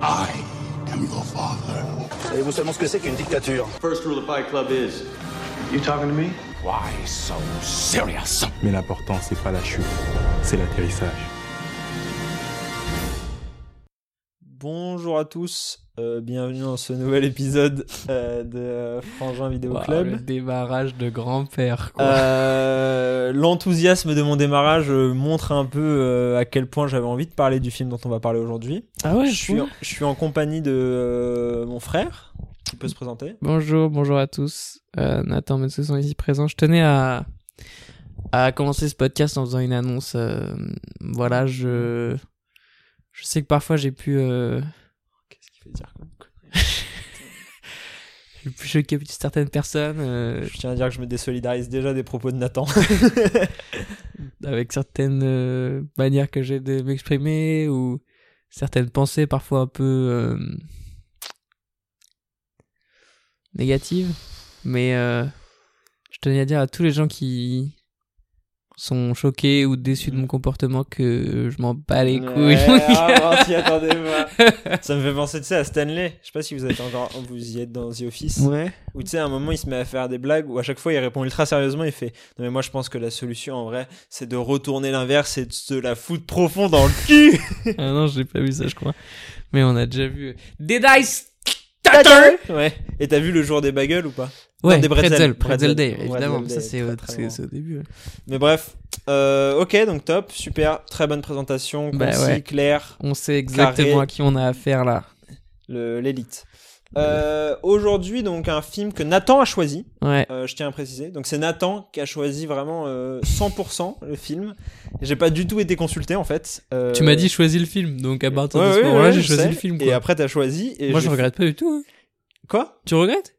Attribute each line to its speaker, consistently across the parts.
Speaker 1: I am your father.
Speaker 2: Savez-vous seulement ce que c'est qu'une dictature
Speaker 3: First rule of Fight Club is You talking to me
Speaker 1: Why so serious?
Speaker 4: Mais l'important, c'est pas la chute, c'est l'atterrissage.
Speaker 5: Bonjour à tous, euh, bienvenue dans ce nouvel épisode euh, de euh, Frangin Vidéo
Speaker 6: Waouh,
Speaker 5: Club.
Speaker 6: Bah, Le démarrage de grand-père, quoi.
Speaker 5: Euh, L'enthousiasme de mon démarrage euh, montre un peu euh, à quel point j'avais envie de parler du film dont on va parler aujourd'hui.
Speaker 6: ah ouais,
Speaker 5: je, suis en, je suis en compagnie de euh, mon frère, qui peut se présenter.
Speaker 6: Bonjour, bonjour à tous. Euh, Nathan, Mathieu sont ici présents. Je tenais à, à commencer ce podcast en faisant une annonce. euh, voilà, je, je sais que parfois j'ai pu, euh,
Speaker 5: Qu'est-ce qu'il fait dire comme
Speaker 6: j'ai pu choquer certaines personnes euh,
Speaker 5: Je tiens à dire que je me désolidarise déjà des propos de Nathan.
Speaker 6: avec certaines euh, manières que j'ai de m'exprimer ou certaines pensées parfois un peu euh, négatives. Mais euh, je tenais à dire à tous les gens qui sont choqués ou déçus de mon comportement que je m'en bats les couilles.
Speaker 5: Mm. Ouais, ah, bon, s'y attendez pas. Ça me fait penser tu sais, à Stanley. Je sais pas si vous êtes encore, vous y êtes dans The Office.
Speaker 6: Ouais.
Speaker 5: Ou tu sais, à un moment, il se met à faire des blagues où à chaque fois, il répond ultra sérieusement. Il fait Non, mais moi, je pense que la solution en vrai, c'est de retourner l'inverse et de se la foutre profond dans le cul.
Speaker 6: Ah non, j'ai pas vu ça, je crois. Mais on a déjà vu. euh, Dead Ice
Speaker 5: ouais. Et t'as vu le jour des bagels ou pas
Speaker 6: Ouais,
Speaker 5: des Pretzel,
Speaker 6: Pretzel, Pretzel,
Speaker 5: Pretzel
Speaker 6: Day,
Speaker 5: Day,
Speaker 6: évidemment.
Speaker 5: Pretzel
Speaker 6: ça,
Speaker 5: Day,
Speaker 6: c'est
Speaker 5: très,
Speaker 6: au,
Speaker 5: très
Speaker 6: c'est-
Speaker 5: bon.
Speaker 6: c'est au début.
Speaker 5: Mais bref, euh, ok, donc top, super, très bonne présentation,
Speaker 6: Bah
Speaker 5: concis,
Speaker 6: ouais.
Speaker 5: clair,
Speaker 6: On sait exactement
Speaker 5: Carré.
Speaker 6: à qui on a affaire là.
Speaker 5: le- l'élite. Euh, Aujourd'hui, donc, un film que Nathan a choisi.
Speaker 6: Ouais.
Speaker 5: Euh, je tiens à préciser. Donc c'est Nathan qui a choisi vraiment euh, 100% le film. J'ai pas du tout été consulté en fait. Euh,
Speaker 6: Tu m'as dit choisis le film, donc à partir
Speaker 5: ouais,
Speaker 6: de ce
Speaker 5: ouais,
Speaker 6: moment-là,
Speaker 5: ouais,
Speaker 6: j'ai
Speaker 5: je
Speaker 6: choisi
Speaker 5: sais.
Speaker 6: le film.
Speaker 5: Et
Speaker 6: quoi.
Speaker 5: après t'as choisi. Et
Speaker 6: Moi, je
Speaker 5: j'ai-
Speaker 6: regrette pas du tout. hein.
Speaker 5: Quoi
Speaker 6: Tu regrettes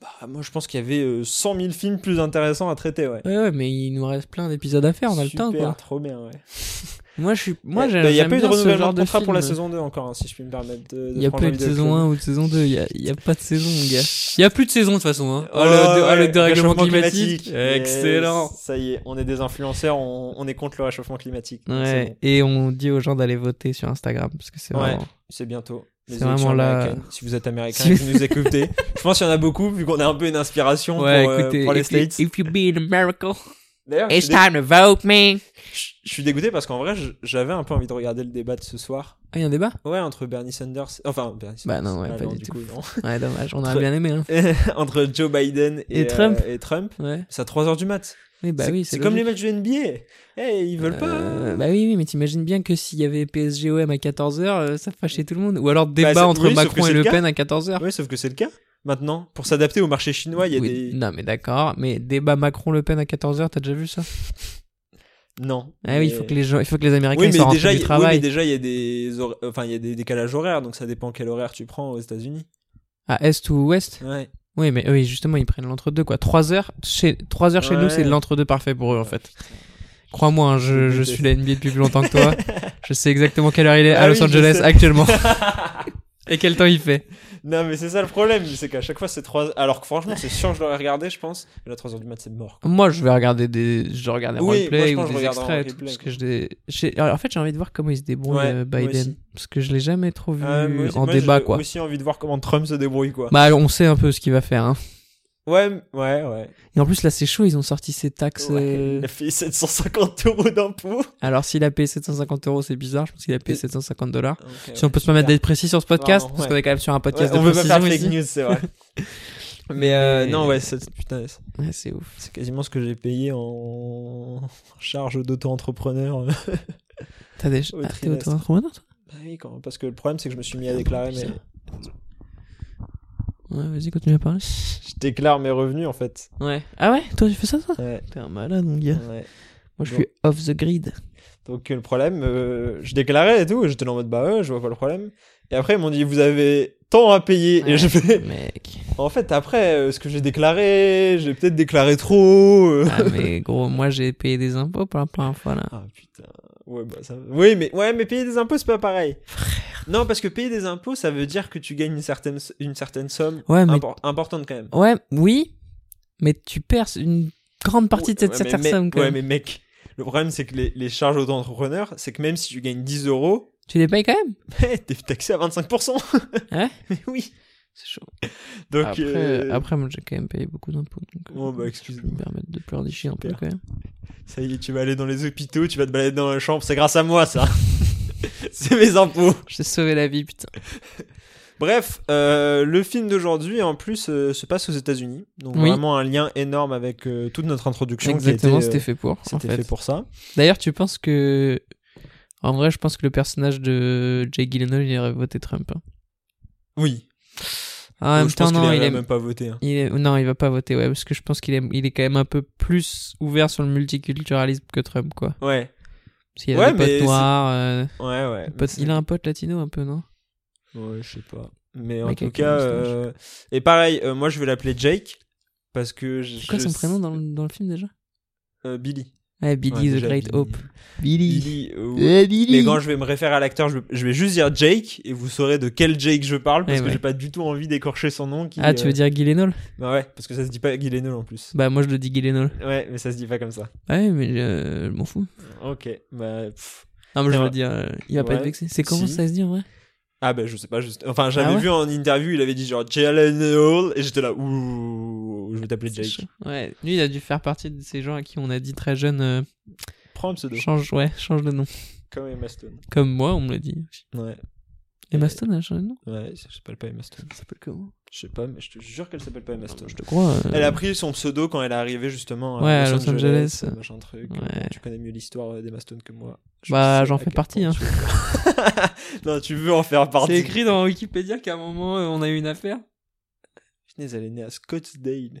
Speaker 5: Bah, Moi je pense qu'il y avait euh, 100 000 films plus intéressants à traiter. Ouais.
Speaker 6: Ouais, ouais, mais il nous reste plein d'épisodes à faire, on a
Speaker 5: Super,
Speaker 6: le temps. Quoi.
Speaker 5: trop bien. Ouais.
Speaker 6: Moi, je suis, moi,
Speaker 5: Ouais,
Speaker 6: j'ai-
Speaker 5: bah, y a
Speaker 6: j'aime
Speaker 5: pas eu de
Speaker 6: bien ce
Speaker 5: renouvellement
Speaker 6: genre
Speaker 5: de contrat pour la
Speaker 6: film.
Speaker 5: saison 2 encore, hein, si je puis me permettre. De,
Speaker 6: Il y a pas eu de saison 1 ou de saison 2. Il y a, il y a pas de saison, mon gars. Il y a plus de saison de toute façon. Hein. Oh, le, oh, le dérèglement climatique. Excellent.
Speaker 5: Ça y est, on est des influenceurs, on, on est contre le réchauffement climatique. donc c'est bon.
Speaker 6: Ouais. Et on dit aux gens d'aller voter sur Instagram parce que c'est
Speaker 5: Ouais.
Speaker 6: vraiment.
Speaker 5: C'est bientôt. Les
Speaker 6: C'est
Speaker 5: élections
Speaker 6: vraiment là-
Speaker 5: américaines. Si vous êtes américain
Speaker 6: Si-
Speaker 5: et que vous nous écoutez, je pense qu'il y en a beaucoup, vu qu'on a un peu une inspiration
Speaker 6: Ouais,
Speaker 5: pour, euh,
Speaker 6: écoutez,
Speaker 5: pour les
Speaker 6: if, you,
Speaker 5: States.
Speaker 6: if you be in America,
Speaker 5: D'ailleurs, je,
Speaker 6: it's
Speaker 5: suis dé-
Speaker 6: time to vote, man.
Speaker 5: je- je suis dégoûté parce qu'en vrai, je- j'avais un peu envie de regarder le débat de ce soir.
Speaker 6: Ah, il y a un débat
Speaker 5: Ouais, entre Bernie Sanders. Enfin, Bernie
Speaker 6: Bah
Speaker 5: Sanders.
Speaker 6: non, ouais,
Speaker 5: Ah
Speaker 6: pas du
Speaker 5: du
Speaker 6: tout.
Speaker 5: coup, non.
Speaker 6: Ouais, dommage, on aurait bien aimé. Hein.
Speaker 5: entre Joe Biden et,
Speaker 6: Et Trump.
Speaker 5: euh, et Trump.
Speaker 6: Ouais.
Speaker 5: C'est à 3h du mat.
Speaker 6: Oui, bah
Speaker 5: c'est
Speaker 6: oui,
Speaker 5: c'est comme les
Speaker 6: logique.
Speaker 5: matchs du NBA. Hey, Eh, ils veulent pas. hein.
Speaker 6: Euh, bah oui, oui, mais t'imagines bien que s'il y avait PSGOM à 14h, ça fâchait tout le monde. Ou alors débat
Speaker 5: Bah, c'est-
Speaker 6: entre
Speaker 5: oui, sauf que
Speaker 6: Macron
Speaker 5: c'est
Speaker 6: et
Speaker 5: le
Speaker 6: Le
Speaker 5: cas.
Speaker 6: Pen à 14h.
Speaker 5: Oui, sauf que c'est le cas. Maintenant, pour s'adapter au marché chinois, il y a des.
Speaker 6: Non, mais d'accord, mais débat Macron-Le Pen à 14h, t'as déjà vu ça
Speaker 5: Non.
Speaker 6: Ah oui, il
Speaker 5: mais-
Speaker 6: faut que les, gens, il faut que les Américains
Speaker 5: Oui, mais
Speaker 6: soient rentrés
Speaker 5: déjà, il-
Speaker 6: du
Speaker 5: oui,
Speaker 6: travail.
Speaker 5: mais déjà, il y a des, hor- enfin, il y a des décalages horaires, donc ça dépend quel horaire tu prends aux États-Unis.
Speaker 6: À Est ou Ouest
Speaker 5: Ouais.
Speaker 6: Oui, mais oui, justement, ils prennent l'entre-deux, quoi. 3h chez, 3 heures chez
Speaker 5: Ouais. Ah,
Speaker 6: nous, c'est l'entre-deux parfait pour eux, en fait. Crois-moi, hein, je,
Speaker 5: Je
Speaker 6: je
Speaker 5: déteste.
Speaker 6: suis la NBA depuis plus longtemps que toi. je sais exactement quelle heure il est
Speaker 5: Ah
Speaker 6: à Los
Speaker 5: oui, je
Speaker 6: Angeles
Speaker 5: sais.
Speaker 6: actuellement. et quel temps il fait.
Speaker 5: non, mais c'est ça le problème, c'est qu'à chaque fois c'est 3 alors que franchement, c'est sûr que je l'aurais regardé, je pense, mais la 3 heures du mat, c'est mort.
Speaker 6: Moi, je vais regarder des, je regarde un
Speaker 5: Oui, moi, je pense
Speaker 6: replay ou
Speaker 5: que je
Speaker 6: des
Speaker 5: regarderai un
Speaker 6: extraits, et tout,
Speaker 5: replay,
Speaker 6: parce
Speaker 5: quoi.
Speaker 6: que je l'ai- j'ai- alors, en fait, j'ai envie de voir comment il se débrouille
Speaker 5: Ouais,
Speaker 6: euh,
Speaker 5: moi
Speaker 6: Biden,
Speaker 5: aussi.
Speaker 6: parce que je l'ai jamais trop vu
Speaker 5: Ah, moi aussi-
Speaker 6: en
Speaker 5: moi,
Speaker 6: débat,
Speaker 5: j'ai
Speaker 6: quoi.
Speaker 5: aussi envie de voir comment Trump se débrouille, quoi.
Speaker 6: Bah, on sait un peu ce qu'il va faire. Hein.
Speaker 5: Ouais, m- ouais, ouais.
Speaker 6: Et en plus, là, c'est chaud. Ils ont sorti ces taxes.
Speaker 5: Ouais,
Speaker 6: euh,
Speaker 5: Il a fait 750 euros d'impôts.
Speaker 6: Alors, s'il a payé 750 euros, c'est bizarre. Je pense qu'il a
Speaker 5: Euh.
Speaker 6: payé 750 dollars.
Speaker 5: Ok,
Speaker 6: Si
Speaker 5: ouais,
Speaker 6: on peut se permettre
Speaker 5: super.
Speaker 6: d'être précis sur ce podcast,
Speaker 5: Pardon,
Speaker 6: parce
Speaker 5: Euh, ouais.
Speaker 6: qu'on est quand même sur un podcast
Speaker 5: Ouais, on
Speaker 6: de
Speaker 5: veut pas faire
Speaker 6: précision
Speaker 5: fake
Speaker 6: ici.
Speaker 5: news, c'est vrai. mais euh,
Speaker 6: Mais-
Speaker 5: non, ouais, c'est- putain, c'est-
Speaker 6: Ouais, c'est ouf.
Speaker 5: c'est quasiment ce que j'ai payé en, en charge d'auto-entrepreneur. euh,
Speaker 6: T'as des...
Speaker 5: Au
Speaker 6: ah, t'es
Speaker 5: trimestre.
Speaker 6: auto-entrepreneur, toi
Speaker 5: Bah oui, quand- parce que le problème, c'est que je me suis mis à déclarer mes...
Speaker 6: Ouais, vas-y, continue à parler.
Speaker 5: Je déclare mes revenus, en fait.
Speaker 6: Ouais. Ah ouais Toi, tu fais ça, toi
Speaker 5: Ouais,
Speaker 6: T'es un malade, mon gars.
Speaker 5: ouais.
Speaker 6: Moi, je
Speaker 5: Bon.
Speaker 6: suis off the grid.
Speaker 5: Donc, euh, le problème, euh, je déclarais et tout, et j'étais en mode, bah ouais, je vois pas le problème. Et après, ils m'ont dit, vous avez tant à payer. Et
Speaker 6: Ouais,
Speaker 5: je fais...
Speaker 6: Mec.
Speaker 5: En fait, après, euh, ce que j'ai déclaré, j'ai peut-être déclaré trop... euh.
Speaker 6: Ah mais gros, moi j'ai payé des impôts pour la première fois là.
Speaker 5: Ah, putain. Ouais, bah ça... Oui, mais, ouais, mais payer des impôts, c'est pas pareil. Non, parce que payer des impôts, ça veut dire que tu gagnes une certaine, une certaine somme
Speaker 6: Ouais, mais-
Speaker 5: impor- importante, quand même.
Speaker 6: Ouais, oui, mais tu perds une grande partie de cette,
Speaker 5: Ouais,
Speaker 6: cette
Speaker 5: mais- mais-
Speaker 6: somme quand
Speaker 5: Ouais,
Speaker 6: même.
Speaker 5: mais mec, le problème, c'est que les, les charges auto-entrepreneur, c'est que même si tu gagnes 10 euros,
Speaker 6: Tu les payes quand même
Speaker 5: Mais t'es taxé à 25%.
Speaker 6: Hein
Speaker 5: Mais oui.
Speaker 6: C'est chaud.
Speaker 5: Donc,
Speaker 6: après, ah
Speaker 5: euh,
Speaker 6: après, moi j'ai quand même payé beaucoup d'impôts. Donc,
Speaker 5: Bon, bah,
Speaker 6: euh, Je peux me
Speaker 5: excuse-moi.
Speaker 6: permettre de pleurnicher un peu
Speaker 5: Super.
Speaker 6: quand même.
Speaker 5: ça y est, tu vas aller dans les hôpitaux, tu vas te balader dans la chambre. C'est grâce à moi, ça. C'est mes impôts.
Speaker 6: J'ai sauvé la vie, putain.
Speaker 5: Bref, euh, le film d'aujourd'hui en plus euh, se passe aux États-Unis, donc
Speaker 6: Oui.
Speaker 5: vraiment un lien énorme avec euh, toute notre introduction. qui a été,
Speaker 6: Exactement,
Speaker 5: euh,
Speaker 6: c'était fait pour. En
Speaker 5: c'était
Speaker 6: fait.
Speaker 5: fait pour ça.
Speaker 6: D'ailleurs, tu penses que. En vrai, je pense que le personnage de Jake Gyllenhaal, il aurait voté Trump. hein.
Speaker 5: Oui.
Speaker 6: Ah, en
Speaker 5: Donc,
Speaker 6: même
Speaker 5: je pense
Speaker 6: temps,
Speaker 5: qu'il
Speaker 6: non,
Speaker 5: avait
Speaker 6: il aime.
Speaker 5: même pas voté. hein.
Speaker 6: Il est... Non, il va pas voter, ouais, parce que je pense qu'il est... Il est quand même un peu plus ouvert sur le multiculturalisme que Trump, quoi.
Speaker 5: Ouais,
Speaker 6: Parce qu'il a
Speaker 5: Ouais,
Speaker 6: des
Speaker 5: mais
Speaker 6: potes
Speaker 5: c'est-
Speaker 6: noirs, euh,
Speaker 5: ouais, ouais.
Speaker 6: des potes- il a un pote latino un peu, non
Speaker 5: Ouais, je sais pas. Mais en
Speaker 6: Mec
Speaker 5: tout
Speaker 6: avec une
Speaker 5: cas,
Speaker 6: moustache.
Speaker 5: euh, et pareil, euh, moi je vais l'appeler Jake parce que. je-
Speaker 6: C'est quoi
Speaker 5: je-
Speaker 6: son prénom dans le, dans le film déjà
Speaker 5: Euh, Billy.
Speaker 6: Ouais, Billy
Speaker 5: Ouais,
Speaker 6: the
Speaker 5: déjà,
Speaker 6: Great
Speaker 5: Billy.
Speaker 6: Hope. Billy.
Speaker 5: Billy. euh,
Speaker 6: Eh, Billy.
Speaker 5: Mais quand je vais me référer à l'acteur, je, je vais juste dire Jake et vous saurez de quel Jake je parle parce
Speaker 6: Eh
Speaker 5: que
Speaker 6: ouais.
Speaker 5: j'ai pas du tout envie d'écorcher son nom. Qui,
Speaker 6: Ah, tu
Speaker 5: euh,
Speaker 6: veux dire Gyllenhaal
Speaker 5: Bah ouais, parce que ça se dit pas Guilénol en plus.
Speaker 6: Bah, moi je le dis Gyllenhaal.
Speaker 5: Ouais, mais ça se dit pas comme ça.
Speaker 6: Ouais, mais euh, je m'en fous.
Speaker 5: Ok, bah. pff.
Speaker 6: Non, mais
Speaker 5: C'est
Speaker 6: je veux
Speaker 5: vrai.
Speaker 6: dire, euh, il va pas
Speaker 5: Ouais.
Speaker 6: être vexé. C'est comment
Speaker 5: Si.
Speaker 6: ça se dit en vrai
Speaker 5: Ah, bah je sais pas, juste. Enfin, j'avais
Speaker 6: Ah ouais
Speaker 5: vu en interview, il avait dit genre Jalen Hall, et j'étais là, ouh, je vais t'appeler
Speaker 6: C'est
Speaker 5: Jake.
Speaker 6: chaud. Ouais, lui il a dû faire partie de ces gens à qui on a dit très jeune euh,
Speaker 5: Prends un pseudo,
Speaker 6: change, ouais, change de nom.
Speaker 5: comme Emma Stone.
Speaker 6: Comme moi, on me l'a dit.
Speaker 5: Ouais,
Speaker 6: Emma Stone a changé de nom
Speaker 5: ouais, ça Euh, s'appelle pas Emma Stone.
Speaker 6: Elle s'appelle comment
Speaker 5: Je sais pas, mais je te jure qu'elle s'appelle pas Emma Stone.
Speaker 6: Je te crois. euh,
Speaker 5: Elle a pris son pseudo quand elle est arrivée justement
Speaker 6: Ouais,
Speaker 5: à
Speaker 6: à
Speaker 5: Los,
Speaker 6: Los
Speaker 5: Angeles,
Speaker 6: Angeles.
Speaker 5: machin truc.
Speaker 6: Ouais.
Speaker 5: Tu connais mieux l'histoire euh, d'Emma Stone que moi.
Speaker 6: Bah,
Speaker 5: sais
Speaker 6: j'en
Speaker 5: à
Speaker 6: fais
Speaker 5: quel
Speaker 6: partie,
Speaker 5: point
Speaker 6: hein.
Speaker 5: tu- non, tu veux en faire partie.
Speaker 6: C'est écrit dans Wikipédia qu'à un moment euh, on a eu une affaire.
Speaker 5: Punaise, elle est née à Scottsdale.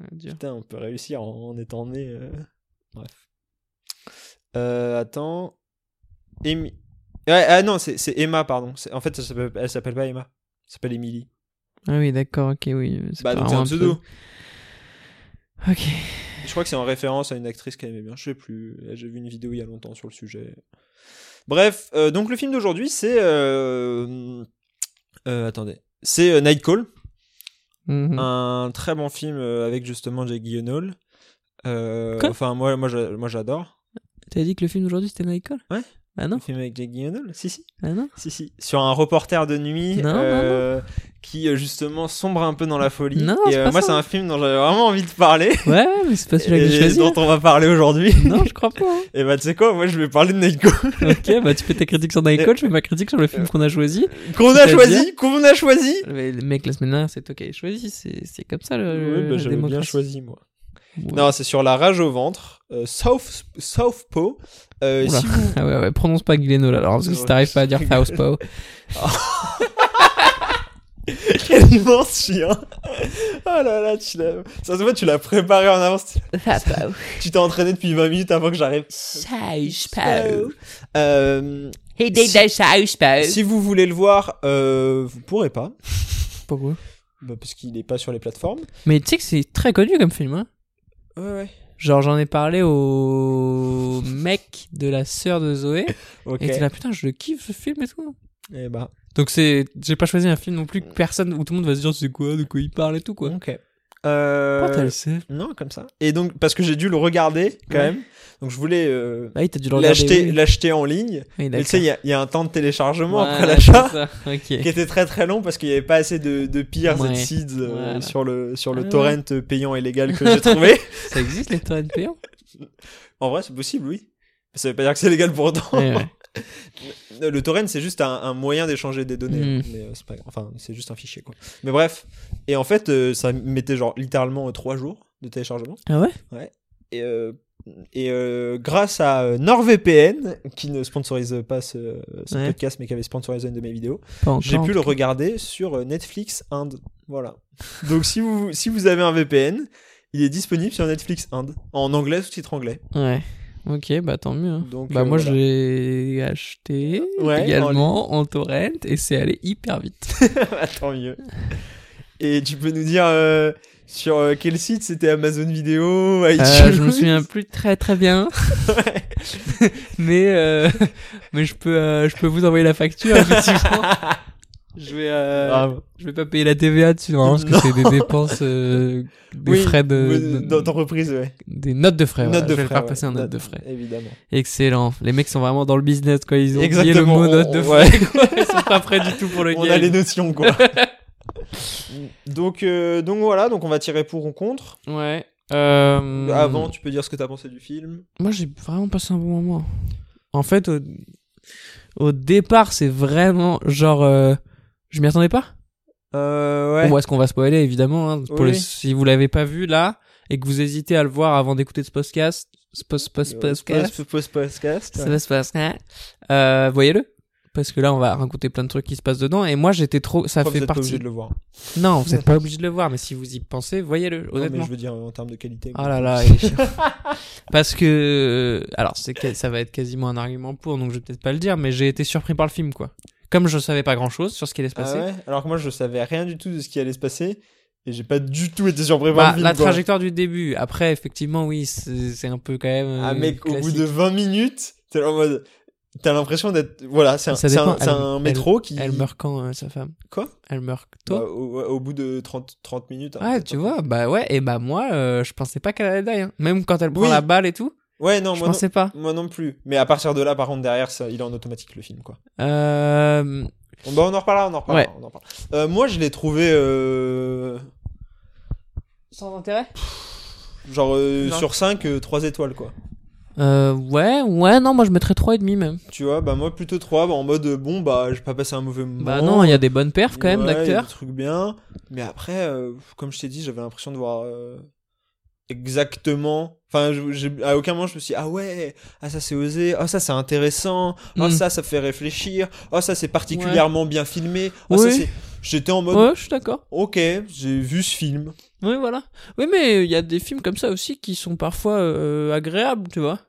Speaker 6: Ah, dur.
Speaker 5: Putain, on peut réussir en, en étant né. euh, Bref. Euh, attends. Emi- Ouais, ah non, c'est c'est Emma, pardon. C'est- En fait, ça s'appelle- elle s'appelle pas Emma. Elle s'appelle Emily.
Speaker 6: Ah oui, d'accord, ok, oui. c'est
Speaker 5: Bah,
Speaker 6: pas
Speaker 5: donc c'est un
Speaker 6: vraiment
Speaker 5: pseudo.
Speaker 6: peu- Ok.
Speaker 5: Je crois que c'est en référence à une actrice qu'elle aimait bien. Je sais plus. Là, J'ai vu une vidéo il y a longtemps sur le sujet. Bref, euh, donc le film d'aujourd'hui, c'est. euh, euh, attendez. C'est euh, Nightcall.
Speaker 6: Mhm.
Speaker 5: un très bon film euh, avec justement Jake Gyllenhaal. Euh,
Speaker 6: Quoi
Speaker 5: enfin, moi, moi, j'a- moi j'adore.
Speaker 6: T'as dit que le film d'aujourd'hui c'était Michael
Speaker 5: Ouais.
Speaker 6: Bah
Speaker 5: Le
Speaker 6: non,
Speaker 5: film avec Jake Gyllenhaal Si, si.
Speaker 6: bah non.
Speaker 5: Si, si. Sur un reporter de nuit
Speaker 6: Non,
Speaker 5: euh, qui euh, justement sombre un peu dans la folie.
Speaker 6: Non,
Speaker 5: et
Speaker 6: c'est
Speaker 5: euh,
Speaker 6: pas
Speaker 5: moi,
Speaker 6: ça.
Speaker 5: c'est un film dont j'avais vraiment envie de parler.
Speaker 6: Ouais, ouais, mais c'est pas celui-là que j'ai
Speaker 5: et
Speaker 6: choisi.
Speaker 5: dont on va parler aujourd'hui.
Speaker 6: là. Non, je crois pas. hein.
Speaker 5: Et bah, tu sais quoi, moi, je vais parler de Nico.
Speaker 6: ok, bah tu fais ta critique sur Michael, je fais ma critique sur le film qu'on a choisi.
Speaker 5: qu'on a
Speaker 6: C'est-à-dire
Speaker 5: choisi, qu'on a choisi.
Speaker 6: Mais le mec, la semaine dernière, c'est toi qui avais choisi, c'est c'est comme ça le.
Speaker 5: Oui,
Speaker 6: la
Speaker 5: bah, j'avais bien
Speaker 6: Euh, démocratie.
Speaker 5: choisi, moi.
Speaker 6: Ouais.
Speaker 5: Non, c'est sur la rage au ventre, euh, South, Southpaw. Euh,
Speaker 6: Oula.
Speaker 5: si vous
Speaker 6: Ah ouais, ouais, prononce pas Glenol alors, parce que si
Speaker 5: Ouais,
Speaker 6: t'arrives pas à
Speaker 5: je
Speaker 6: dire
Speaker 5: rigole.
Speaker 6: Southpaw.
Speaker 5: Quel immense chien Oh là là, tu l'as... Ça se voit, tu l'as préparé en avance.
Speaker 6: Southpaw.
Speaker 5: Tu t'es entraîné depuis 20 minutes avant que j'arrive.
Speaker 6: Southpaw.
Speaker 5: Euh,
Speaker 6: He
Speaker 5: did
Speaker 6: the Southpaw.
Speaker 5: si vous voulez le voir, euh, vous pourrez pas.
Speaker 6: Pourquoi
Speaker 5: Bah, parce qu'il est pas sur les plateformes.
Speaker 6: Mais tu sais que c'est très connu comme film, hein.
Speaker 5: Ouais, ouais.
Speaker 6: Genre, j'en ai parlé au mec de la sœur de Zoé,
Speaker 5: Ok.
Speaker 6: et t'es là, putain, je le kiffe ce film et tout.
Speaker 5: Eh bah,
Speaker 6: Donc c'est, j'ai pas choisi un film non plus que personne où tout le monde va se dire c'est quoi, de quoi il parle et tout quoi.
Speaker 5: ok. Euh,
Speaker 6: Pourquoi t'as le seum
Speaker 5: Non, comme ça. Et donc, parce que j'ai dû le regarder, quand
Speaker 6: Ouais.
Speaker 5: même. Donc, je voulais euh,
Speaker 6: Ah oui, t'as dû le regarder.
Speaker 5: l'acheter,
Speaker 6: oui.
Speaker 5: l'acheter en ligne.
Speaker 6: Oui,
Speaker 5: Mais
Speaker 6: d'accord.
Speaker 5: tu sais, il y, a- il y a un temps de téléchargement après
Speaker 6: Voilà,
Speaker 5: l'achat.
Speaker 6: c'est ça,
Speaker 5: qui
Speaker 6: Ok.
Speaker 5: était très très long parce qu'il n'y avait pas assez de, de peers
Speaker 6: Ouais.
Speaker 5: et de seeds euh,
Speaker 6: Voilà.
Speaker 5: sur le, sur le
Speaker 6: Ah.
Speaker 5: torrent payant et légal que j'ai trouvé.
Speaker 6: Ça existe les torrents payants
Speaker 5: en vrai, c'est possible, oui. Mais Ça veut pas dire que c'est légal pour autant.
Speaker 6: Ouais, ouais.
Speaker 5: Euh, Le torrent, c'est juste un, un moyen d'échanger des données.
Speaker 6: Mm.
Speaker 5: Mais euh, c'est pas grave. Enfin, c'est juste un fichier, quoi. Mais bref. Et en fait, euh, ça mettait genre littéralement euh, trois jours de téléchargement.
Speaker 6: Ah ouais
Speaker 5: Et, euh, et euh, grâce à euh, NordVPN, qui ne sponsorise pas ce, ce
Speaker 6: Ouais.
Speaker 5: podcast, mais qui avait sponsorisé une de mes vidéos,
Speaker 6: Pas encore.
Speaker 5: J'ai pu le regarder sur euh, Netflix Inde. Voilà. Donc si vous, si vous avez un VPN, il est disponible sur Netflix Inde. En anglais, sous-titre anglais.
Speaker 6: Ouais. Ok, bah tant mieux. hein.
Speaker 5: Donc,
Speaker 6: bah
Speaker 5: euh,
Speaker 6: moi
Speaker 5: voilà.
Speaker 6: je l'ai acheté
Speaker 5: Ouais,
Speaker 6: également en torrent et c'est allé hyper vite.
Speaker 5: Ah, Tant mieux. Et tu peux nous dire euh, sur euh, quel site c'était Amazon Vidéo, iTunes
Speaker 6: Euh, je me souviens plus très très bien,
Speaker 5: Ouais.
Speaker 6: mais euh, mais je peux euh, je peux vous envoyer la facture effectivement. je vais euh,
Speaker 5: Bravo.
Speaker 6: Je vais pas payer la TVA dessus, hein, parce que
Speaker 5: Non.
Speaker 6: c'est des dépenses, euh, des
Speaker 5: Oui,
Speaker 6: frais de,
Speaker 5: oui, dans d'entreprise, ouais.
Speaker 6: des notes de frais. voilà.
Speaker 5: Note de
Speaker 6: Je vais le
Speaker 5: frais,
Speaker 6: faire
Speaker 5: ouais.
Speaker 6: passer en note
Speaker 5: Note-
Speaker 6: de frais.
Speaker 5: Évidemment.
Speaker 6: Excellent. Les mecs sont vraiment dans le business, quoi. Ils ont oublié le
Speaker 5: Exactement,
Speaker 6: mot
Speaker 5: on-
Speaker 6: note de
Speaker 5: on-
Speaker 6: frais. quoi. Ils sont pas prêts du tout pour le
Speaker 5: on
Speaker 6: game.
Speaker 5: a les notions quoi. donc euh, donc voilà, donc on va tirer pour ou contre.
Speaker 6: Ouais. Euh...
Speaker 5: Avant, tu peux dire ce que t'as pensé du film.
Speaker 6: Moi, j'ai vraiment passé un bon moment. En fait, au, au départ, c'est vraiment genre. euh, Je m'y attendais pas.
Speaker 5: Euh, ouais.
Speaker 6: Bon, est-ce qu'on va spoiler, évidemment. hein, pour
Speaker 5: Oui.
Speaker 6: le- Si vous l'avez pas vu là, et que vous hésitez à le voir avant d'écouter ce podcast. Ce pos- pos- podcast.
Speaker 5: Post- post- podcast.
Speaker 6: Ça va se passer. Euh, Voyez-le. Parce que là, on va raconter plein de trucs qui se passent dedans. Et moi, j'étais trop. Ça
Speaker 5: Enfin, vous
Speaker 6: fait
Speaker 5: êtes pas
Speaker 6: partie.
Speaker 5: obligé de le voir.
Speaker 6: Non, vous n'êtes pas obligé de le voir, mais si vous y pensez, voyez-le,
Speaker 5: Non, mais
Speaker 6: honnêtement.
Speaker 5: je veux dire en termes de qualité.
Speaker 6: Ah là là, il est chiant. Parce que. euh, Alors, c'est que- ça va être quasiment un argument pour, donc je vais peut-être pas le dire, mais j'ai été surpris par le film, quoi. Comme je savais pas grand-chose sur ce qui allait se
Speaker 5: Ah
Speaker 6: passer.
Speaker 5: ouais Alors que moi, je savais rien du tout de ce qui allait se passer et j'ai pas du tout été surpris
Speaker 6: Bah,
Speaker 5: par le film.
Speaker 6: la
Speaker 5: quoi.
Speaker 6: trajectoire du début. Après, effectivement, oui, c'est c'est un peu quand même. euh,
Speaker 5: Ah mec, au bout
Speaker 6: classique.
Speaker 5: de 20 minutes, t'es en mode. T'as l'impression d'être. Voilà, c'est un,
Speaker 6: Ça
Speaker 5: c'est un,
Speaker 6: dépend,
Speaker 5: c'est
Speaker 6: elle-
Speaker 5: un métro qui.
Speaker 6: Elle meurt quand, euh, sa femme
Speaker 5: Quoi
Speaker 6: Elle meurt tôt.
Speaker 5: Bah, au, au bout de 30, 30 minutes. hein,
Speaker 6: ah,
Speaker 5: peut-être
Speaker 6: tu
Speaker 5: un peu.
Speaker 6: vois, bah ouais, et bah moi, euh, je pensais pas qu'elle allait die. hein. Même quand elle prend
Speaker 5: Oui.
Speaker 6: la balle et tout,
Speaker 5: Ouais, non,
Speaker 6: je
Speaker 5: moi non,
Speaker 6: pensais pas.
Speaker 5: moi non plus. Mais à partir de là, par contre, derrière, ça, il est en automatique le film, quoi.
Speaker 6: Euh.
Speaker 5: On, bah, on en reparlera, on en reparlera.
Speaker 6: Ouais.
Speaker 5: on en reparlera. Euh, moi, je l'ai trouvé. euh,
Speaker 6: Sans intérêt
Speaker 5: Genre euh,
Speaker 6: Non.
Speaker 5: sur 5, 3 étoiles, quoi.
Speaker 6: Euh, ouais, ouais, non, moi je mettrais 3,5 même.
Speaker 5: Tu vois, bah moi plutôt 3, bah, en mode euh, bon, bah j'ai pas passé un mauvais moment.
Speaker 6: Bah non, il y a des bonnes perfs quand même
Speaker 5: Ouais, il y a
Speaker 6: d'acteurs.
Speaker 5: Des trucs bien. Mais après, euh, comme je t'ai dit, j'avais l'impression de voir euh, exactement. Enfin, je- j'ai- à aucun moment je me suis dit, ah ouais, ah ça c'est osé, ah ça c'est intéressant, ah
Speaker 6: Mm.
Speaker 5: ça ça fait réfléchir, ah ça c'est particulièrement bien filmé. ah,
Speaker 6: Oui.
Speaker 5: ça c'est. J'étais en mode,
Speaker 6: Ouais, je suis d'accord.
Speaker 5: ok, j'ai vu ce film.
Speaker 6: Oui, voilà. Oui, mais il y a des films comme ça aussi qui sont parfois euh, agréables, tu vois.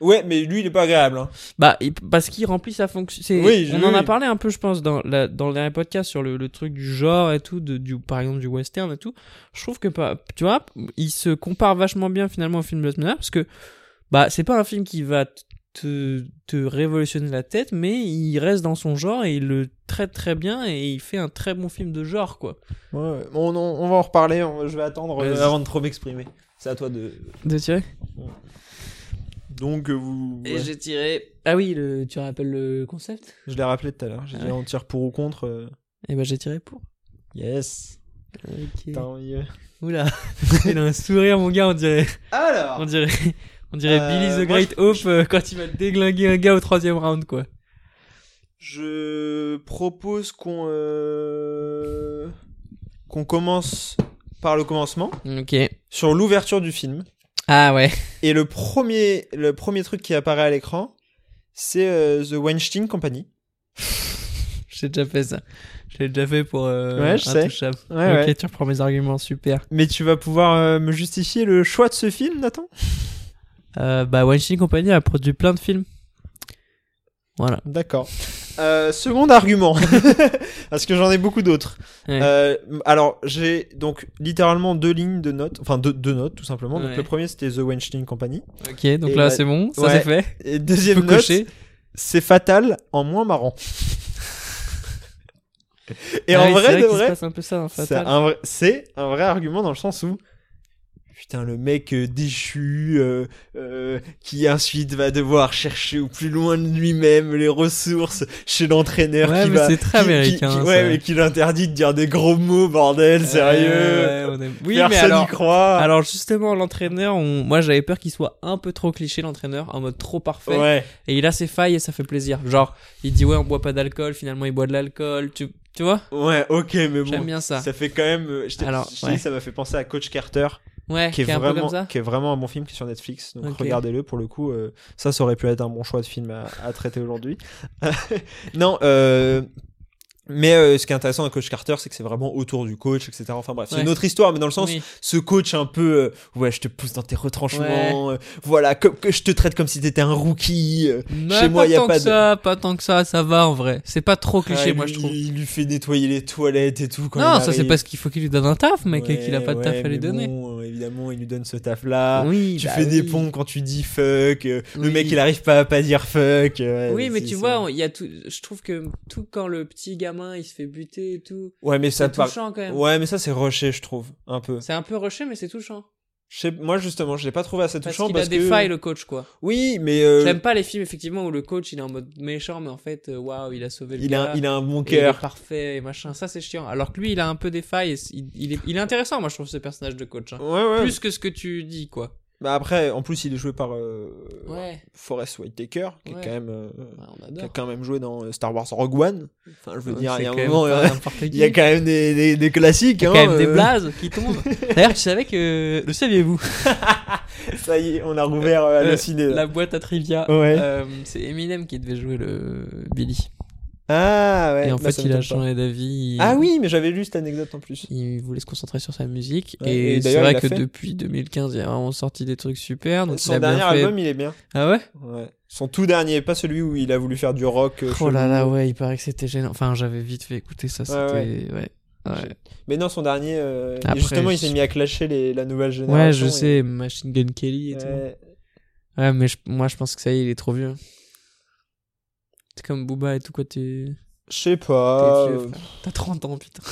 Speaker 5: Ouais, mais lui il est pas agréable. hein.
Speaker 6: Bah, il- parce qu'il remplit sa fonction. c'est-
Speaker 5: Oui, je-
Speaker 6: on en a
Speaker 5: oui.
Speaker 6: parlé un peu, je pense, dans, la, dans le dernier podcast sur le, le truc du genre et tout, de, du, par exemple du western et tout. Je trouve que, pas, tu vois, il se compare vachement bien finalement au film de Blade Runner parce que, bah, c'est pas un film qui va t- te, te révolutionner la tête, mais il reste dans son genre et il le traite très bien et il fait un très bon film de genre, quoi.
Speaker 5: Ouais, on, on- on va en reparler, on- je vais attendre euh,
Speaker 6: Vas-y.
Speaker 5: avant de trop m'exprimer. C'est à toi de.
Speaker 6: De tirer
Speaker 5: Donc, euh, vous. ouais.
Speaker 6: j'ai tiré. Ah oui, le, tu rappelles le concept
Speaker 5: Je l'ai rappelé tout à l'heure, j'ai
Speaker 6: Ah
Speaker 5: dit
Speaker 6: ouais.
Speaker 5: on tire pour ou contre. euh,
Speaker 6: Eh ben, j'ai tiré pour.
Speaker 5: Yes,
Speaker 6: Ok.
Speaker 5: tant mieux.
Speaker 6: Oula, il a un sourire, mon gars, on dirait.
Speaker 5: Alors
Speaker 6: On dirait, on dirait
Speaker 5: Euh,
Speaker 6: Billy the
Speaker 5: moi,
Speaker 6: Great Hope euh, quand il va déglinguer un gars au troisième round, quoi.
Speaker 5: Je propose qu'on euh, qu'on commence par le commencement,
Speaker 6: Ok.
Speaker 5: sur l'ouverture du film.
Speaker 6: Ah ouais.
Speaker 5: Et le premier, le premier truc qui apparaît à l'écran, c'est euh, The Weinstein Company.
Speaker 6: J'ai déjà fait ça. Je l'ai déjà fait pour euh,
Speaker 5: Ouais, je sais.
Speaker 6: Intouchable.
Speaker 5: Ouais,
Speaker 6: ok,
Speaker 5: ouais.
Speaker 6: tu reprends mes arguments, super.
Speaker 5: Mais tu vas pouvoir euh, me justifier le choix de ce film, Nathan
Speaker 6: Euh, bah, Weinstein Company a produit plein de films. Voilà.
Speaker 5: D'accord. Euh, second argument, parce que j'en ai beaucoup d'autres.
Speaker 6: Ouais.
Speaker 5: Euh, alors, j'ai donc littéralement deux lignes de notes, enfin deux, deux notes tout simplement.
Speaker 6: Ouais.
Speaker 5: Donc, le premier c'était The Weinstein Company.
Speaker 6: Ok, donc
Speaker 5: et
Speaker 6: là,
Speaker 5: bah,
Speaker 6: c'est bon, ça
Speaker 5: ouais.
Speaker 6: c'est fait.
Speaker 5: Et
Speaker 6: Je peux
Speaker 5: deuxième note,
Speaker 6: cocher.
Speaker 5: c'est fatal en moins marrant. Et
Speaker 6: Ah
Speaker 5: en
Speaker 6: oui, c'est
Speaker 5: vrai, de
Speaker 6: qu'il se
Speaker 5: vrai,
Speaker 6: passe un peu ça, hein, en
Speaker 5: c'est un, vrai- c'est un vrai argument dans le sens où. Putain, le mec euh, déchu euh, euh, qui ensuite va devoir chercher au plus loin de lui-même les ressources chez l'entraîneur
Speaker 6: Ouais,
Speaker 5: qui
Speaker 6: mais
Speaker 5: va
Speaker 6: c'est très
Speaker 5: qui- qui-
Speaker 6: américain. hein,
Speaker 5: qui-
Speaker 6: ça.
Speaker 5: ouais, mais qui l'interdit de dire des gros mots, bordel, sérieux.
Speaker 6: Ouais, ouais, on est- Oui, mais
Speaker 5: Personne
Speaker 6: alors,
Speaker 5: y croit.
Speaker 6: Alors justement, l'entraîneur, on- moi j'avais peur qu'il soit un peu trop cliché, l'entraîneur, en mode trop parfait.
Speaker 5: ouais.
Speaker 6: Et il a ses failles et ça fait plaisir. Genre, il dit ouais, on boit pas d'alcool, finalement il boit de l'alcool, tu, tu vois
Speaker 5: Ouais, ok, mais bon.
Speaker 6: J'aime bien ça.
Speaker 5: Ça fait quand même. euh, Je t'ai
Speaker 6: Alors,
Speaker 5: je t'ai
Speaker 6: ouais.
Speaker 5: dit, ça m'a fait penser à Coach Carter,
Speaker 6: Ouais,
Speaker 5: qui est,
Speaker 6: un peu comme
Speaker 5: vraiment,
Speaker 6: ça.
Speaker 5: qui est vraiment un bon film qui est sur Netflix. Donc
Speaker 6: Ok.
Speaker 5: regardez-le pour le coup. euh, ça, ça aurait pu être un bon choix de film à, à traiter aujourd'hui. non, euh, mais euh, ce qui est intéressant dans Coach Carter, c'est que c'est vraiment autour du coach, etc. Enfin bref, c'est
Speaker 6: Ouais.
Speaker 5: une autre histoire, mais dans le sens,
Speaker 6: Oui.
Speaker 5: ce coach un peu euh, ouais, je te pousse dans tes retranchements, euh, voilà, comme que je te traite comme si t'étais un rookie. euh,
Speaker 6: Mais
Speaker 5: chez moi,
Speaker 6: pas
Speaker 5: y a
Speaker 6: tant
Speaker 5: pas
Speaker 6: que
Speaker 5: de-
Speaker 6: ça, pas tant que ça, ça va en vrai. C'est pas trop
Speaker 5: Ah,
Speaker 6: cliché,
Speaker 5: il
Speaker 6: moi
Speaker 5: lui-
Speaker 6: je trouve.
Speaker 5: Il lui fait nettoyer les toilettes et tout. Quand
Speaker 6: non,
Speaker 5: il
Speaker 6: ça c'est
Speaker 5: arrive.
Speaker 6: parce qu'il faut qu'il lui donne un taf, mec, et
Speaker 5: Ouais,
Speaker 6: qu'il a pas de
Speaker 5: ouais,
Speaker 6: taf à
Speaker 5: mais
Speaker 6: lui donner.
Speaker 5: bon, quand évidemment il nous donne ce taf là.
Speaker 6: oui,
Speaker 5: Tu
Speaker 6: bah
Speaker 5: fais des
Speaker 6: oui.
Speaker 5: ponts quand tu dis fuck. euh, Le
Speaker 6: Oui.
Speaker 5: mec, il arrive pas à pas dire fuck. euh, ouais,
Speaker 6: oui, mais
Speaker 5: c'est-
Speaker 6: tu
Speaker 5: c'est-
Speaker 6: vois, on- il y a tout. Je trouve que tout quand le petit gamin il se fait buter et tout,
Speaker 5: Ouais, mais ça
Speaker 6: c'est
Speaker 5: par-
Speaker 6: touchant quand même.
Speaker 5: Ouais, mais ça c'est rushé, je trouve, un peu.
Speaker 6: C'est un peu rushé, mais c'est touchant.
Speaker 5: Je sais- Moi justement, je l'ai pas trouvé assez
Speaker 6: Parce
Speaker 5: touchant
Speaker 6: qu'il
Speaker 5: parce,
Speaker 6: a des
Speaker 5: que.
Speaker 6: failles le coach quoi.
Speaker 5: Oui, mais euh,
Speaker 6: J'aime pas les films effectivement où le coach il est en mode méchant, mais en fait euh, waouh il a sauvé le
Speaker 5: il
Speaker 6: gars.
Speaker 5: a, il a un bon
Speaker 6: et il est
Speaker 5: cœur.
Speaker 6: parfait et machin, ça c'est chiant. Alors que lui il a un peu des failles, et c- il, il est, il est intéressant moi je trouve ce personnage de coach. hein.
Speaker 5: Ouais, ouais.
Speaker 6: Plus que ce que tu dis quoi.
Speaker 5: Bah après, en plus, il est joué par euh,
Speaker 6: Ouais,
Speaker 5: Forrest Whitaker, qui est
Speaker 6: Ouais.
Speaker 5: quand même, euh,
Speaker 6: ouais, on
Speaker 5: qui a
Speaker 6: adore.
Speaker 5: quand même joué dans euh, Star Wars Rogue One. Enfin, je veux dire,
Speaker 6: C'est
Speaker 5: il y a un
Speaker 6: quand même
Speaker 5: moment,
Speaker 6: pas
Speaker 5: euh,
Speaker 6: n'importe qui.
Speaker 5: il y a quand même des, des, des classiques.
Speaker 6: Il y a
Speaker 5: hein,
Speaker 6: quand même des
Speaker 5: euh,
Speaker 6: blazes qui tombent. D'ailleurs, tu savais que. Le saviez-vous
Speaker 5: Ça y est, on a rouvert euh, le
Speaker 6: Euh,
Speaker 5: ciné. là.
Speaker 6: La boîte à trivia.
Speaker 5: Ouais.
Speaker 6: euh, c'est Eminem qui devait jouer le Billy.
Speaker 5: Ah ouais.
Speaker 6: et en
Speaker 5: bah,
Speaker 6: fait,
Speaker 5: ça
Speaker 6: il a
Speaker 5: m'étonne pas.
Speaker 6: changé d'avis. il-
Speaker 5: Ah oui, mais j'avais lu cette anecdote en plus.
Speaker 6: Il voulait se concentrer sur sa musique.
Speaker 5: Ouais,
Speaker 6: et
Speaker 5: et
Speaker 6: c'est
Speaker 5: d'ailleurs, il
Speaker 6: vrai
Speaker 5: l'a
Speaker 6: que
Speaker 5: fait.
Speaker 6: depuis 2015, il a vraiment sorti des trucs super. Donc il
Speaker 5: Son
Speaker 6: a bien
Speaker 5: dernier
Speaker 6: fait.
Speaker 5: album, il est bien.
Speaker 6: Ah ouais
Speaker 5: Ouais. Son tout dernier, pas celui où il a voulu faire du rock. euh,
Speaker 6: Oh là
Speaker 5: chelou.
Speaker 6: là, ouais, il paraît que c'était gênant. Enfin, j'avais vite fait écouter ça. C'était.
Speaker 5: ouais.
Speaker 6: Ouais. Ouais.
Speaker 5: Mais non, son dernier. euh, et
Speaker 6: Après,
Speaker 5: justement, il
Speaker 6: je-
Speaker 5: s'est mis à clasher les, la nouvelle génération.
Speaker 6: Ouais, je
Speaker 5: et-
Speaker 6: sais, Machine Gun Kelly et tout.
Speaker 5: Ouais.
Speaker 6: Ouais, mais je- moi je pense que ça y est, il est trop vieux. C'est comme Booba et tout, quoi, t'es.
Speaker 5: Je sais
Speaker 6: t'es
Speaker 5: pas.
Speaker 6: vieux,
Speaker 5: euh,
Speaker 6: frère. T'as 30 ans, putain.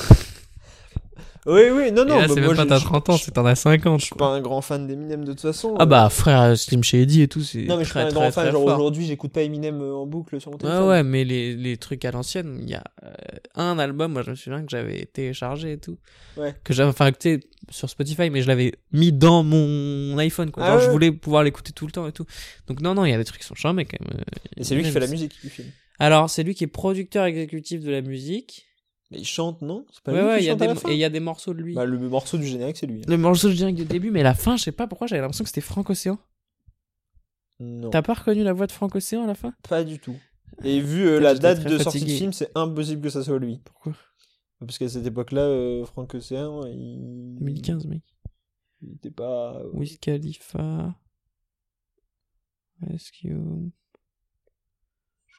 Speaker 5: Oui, oui, non, non.
Speaker 6: et là,
Speaker 5: bah,
Speaker 6: c'est
Speaker 5: moi,
Speaker 6: même pas
Speaker 5: je-
Speaker 6: t'as
Speaker 5: je-
Speaker 6: 30 ans,
Speaker 5: je-
Speaker 6: c'est t'en as 50.
Speaker 5: Je suis pas un grand fan d'Eminem de toute façon.
Speaker 6: Ah
Speaker 5: euh.
Speaker 6: bah, frère, Slim Shady et tout, c'est.
Speaker 5: Non, mais je suis
Speaker 6: très,
Speaker 5: pas un
Speaker 6: très,
Speaker 5: grand fan.
Speaker 6: très
Speaker 5: Genre
Speaker 6: fort.
Speaker 5: aujourd'hui, j'écoute pas Eminem euh, en boucle sur mon
Speaker 6: Ouais,
Speaker 5: téléphone.
Speaker 6: ouais, mais les, les trucs à l'ancienne, il y a euh, un album, moi je me souviens que j'avais téléchargé et tout.
Speaker 5: Ouais.
Speaker 6: Que j'avais, enfin, que tu sais, sur Spotify, mais je l'avais mis dans mon iPhone, quoi.
Speaker 5: Ah
Speaker 6: Genre, je
Speaker 5: ouais.
Speaker 6: voulais pouvoir l'écouter tout le temps et tout. Donc, non, non, il y a des trucs qui sont chiants, mais quand même. euh,
Speaker 5: Et c'est lui qui
Speaker 6: Eminem,
Speaker 5: fait la
Speaker 6: c'est-
Speaker 5: musique du film.
Speaker 6: Alors, c'est lui qui est producteur exécutif de la musique.
Speaker 5: Mais il chante, non C'est pas
Speaker 6: Ouais,
Speaker 5: lui
Speaker 6: ouais,
Speaker 5: qui
Speaker 6: il y a
Speaker 5: chante
Speaker 6: des,
Speaker 5: à la fin
Speaker 6: et il y a des morceaux de lui.
Speaker 5: Bah, le morceau du générique, c'est lui. hein.
Speaker 6: Le morceau, je dirais du début, mais la fin, je sais pas pourquoi, j'avais l'impression que c'était Franck Océan.
Speaker 5: Non,
Speaker 6: T'as pas reconnu la voix de Franck Océan à la fin
Speaker 5: pas du tout. Et vu euh,
Speaker 6: Peut-être
Speaker 5: la
Speaker 6: j'étais
Speaker 5: date
Speaker 6: très
Speaker 5: de sortie du
Speaker 6: fatigué.
Speaker 5: film, c'est impossible que ça soit lui.
Speaker 6: Pourquoi
Speaker 5: Parce qu'à cette époque-là, euh, Franck Océan, il...
Speaker 6: 2015, mec.
Speaker 5: il était pas... euh,
Speaker 6: Wiz Khalifa. Rescue.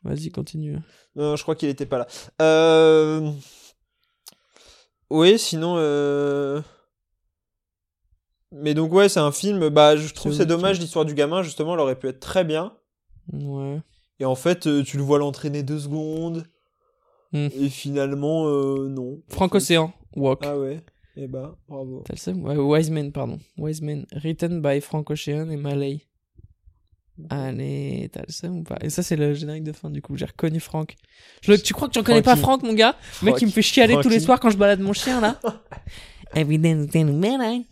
Speaker 6: Vas-y, continue.
Speaker 5: Non, je crois qu'il était pas là. Euh... Oui, sinon... euh, Mais donc ouais, c'est un film, bah je trouve
Speaker 6: C'est
Speaker 5: c'est
Speaker 6: ok.
Speaker 5: dommage, l'histoire du gamin, justement, elle aurait pu être très bien.
Speaker 6: Ouais.
Speaker 5: Et en fait, euh, tu le vois l'entraîner deux secondes.
Speaker 6: Hmm.
Speaker 5: Et finalement, euh, non.
Speaker 6: Franck Océan, Walk.
Speaker 5: Ah ouais. Eh ben, bravo.
Speaker 6: T'as le seum Euh, Ouais, Wiseman, pardon. Wiseman, written by Frank Ocean et Malay. Allez, t'as le seum ou pas Et ça, c'est le générique de fin, du coup. J'ai reconnu Franck. Je- tu crois que j'en connais pas
Speaker 5: Francky.
Speaker 6: Franck, mon gars Le mec, il me fait chialer tous les
Speaker 5: Francky.
Speaker 6: soirs quand je balade mon chien, là. Every day, day, midnight.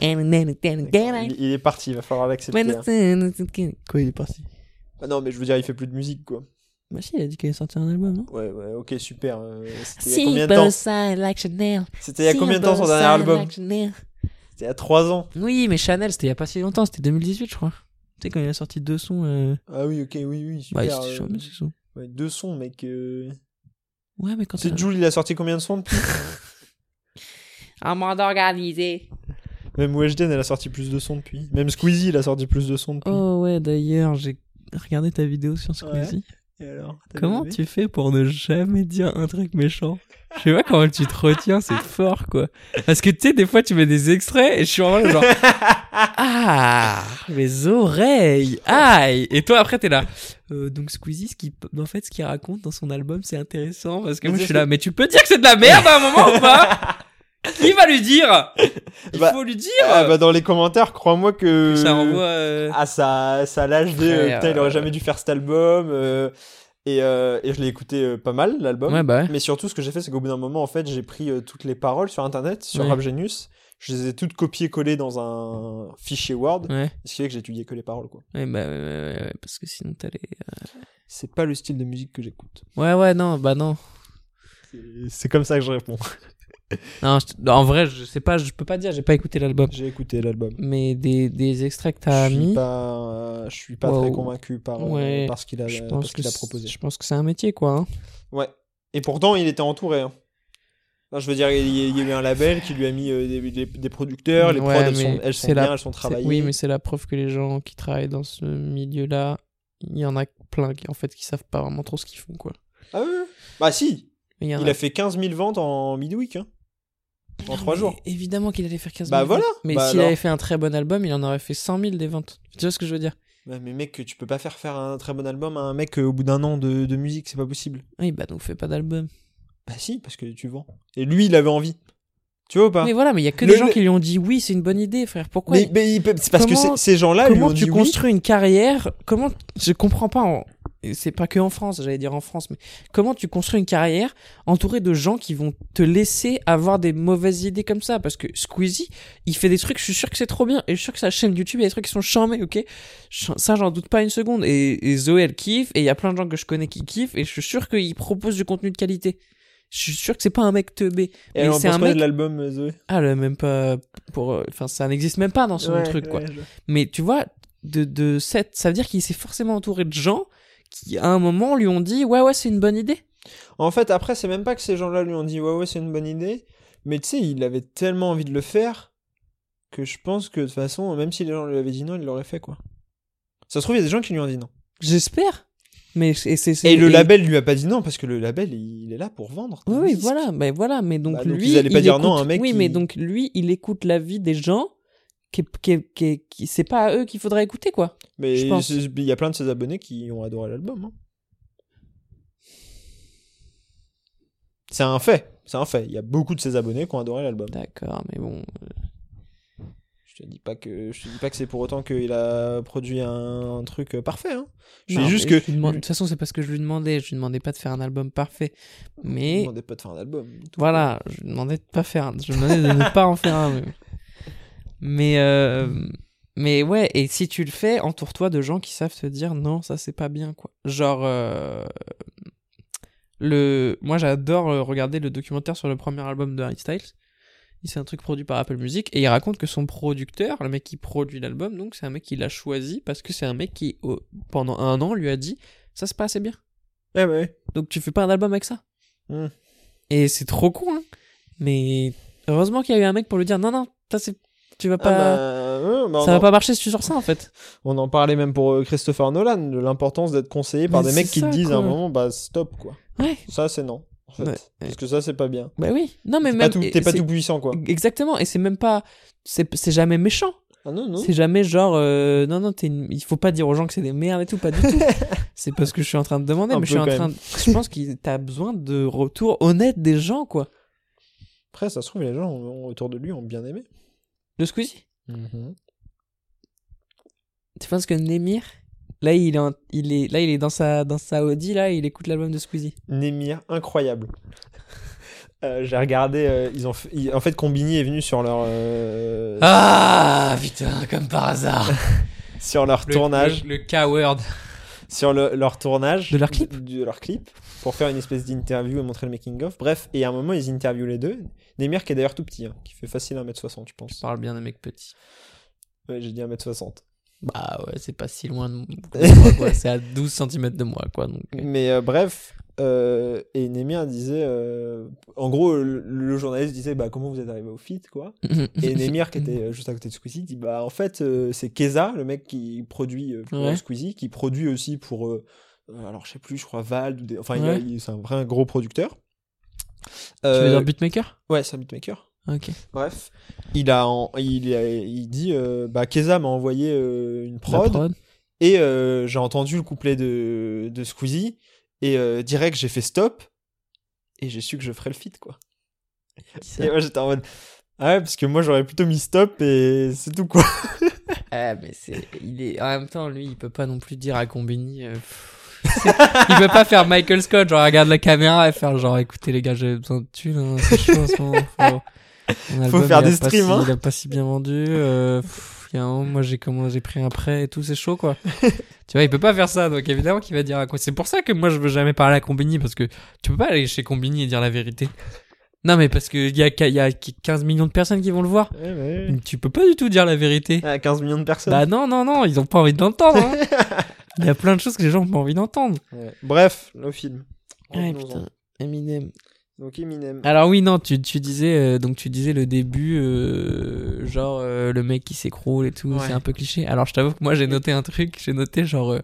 Speaker 6: And then, then, then,
Speaker 5: Il, il est parti, il va falloir l'accepter. hein.
Speaker 6: then. Quoi, il est parti
Speaker 5: Ah non, mais je veux dire, il fait plus de musique, quoi.
Speaker 6: Bah si, il a dit qu'il allait sortir un album, non
Speaker 5: Ouais, ouais, ok, super. euh, C'était il y a combien
Speaker 6: Bah,
Speaker 5: de temps
Speaker 6: Superstar like Chanel.
Speaker 5: C'était il y a combien de temps son dernier
Speaker 6: Superstar
Speaker 5: album
Speaker 6: like Chanel.
Speaker 5: C'était il y a 3 ans.
Speaker 6: Oui, mais Chanel, c'était il y a pas si longtemps, c'était 2018, je crois. Tu sais, quand il a sorti deux sons. Euh...
Speaker 5: Ah oui, ok, oui, oui, super.
Speaker 6: Bah, c'était
Speaker 5: euh,
Speaker 6: chaud, mais c'est chaud.
Speaker 5: ouais, deux sons, mec. euh.
Speaker 6: Ouais, mais quand
Speaker 5: C'est
Speaker 6: il
Speaker 5: Jules, il a sorti combien de sons depuis
Speaker 6: Un monde organisé.
Speaker 5: Même Weshden, elle a sorti plus de sons depuis. Même Squeezie, il a sorti plus de sons depuis.
Speaker 6: Oh ouais, d'ailleurs, j'ai regardé ta vidéo sur Squeezie.
Speaker 5: Et alors t'as
Speaker 6: Comment
Speaker 5: bien aimé
Speaker 6: tu fais pour ne jamais dire un truc méchant Je sais pas comment tu te retiens, c'est fort quoi. Parce que tu sais, des fois tu mets des extraits et je suis en mode genre Ah Mes oreilles Aïe Et toi après t'es là. Euh, donc Squeezie, ce qui, en fait, ce qu'il raconte dans son album, c'est intéressant parce que
Speaker 5: Mais
Speaker 6: moi
Speaker 5: c'est-
Speaker 6: je suis là. Mais tu peux dire que c'est de la merde hein, à un moment ou pas Qui va lui dire Il
Speaker 5: Bah,
Speaker 6: faut lui dire
Speaker 5: Ah bah dans les commentaires, crois-moi que...
Speaker 6: que ça envoie. euh,
Speaker 5: Ah, ça, ça lâche des. euh,
Speaker 6: Frère,
Speaker 5: putain, il aurait
Speaker 6: euh,
Speaker 5: jamais dû faire cet album. euh, et, euh, et je l'ai écouté euh, pas mal, l'album.
Speaker 6: Ouais bah ouais.
Speaker 5: Mais surtout, ce que j'ai fait, c'est qu'au bout d'un moment, en fait, j'ai pris euh, toutes les paroles sur Internet, sur
Speaker 6: Ouais.
Speaker 5: Rap Genius. Je les ai toutes copiées-collées dans un fichier Word.
Speaker 6: Ouais,
Speaker 5: Ce qui fait que j'étudiais que les paroles, quoi.
Speaker 6: ouais, bah, ouais, ouais, ouais, parce que sinon t'allais. euh,
Speaker 5: C'est pas le style de musique que j'écoute.
Speaker 6: Ouais, ouais, non, bah non.
Speaker 5: C'est- C'est comme ça que je réponds.
Speaker 6: Non, je- non, en vrai, je sais pas, je peux pas dire, j'ai pas écouté l'album.
Speaker 5: J'ai écouté l'album.
Speaker 6: Mais des, des extraits que t'as
Speaker 5: Je suis
Speaker 6: mis,
Speaker 5: pas, euh, je suis pas très
Speaker 6: Wow.
Speaker 5: convaincu par, euh,
Speaker 6: Ouais,
Speaker 5: par ce qu'il a,
Speaker 6: je
Speaker 5: par
Speaker 6: pense
Speaker 5: ce
Speaker 6: que
Speaker 5: qu'il a
Speaker 6: c'est-
Speaker 5: proposé.
Speaker 6: je pense que c'est un métier quoi. hein.
Speaker 5: Ouais. Et pourtant, il était entouré. hein. Enfin, je veux dire, il y, a- il y a eu un label qui lui a mis euh, des, des- des producteurs, les
Speaker 6: Ouais,
Speaker 5: prods, elles
Speaker 6: mais
Speaker 5: sont, elles sont
Speaker 6: c'est la-
Speaker 5: bien, elles sont
Speaker 6: C'est-
Speaker 5: travaillées.
Speaker 6: Oui, mais c'est la preuve que les gens qui travaillent dans ce milieu-là, il y en a plein qui en fait qui savent pas vraiment trop ce qu'ils font quoi.
Speaker 5: Ah ouais, ouais. Bah si,
Speaker 6: Mais il y en
Speaker 5: il a fait 15 000 ventes en midweek. Hein. en
Speaker 6: Non,
Speaker 5: trois
Speaker 6: mais
Speaker 5: jours.
Speaker 6: Évidemment qu'il allait faire 15 000.
Speaker 5: Bah voilà.
Speaker 6: ventes. Mais
Speaker 5: Bah
Speaker 6: s'il
Speaker 5: alors.
Speaker 6: avait fait un très bon album, il en aurait fait 100 000 des ventes. Tu vois ce que je veux dire
Speaker 5: Ouais, mais mec, tu peux pas faire faire un très bon album à un mec euh, au bout d'un an de, de musique, c'est pas possible.
Speaker 6: Oui, bah donc fais pas d'album.
Speaker 5: Bah si, parce que tu vends. Et lui, il avait envie. Tu vois ou pas
Speaker 6: Mais voilà, mais il y a que
Speaker 5: Ah. Le-
Speaker 6: des gens
Speaker 5: le-
Speaker 6: qui lui ont dit oui, c'est une bonne idée, frère. Pourquoi
Speaker 5: Mais, mais il peut- c'est parce
Speaker 6: Comment-
Speaker 5: que ces- ces gens-là lui
Speaker 6: Comment
Speaker 5: ont dit
Speaker 6: tu
Speaker 5: oui.
Speaker 6: construis une carrière Comment je comprends pas en- et c'est pas que en France, j'allais dire en France, mais comment tu construis une carrière entourée de gens qui vont te laisser avoir des mauvaises idées comme ça Parce que Squeezie, il fait des trucs, je suis sûr que c'est trop bien, et je suis sûr que sa chaîne YouTube, il y a des trucs qui sont chambés, ok Je- Ça, j'en doute pas une seconde. Et, et Zoé, elle kiffe, et il y a plein de gens que je connais qui kiffent, et je suis sûr qu'il propose du contenu de qualité. Je suis sûr que c'est pas un mec teubé.
Speaker 5: Et alors,
Speaker 6: Mais
Speaker 5: on
Speaker 6: c'est
Speaker 5: pense
Speaker 6: un
Speaker 5: pas
Speaker 6: mec.
Speaker 5: de l'album euh, Zoé.
Speaker 6: Ah, là, même pas pour. euh, Enfin, ça n'existe même pas dans son truc, quoi. Mais tu vois, de, de cette, ça veut dire qu'il s'est forcément entouré de gens qui, à un moment, lui ont dit Ouais, ouais, c'est une bonne idée.
Speaker 5: En fait, après, c'est même pas que ces gens-là lui ont dit ouais, ouais, c'est une bonne idée, mais tu sais, il avait tellement envie de le faire que je pense que de toute façon, même si les gens lui avaient dit non, il l'aurait fait quoi. Ça se trouve, il y a des gens qui lui ont dit non.
Speaker 6: J'espère. Mais et c'est c'est-
Speaker 5: Et le label lui a pas dit non parce que le label, il est là pour vendre.
Speaker 6: Oui,
Speaker 5: des
Speaker 6: oui,
Speaker 5: disques.
Speaker 6: voilà, mais voilà, mais donc,
Speaker 5: Bah, donc,
Speaker 6: lui,
Speaker 5: ils allaient pas
Speaker 6: il
Speaker 5: dire
Speaker 6: écoute-
Speaker 5: non à un mec
Speaker 6: Oui,
Speaker 5: qui-
Speaker 6: mais donc lui, il écoute la vie des gens. Qui, qui, qui, qui- c'est pas à eux qu'il faudrait écouter quoi.
Speaker 5: Mais
Speaker 6: Je pense.
Speaker 5: c'est- il y a plein de ses abonnés qui ont adoré l'album. hein. C'est un fait. C'est un fait. Il y a beaucoup de ses abonnés qui ont adoré l'album.
Speaker 6: D'accord, mais bon.
Speaker 5: Je te dis pas que je te dis pas que c'est pour autant qu'il a produit un, un truc euh, parfait. Hein. Je
Speaker 6: Non,
Speaker 5: dis juste
Speaker 6: mais
Speaker 5: que
Speaker 6: je lui demande- De toute façon, c'est parce que je lui demandais. Je lui demandais pas de faire un album parfait.
Speaker 5: Je
Speaker 6: Mais
Speaker 5: demandais pas de faire un album. Tout
Speaker 6: Voilà, je lui demandais de pas faire, un- je lui demandais de ne pas en faire un. Mais, mais, euh, mais ouais, et si tu le fais, entoure-toi de gens qui savent te dire non, ça c'est pas bien quoi. Genre euh, le, moi j'adore euh, regarder le documentaire sur le premier album de Harry Styles. Il- C'est un truc produit par Apple Music et il raconte que son producteur, le mec qui produit l'album, donc c'est un mec qui l'a choisi parce que c'est un mec qui au- pendant un an lui a dit ça c'est pas assez bien.
Speaker 5: court. Eh ouais.
Speaker 6: Donc tu fais pas un album avec ça.
Speaker 5: Hmm.
Speaker 6: Et c'est trop con, hein. Mais heureusement qu'il y a eu un mec pour lui dire non, non, ça c'est. Tu vas
Speaker 5: Ah
Speaker 6: pas.
Speaker 5: bah, ouais, bah, on,
Speaker 6: Euh, ça va
Speaker 5: en,
Speaker 6: pas marcher si tu sors ça en fait.
Speaker 5: on en parlait même pour euh, Christopher Nolan de l'importance d'être conseillé par
Speaker 6: Mais
Speaker 5: des mecs
Speaker 6: c'est
Speaker 5: qui
Speaker 6: ça,
Speaker 5: te disent à un
Speaker 6: quoi.
Speaker 5: moment bah stop quoi.
Speaker 6: Ouais,
Speaker 5: Ça c'est non. En fait.
Speaker 6: Ouais.
Speaker 5: Parce que ça c'est pas bien.
Speaker 6: bah oui. Non, mais
Speaker 5: T'es
Speaker 6: même.
Speaker 5: pas tout,
Speaker 6: et
Speaker 5: t'es pas
Speaker 6: c'est-
Speaker 5: tout hein. puissant quoi.
Speaker 6: Exactement, et c'est même pas. C'est c'est jamais méchant.
Speaker 5: Ah non non.
Speaker 6: C'est jamais genre. euh, non, non, t'es une- il faut pas dire aux gens que c'est des merdes et tout, pas du tout. c'est parce que je suis en train de demander,
Speaker 5: Un
Speaker 6: mais je suis
Speaker 5: peu
Speaker 6: en
Speaker 5: quand
Speaker 6: train. de- Je pense que t'as besoin de retour honnête des gens, quoi.
Speaker 5: Après ça se trouve les gens ont- ont- autour de lui ont bien aimé. Mhm.
Speaker 6: De Squeezie Tu penses que Nemir, là il est, en- il est, là il est dans sa, dans sa Audi, là il écoute l'album de Squeezie.
Speaker 5: Némir incroyable. Euh, J'ai regardé, euh, ils ont fait- ils- en fait Combini est venu sur leur euh,
Speaker 6: Ah putain, comme par hasard.
Speaker 5: sur leur tournage,
Speaker 6: Le, K-word.
Speaker 5: sur le- leur tournage
Speaker 6: De leur clip
Speaker 5: de, de leur clip pour faire une espèce d'interview et montrer le making of. Bref, et à un moment ils interviewent les deux. Némir qui est d'ailleurs tout petit, hein, qui fait facile 1m60 je pense.
Speaker 6: Parle bien des mecs petits.
Speaker 5: Ouais, j'ai dit 1m60.
Speaker 6: Bah ouais, c'est pas si loin de mon- de moi, quoi. C'est à 12 cm de moi, quoi. Donc, euh,
Speaker 5: Mais euh, bref, euh, et Némir disait, euh, en gros le, le journaliste disait bah comment vous êtes arrivé au fit quoi. Et Nemir, qui était euh, juste à côté de Squeezie, dit Bah, en fait, euh, c'est Keza, le mec qui produit euh, pour
Speaker 6: Ouais.
Speaker 5: Squeezie, qui produit aussi pour. euh, euh, alors, je sais plus, je crois Vald. ou des- Enfin, il a-
Speaker 6: Ouais.
Speaker 5: il- c'est un vrai gros producteur.
Speaker 6: Tu veux
Speaker 5: Euh,
Speaker 6: dire Beatmaker
Speaker 5: Ouais, c'est un beatmaker.
Speaker 6: Ok.
Speaker 5: Bref. Il, a en- il, a- il dit euh, Bah, Keza m'a envoyé euh, une
Speaker 6: La
Speaker 5: prod, et euh, j'ai entendu le couplet de, de Squeezie, et euh, direct, j'ai fait stop, et j'ai su que je ferais le feat, quoi. Et moi j'étais en mode ah ouais parce que moi j'aurais plutôt mis stop et c'est tout quoi.
Speaker 6: Ah, mais c'est. Il est... En même temps, lui, il peut pas non plus dire à Combini. euh, pff, il peut pas faire Michael Scott, genre, regarde la caméra et faire genre, écoutez les gars, j'ai besoin de thunes, hein, c'est chaud en ce moment. Faut, mon album,
Speaker 5: faire
Speaker 6: il a
Speaker 5: des
Speaker 6: pas
Speaker 5: streams,
Speaker 6: si-
Speaker 5: hein.
Speaker 6: Il a pas si bien vendu. euh, pff, il y a un moment, moi, j'ai comment j'ai pris un prêt et tout, c'est chaud, quoi. tu vois, il peut pas faire ça, donc évidemment qu'il va dire à quoi. C'est pour ça que moi, je veux jamais parler à Combini, parce que tu peux pas aller chez Combini et dire la vérité. Non, mais parce qu'il y a, il y a 15 millions de personnes qui vont le voir. Tu peux pas du tout dire la vérité.
Speaker 5: Ah, 15 millions de personnes.
Speaker 6: Bah non, non, non, ils ont pas envie d'entendre. hein. Il y a plein de choses que les gens ont pas envie d'entendre.
Speaker 5: Ouais. Bref, le film.
Speaker 6: Ouais,
Speaker 5: Revenons-en.
Speaker 6: putain. Eminem.
Speaker 5: Donc Eminem.
Speaker 6: Alors oui, non, tu, tu disais euh, donc tu disais le début, euh, genre euh, le mec qui s'écroule et tout,
Speaker 5: Ouais.
Speaker 6: c'est un peu cliché. Alors je t'avoue que moi j'ai noté un truc, j'ai noté genre euh,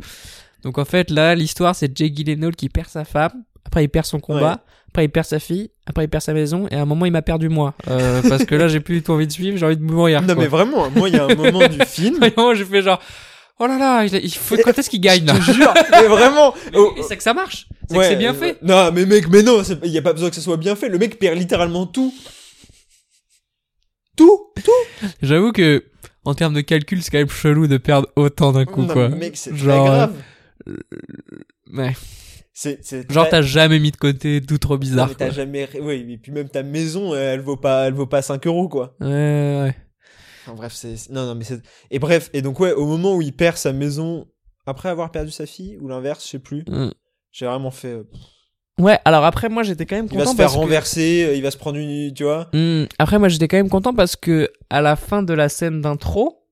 Speaker 6: donc en fait là l'histoire c'est Jay Gyllenhaal qui perd sa femme Après, il perd son combat. Après, il perd sa fille. Après, il perd sa maison. Et à un moment, il m'a perdu moi. Euh, parce que là, j'ai plus du tout envie de suivre. J'ai envie de mourir.
Speaker 5: Non, mais vraiment, moi, il y a un moment du film.
Speaker 6: mais vraiment, j'ai fait genre. Oh là là, il, il faut, quand est-ce qu'il gagne là
Speaker 5: Je te jure, mais vraiment. oh,
Speaker 6: Et c'est que ça marche. C'est
Speaker 5: ouais,
Speaker 6: que c'est bien
Speaker 5: euh,
Speaker 6: fait.
Speaker 5: Non, mais mec, mais non, il y a pas besoin que ce soit bien fait. Le mec perd littéralement tout. Tout, tout.
Speaker 6: J'avoue que en termes de calcul, c'est quand même chelou de perdre autant d'un coup,
Speaker 5: Non,
Speaker 6: quoi.
Speaker 5: mais mec, c'est très
Speaker 6: Genre, euh,
Speaker 5: grave.
Speaker 6: Ouais.
Speaker 5: C'est, c'est
Speaker 6: Genre,
Speaker 5: très-
Speaker 6: t'as jamais mis de côté tout trop
Speaker 5: Non,
Speaker 6: bizarre.
Speaker 5: mais t'as
Speaker 6: quoi.
Speaker 5: jamais. Oui, et puis même ta maison, euh, elle vaut pas, elle vaut pas 5 euros, quoi.
Speaker 6: Ouais, ouais.
Speaker 5: Enfin, bref, c'est. c'est- Non, non, mais c'est. Et bref, et donc, ouais, au moment où il perd sa maison après avoir perdu sa fille, ou l'inverse, je sais plus,
Speaker 6: Mm.
Speaker 5: j'ai vraiment fait. euh,
Speaker 6: Ouais, alors après, moi, j'étais quand même
Speaker 5: il
Speaker 6: content
Speaker 5: va se faire
Speaker 6: parce que-
Speaker 5: renverser, euh, il va se prendre une. Tu vois
Speaker 6: Hmm, Après, moi, j'étais quand même content parce que à la fin de la scène d'intro,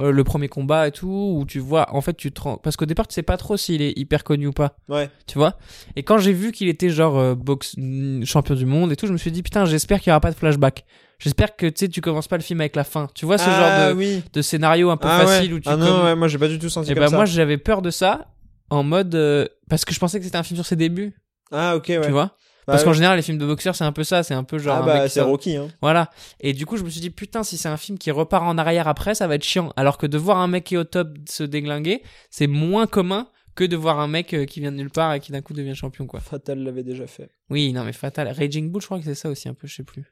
Speaker 6: euh, le premier combat et tout, où tu vois, en fait, tu te rends... parce qu'au départ, tu sais pas trop s'il est hyper connu ou pas,
Speaker 5: Ouais.
Speaker 6: tu vois. Et quand j'ai vu qu'il était genre euh, boxe mm, champion du monde et tout, je me suis dit putain, j'espère qu'il y aura pas de flashback. J'espère que tu sais, tu commences pas le film avec la fin. Tu vois Ah, ce genre
Speaker 5: Ah,
Speaker 6: de
Speaker 5: oui.
Speaker 6: de scénario un peu facile
Speaker 5: ouais.
Speaker 6: où tu
Speaker 5: ah
Speaker 6: comme-
Speaker 5: non, ouais, moi j'ai pas du tout senti
Speaker 6: et
Speaker 5: comme
Speaker 6: bah
Speaker 5: ça.
Speaker 6: moi j'avais peur de ça en mode euh, parce que je pensais que c'était un film sur ses débuts
Speaker 5: ah ok ouais.
Speaker 6: tu vois
Speaker 5: Bah,
Speaker 6: parce qu'en
Speaker 5: ouais.
Speaker 6: général les films de boxeurs c'est un peu ça c'est un peu genre
Speaker 5: ah
Speaker 6: un mec
Speaker 5: bah
Speaker 6: qui
Speaker 5: c'est
Speaker 6: sort-
Speaker 5: Rocky hein.
Speaker 6: voilà et du coup je me suis dit putain si c'est un film qui repart en arrière après ça va être chiant alors que de voir un mec qui est au top se déglinguer c'est moins commun que de voir un mec euh, qui vient de nulle part et qui d'un coup devient champion quoi
Speaker 5: Fatal l'avait déjà fait.
Speaker 6: oui non mais fatal Raging Bull je crois que c'est ça aussi un peu je sais plus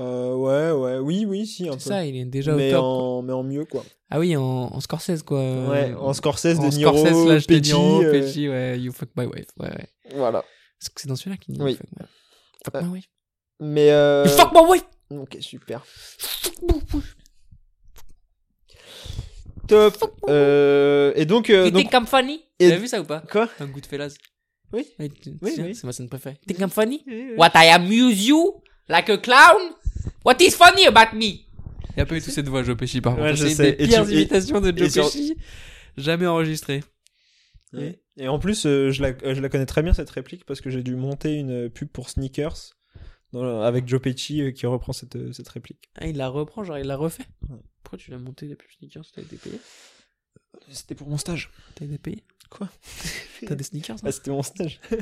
Speaker 5: Euh, ouais ouais oui oui si un
Speaker 6: c'est
Speaker 5: peu.
Speaker 6: ça il est déjà au
Speaker 5: mais
Speaker 6: top quoi.
Speaker 5: en mais en mieux quoi.
Speaker 6: ah oui en, en Scorsese quoi
Speaker 5: ouais en Scorsese,
Speaker 6: En
Speaker 5: De Niro,
Speaker 6: Scorsese slash De
Speaker 5: Petit,
Speaker 6: Niro,
Speaker 5: euh,
Speaker 6: Pesci, ouais, You Fuck My Wife, ouais, ouais.
Speaker 5: Voilà.
Speaker 6: Est-ce que c'est dans celui-là qu'il dit
Speaker 5: Oui.
Speaker 6: You Fuck My, fuck
Speaker 5: Euh,
Speaker 6: my Wife
Speaker 5: Mais euh...
Speaker 6: You Fuck My Wife
Speaker 5: ok super. Top. Euh, et donc euh,
Speaker 6: You
Speaker 5: donc
Speaker 6: Think I'm Funny
Speaker 5: et-
Speaker 6: T'as vu ça ou pas
Speaker 5: quoi
Speaker 6: Un goût de fellas.
Speaker 5: Oui.
Speaker 6: Ouais, tu- tu
Speaker 5: Oui,
Speaker 6: sais,
Speaker 5: oui.
Speaker 6: C'est ma scène préférée. Think I'm Funny What I amuse you Like a clown What is funny about me Il n'y a pas eu toute cette voix, Joe Pesci, par
Speaker 5: Ouais,
Speaker 6: contre.
Speaker 5: je
Speaker 6: C'est une
Speaker 5: sais.
Speaker 6: des
Speaker 5: Et tu-
Speaker 6: pires
Speaker 5: et-
Speaker 6: imitations de
Speaker 5: et
Speaker 6: Joe
Speaker 5: sur-
Speaker 6: Pesci jamais enregistrées.
Speaker 5: Ouais. Et en plus, euh, je, la, euh, je la connais très bien cette réplique parce que j'ai dû monter une euh, pub pour Sneakers dans la- avec Joe Pesci euh, qui reprend cette, euh, cette réplique.
Speaker 6: Ah, il la reprend, genre il la refait
Speaker 5: Ouais.
Speaker 6: Pourquoi tu l'as monté depuis Sneakers T'as été payé
Speaker 5: C'était pour mon stage.
Speaker 6: T'as été payé
Speaker 5: Quoi
Speaker 6: T'as des sneakers
Speaker 5: Ah, c'était mon stage.
Speaker 6: Ouais,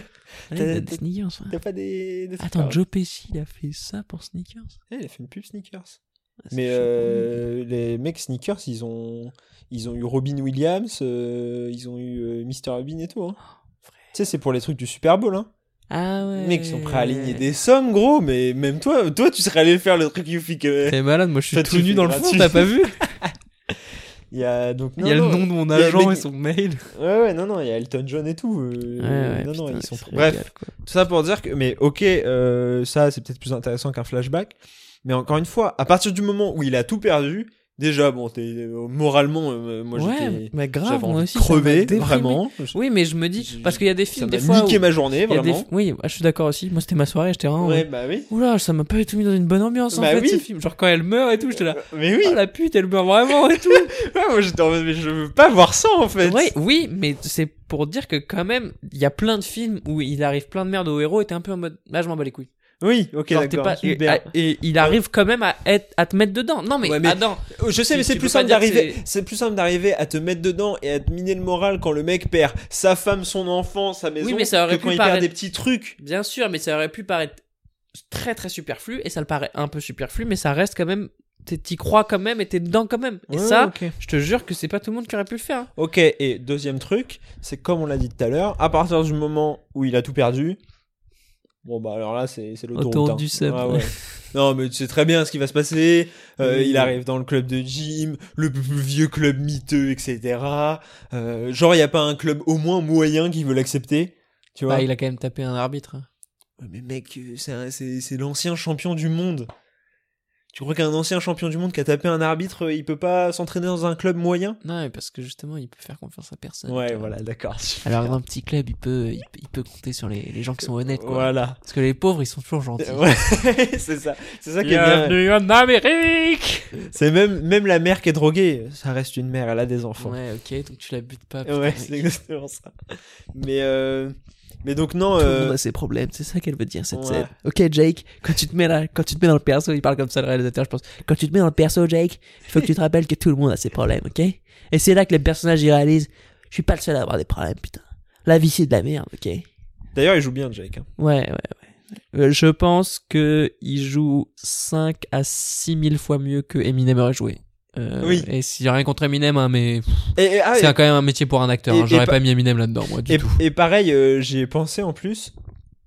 Speaker 5: T'as- Ah.
Speaker 6: t'as
Speaker 5: t'as-
Speaker 6: des sneakers. ouais.
Speaker 5: T'as pas des. des
Speaker 6: Attends,
Speaker 5: sneakers
Speaker 6: Joe Pesci, il a fait ça pour sneakers
Speaker 5: Eh, il a fait une pub Sneakers.
Speaker 6: Ah, c'est
Speaker 5: Mais
Speaker 6: chaud.
Speaker 5: euh, les mecs Sneakers, ils ont, ils ont eu Robin Williams, euh, ils ont eu euh, Mr. Bean et tout. hein. Tu sais, c'est pour les trucs du Super Bowl. Hein.
Speaker 6: Ah ouais.
Speaker 5: Les mecs sont prêts à aligner des sommes, gros, mais même toi, toi tu serais allé faire le truc Yuffie que.
Speaker 6: T'es malade, moi je
Speaker 5: Ça
Speaker 6: suis
Speaker 5: te
Speaker 6: tout nu
Speaker 5: suffit
Speaker 6: dans le fond,
Speaker 5: gratuit.
Speaker 6: t'as pas vu
Speaker 5: Il y a, donc,
Speaker 6: Il y a
Speaker 5: non,
Speaker 6: le
Speaker 5: non,
Speaker 6: nom de mon
Speaker 5: il y a-
Speaker 6: agent
Speaker 5: mais-
Speaker 6: et son mail.
Speaker 5: Ouais, ouais, non, non, il y a Elton John et tout. euh, non, non, ils sont. Bref, tout ça pour dire que. Mais ok, euh, ça, c'est peut-être plus intéressant qu'un flashback. Mais encore une fois, à partir du moment où il a tout perdu, déjà, bon, t'es, euh, moralement, euh, moi,
Speaker 6: ouais,
Speaker 5: j'étais.
Speaker 6: mais grave,
Speaker 5: J'avais
Speaker 6: Ah, moi
Speaker 5: envie
Speaker 6: aussi.
Speaker 5: de
Speaker 6: ça m'a
Speaker 5: crever,
Speaker 6: déprimé.
Speaker 5: vraiment.
Speaker 6: Oui, mais je me dis, parce qu'il y a des
Speaker 5: Ça
Speaker 6: films,
Speaker 5: m'a
Speaker 6: des fois.
Speaker 5: niqué
Speaker 6: où-
Speaker 5: ma journée,
Speaker 6: il y a des-
Speaker 5: vraiment.
Speaker 6: Oui, bah, je suis d'accord aussi. Moi c'était ma soirée, j'étais vraiment.
Speaker 5: Ouais, bah oui.
Speaker 6: Oula, ça m'a pas du tout mis dans une bonne ambiance en
Speaker 5: Bah
Speaker 6: fait
Speaker 5: oui.
Speaker 6: ce film. Genre quand elle meurt et tout, j'étais là.
Speaker 5: Mais oui,
Speaker 6: Ah, la pute, elle meurt vraiment et tout.
Speaker 5: ouais, moi, j'étais en mode, mais je veux pas voir ça, en fait.
Speaker 6: Ah. Ouais, oui, mais c'est pour dire que quand même, il y a plein de films où il arrive plein de merde au héros et t'es un peu en mode, bah je m'en bats les couilles.
Speaker 5: Oui, ok,
Speaker 6: Genre, t'es
Speaker 5: d'accord.
Speaker 6: pas- et,
Speaker 5: super.
Speaker 6: et il arrive quand même à, être- à te mettre dedans. Non mais,
Speaker 5: Ouais, mais-
Speaker 6: Adam,
Speaker 5: Euh, Je sais,
Speaker 6: Tu-
Speaker 5: mais
Speaker 6: tu
Speaker 5: c'est
Speaker 6: peux
Speaker 5: plus
Speaker 6: pas
Speaker 5: simple
Speaker 6: dire que
Speaker 5: d'arriver.
Speaker 6: c'est-
Speaker 5: C'est plus simple d'arriver à te mettre dedans et à te miner le moral quand le mec perd sa femme, son enfant, sa maison.
Speaker 6: mais ça aurait
Speaker 5: que
Speaker 6: pu
Speaker 5: quand il
Speaker 6: paraître-
Speaker 5: perd des petits trucs.
Speaker 6: bien sûr, mais ça aurait pu paraître très très superflu et ça le paraît un peu superflu, mais ça reste quand même, t'es- t'y crois quand même et t'es dedans quand même. Et
Speaker 5: Ouais,
Speaker 6: ça,
Speaker 5: ok.
Speaker 6: je te jure que c'est pas tout le monde qui aurait pu le faire. hein.
Speaker 5: Ok, et deuxième truc, c'est comme on l'a dit tout à l'heure, à partir du moment où il a tout perdu, bon bah alors là c'est c'est l'autoroute.
Speaker 6: Autoroute
Speaker 5: hein.
Speaker 6: du sub.
Speaker 5: Ah ouais. non mais tu sais très bien ce qui va se passer, Euh,
Speaker 6: Oui.
Speaker 5: il arrive dans le club de gym, le plus vieux club miteux, etc. Euh, genre il n'y a pas un club au moins moyen qui veut l'accepter, tu vois
Speaker 6: Bah, il a quand même tapé un arbitre. hein.
Speaker 5: Ouais, Mais mec, euh, c'est un- c'est c'est l'ancien champion du monde. Tu crois qu'un ancien champion du monde qui a tapé un arbitre, euh, il peut pas s'entraîner dans un club moyen
Speaker 6: Non, mais parce que justement, il peut faire confiance à personne.
Speaker 5: Ouais,
Speaker 6: Euh,
Speaker 5: voilà, d'accord.
Speaker 6: Alors dans un petit club, il peut, il peut, il peut compter sur les, les gens qui sont honnêtes. Quoi.
Speaker 5: Voilà.
Speaker 6: Parce que les pauvres, ils sont toujours gentils.
Speaker 5: Ouais, c'est ça. C'est ça qui est bien.
Speaker 6: en Amérique
Speaker 5: C'est même, même la mère qui est droguée, ça reste une mère, elle a des enfants.
Speaker 6: Ouais, ok, donc tu la butes pas.
Speaker 5: Ouais,
Speaker 6: putain, mec.
Speaker 5: c'est exactement ça. Mais, euh, mais donc, non.
Speaker 6: Tout
Speaker 5: euh,
Speaker 6: le monde a ses problèmes, c'est ça qu'elle veut dire cette
Speaker 5: Ouais.
Speaker 6: scène. Ok Jake, quand tu te mets là, quand tu te mets dans le perso, il parle comme ça le réalisateur, je pense. Quand tu te mets dans le perso Jake, il faut que tu te rappelles que tout le monde a ses problèmes, ok Et c'est là que les personnages ils réalisent, je suis pas le seul à avoir des problèmes, putain. La vie c'est de la merde, ok
Speaker 5: D'ailleurs, il joue bien, Jake. hein.
Speaker 6: Ouais, ouais, ouais. Euh, Je pense que il joue 5 à 6 000 fois mieux que Eminem aurait joué. Euh,
Speaker 5: Oui.
Speaker 6: Et s'il y a rien contre Eminem, hein, mais pff,
Speaker 5: Et, et- ah,
Speaker 6: c'est
Speaker 5: et-
Speaker 6: quand même un métier pour un acteur.
Speaker 5: et-
Speaker 6: hein. J'aurais
Speaker 5: et
Speaker 6: pas mis Eminem là-dedans, moi, du
Speaker 5: et,
Speaker 6: tout.
Speaker 5: et pareil, euh, j'y ai pensé en plus,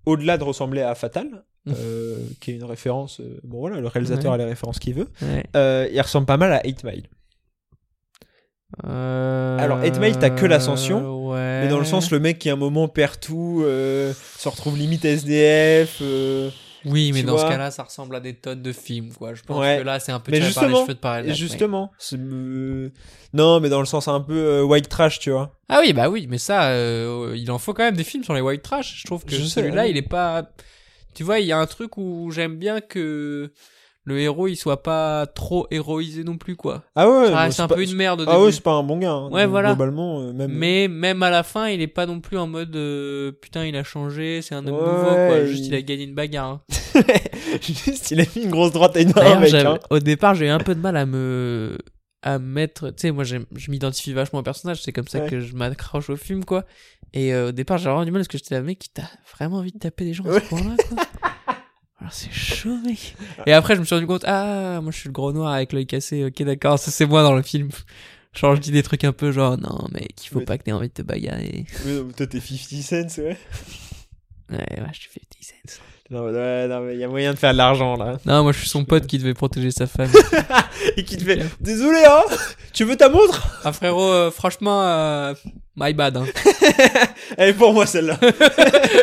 Speaker 5: au-delà de ressembler à Fatal, euh, qui est une référence. euh, bon voilà, le réalisateur
Speaker 6: Mmh. Ouais.
Speaker 5: a les références qu'il veut.
Speaker 6: Ouais.
Speaker 5: Euh, il ressemble pas mal à 8 Mile. Alors, Eight Mile, t'as que l'ascension,
Speaker 6: ouais.
Speaker 5: Mais dans le sens, le mec qui à un moment perd tout, euh, se retrouve limite SDF. euh,
Speaker 6: Oui, mais
Speaker 5: tu
Speaker 6: dans ce
Speaker 5: vois.
Speaker 6: cas-là, ça ressemble à des tonnes de films, quoi. Je pense
Speaker 5: Ouais.
Speaker 6: que là, c'est un peu
Speaker 5: Mais
Speaker 6: tiré par les
Speaker 5: justement,
Speaker 6: cheveux de Parallel
Speaker 5: et
Speaker 6: Life, ouais.
Speaker 5: justement, c'est, euh, non, mais dans le sens un peu euh, white trash, tu vois.
Speaker 6: Ah oui, bah oui, mais ça, euh, il en faut quand même des films sur les white trash. Je trouve que
Speaker 5: Je sais,
Speaker 6: celui-là,
Speaker 5: oui.
Speaker 6: il est pas. Tu vois, il y a un truc où j'aime bien que le héros, il soit pas trop héroïsé non plus, quoi.
Speaker 5: Ah ouais,
Speaker 6: Ah,
Speaker 5: bon,
Speaker 6: c'est un
Speaker 5: pas-
Speaker 6: peu une merde au
Speaker 5: Ah ouais,
Speaker 6: début.
Speaker 5: c'est pas un bon gars. hein.
Speaker 6: Ouais, voilà.
Speaker 5: Globalement, euh, même.
Speaker 6: mais même à la fin, il est pas non plus en mode euh, putain, il a changé, c'est un homme
Speaker 5: Ouais,
Speaker 6: nouveau, quoi. Juste,
Speaker 5: il-
Speaker 6: il a gagné une bagarre. hein.
Speaker 5: Juste, il a mis une grosse droite énorme,
Speaker 6: D'ailleurs,
Speaker 5: mec.
Speaker 6: j'avais-
Speaker 5: hein.
Speaker 6: au départ, j'ai eu un peu de mal à me à me mettre, tu sais, moi j'aime- je m'identifie vachement au personnage, c'est comme ça
Speaker 5: Ouais.
Speaker 6: que je m'accroche au film quoi. Et euh, au départ, j'avais vraiment du mal parce que j'étais là, mec, t'as vraiment envie de taper des gens à
Speaker 5: Ouais.
Speaker 6: ce point-là quoi. Alors c'est chaud mec. Et après, je me suis rendu compte, ah, moi je suis le gros noir avec l'œil cassé. OK, d'accord, ça c'est moi dans le film. Genre je dis des trucs un peu genre non, mec, il faut
Speaker 5: Mais-
Speaker 6: pas que t'aies envie de te bagarrer.
Speaker 5: Mais non, mais toi, t'es 50 cents, ouais.
Speaker 6: Ouais, ouais, je fais 10 cents.
Speaker 5: Non, mais- ouais, non, mais il y a moyen de faire de l'argent, là.
Speaker 6: Non, moi je suis son pote qui devait protéger sa femme.
Speaker 5: Et qui te fait Désolé, hein Tu veux ta montre
Speaker 6: ah frérot, euh, franchement euh, my bad hein.
Speaker 5: Elle est pour moi, celle-là.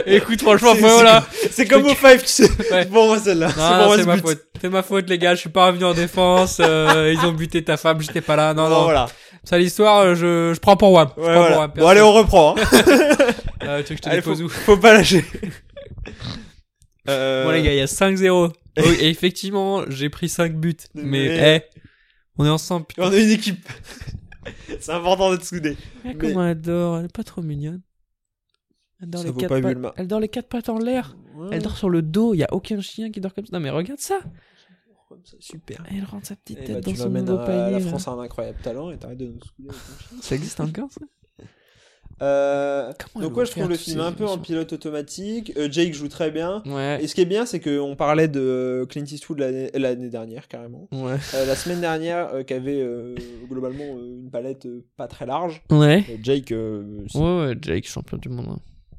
Speaker 6: Écoute, franchement,
Speaker 5: C'est-
Speaker 6: frérot, là.
Speaker 5: C'est comme au Five, tu sais.
Speaker 6: Ouais.
Speaker 5: C'est pour moi, celle-là. C'est
Speaker 6: Non,
Speaker 5: pour
Speaker 6: non,
Speaker 5: moi,
Speaker 6: c'est
Speaker 5: ce
Speaker 6: ma
Speaker 5: but.
Speaker 6: faute. C'est ma faute, les gars. Je suis pas revenu en défense. euh, ils ont buté ta femme. J'étais pas là. Non,
Speaker 5: Bon,
Speaker 6: non.
Speaker 5: voilà.
Speaker 6: Ça, l'histoire, euh, je, je prends pour WAP. Je
Speaker 5: Ouais,
Speaker 6: prends
Speaker 5: voilà.
Speaker 6: pour WAP.
Speaker 5: Bon, allez, on reprend. hein.
Speaker 6: Euh, tu veux que je te
Speaker 5: Allez, faut,
Speaker 6: dépose où
Speaker 5: faut pas lâcher. Euh,
Speaker 6: Bon, les gars, il y a 5-0. Oui, et effectivement, j'ai pris 5 buts. Mais,
Speaker 5: Mais-
Speaker 6: eh, on est ensemble. Putain,
Speaker 5: On est une équipe. C'est important d'être soudés.
Speaker 6: Regarde comment elle dort. Elle est pas trop mignonne. Elle dort,
Speaker 5: Ça
Speaker 6: les
Speaker 5: vaut
Speaker 6: quatre
Speaker 5: pas
Speaker 6: pattes-
Speaker 5: Bulma.
Speaker 6: elle dort les quatre pattes en l'air. Elle dort sur le dos. Il y a aucun chien qui dort comme ça. Non, mais regarde ça.
Speaker 5: Super.
Speaker 6: Elle rentre sa petite
Speaker 5: Eh
Speaker 6: tête
Speaker 5: bah,
Speaker 6: dans
Speaker 5: tu
Speaker 6: son
Speaker 5: m'amènes
Speaker 6: nouveau
Speaker 5: à
Speaker 6: panier.
Speaker 5: la
Speaker 6: là.
Speaker 5: France a un incroyable talent et t'arrêtes de nous saouler. avec ton
Speaker 6: Ça existe encore, ça
Speaker 5: chien. Euh,
Speaker 6: Comment
Speaker 5: donc
Speaker 6: elle
Speaker 5: ouais,
Speaker 6: va
Speaker 5: je trouve le
Speaker 6: faire toutes
Speaker 5: film
Speaker 6: ces
Speaker 5: un peu en
Speaker 6: émissions
Speaker 5: pilote automatique. Euh, Jake joue très bien.
Speaker 6: Ouais.
Speaker 5: Et ce qui est bien, c'est qu'on parlait de euh, Clint Eastwood l'année- l'année dernière, carrément.
Speaker 6: Ouais.
Speaker 5: Euh, la semaine dernière, euh, qui avait euh, globalement euh, une palette euh, pas très large.
Speaker 6: Ouais.
Speaker 5: Euh, Jake, euh, c'est-
Speaker 6: Ouais, ouais, Jake, champion du monde. hein.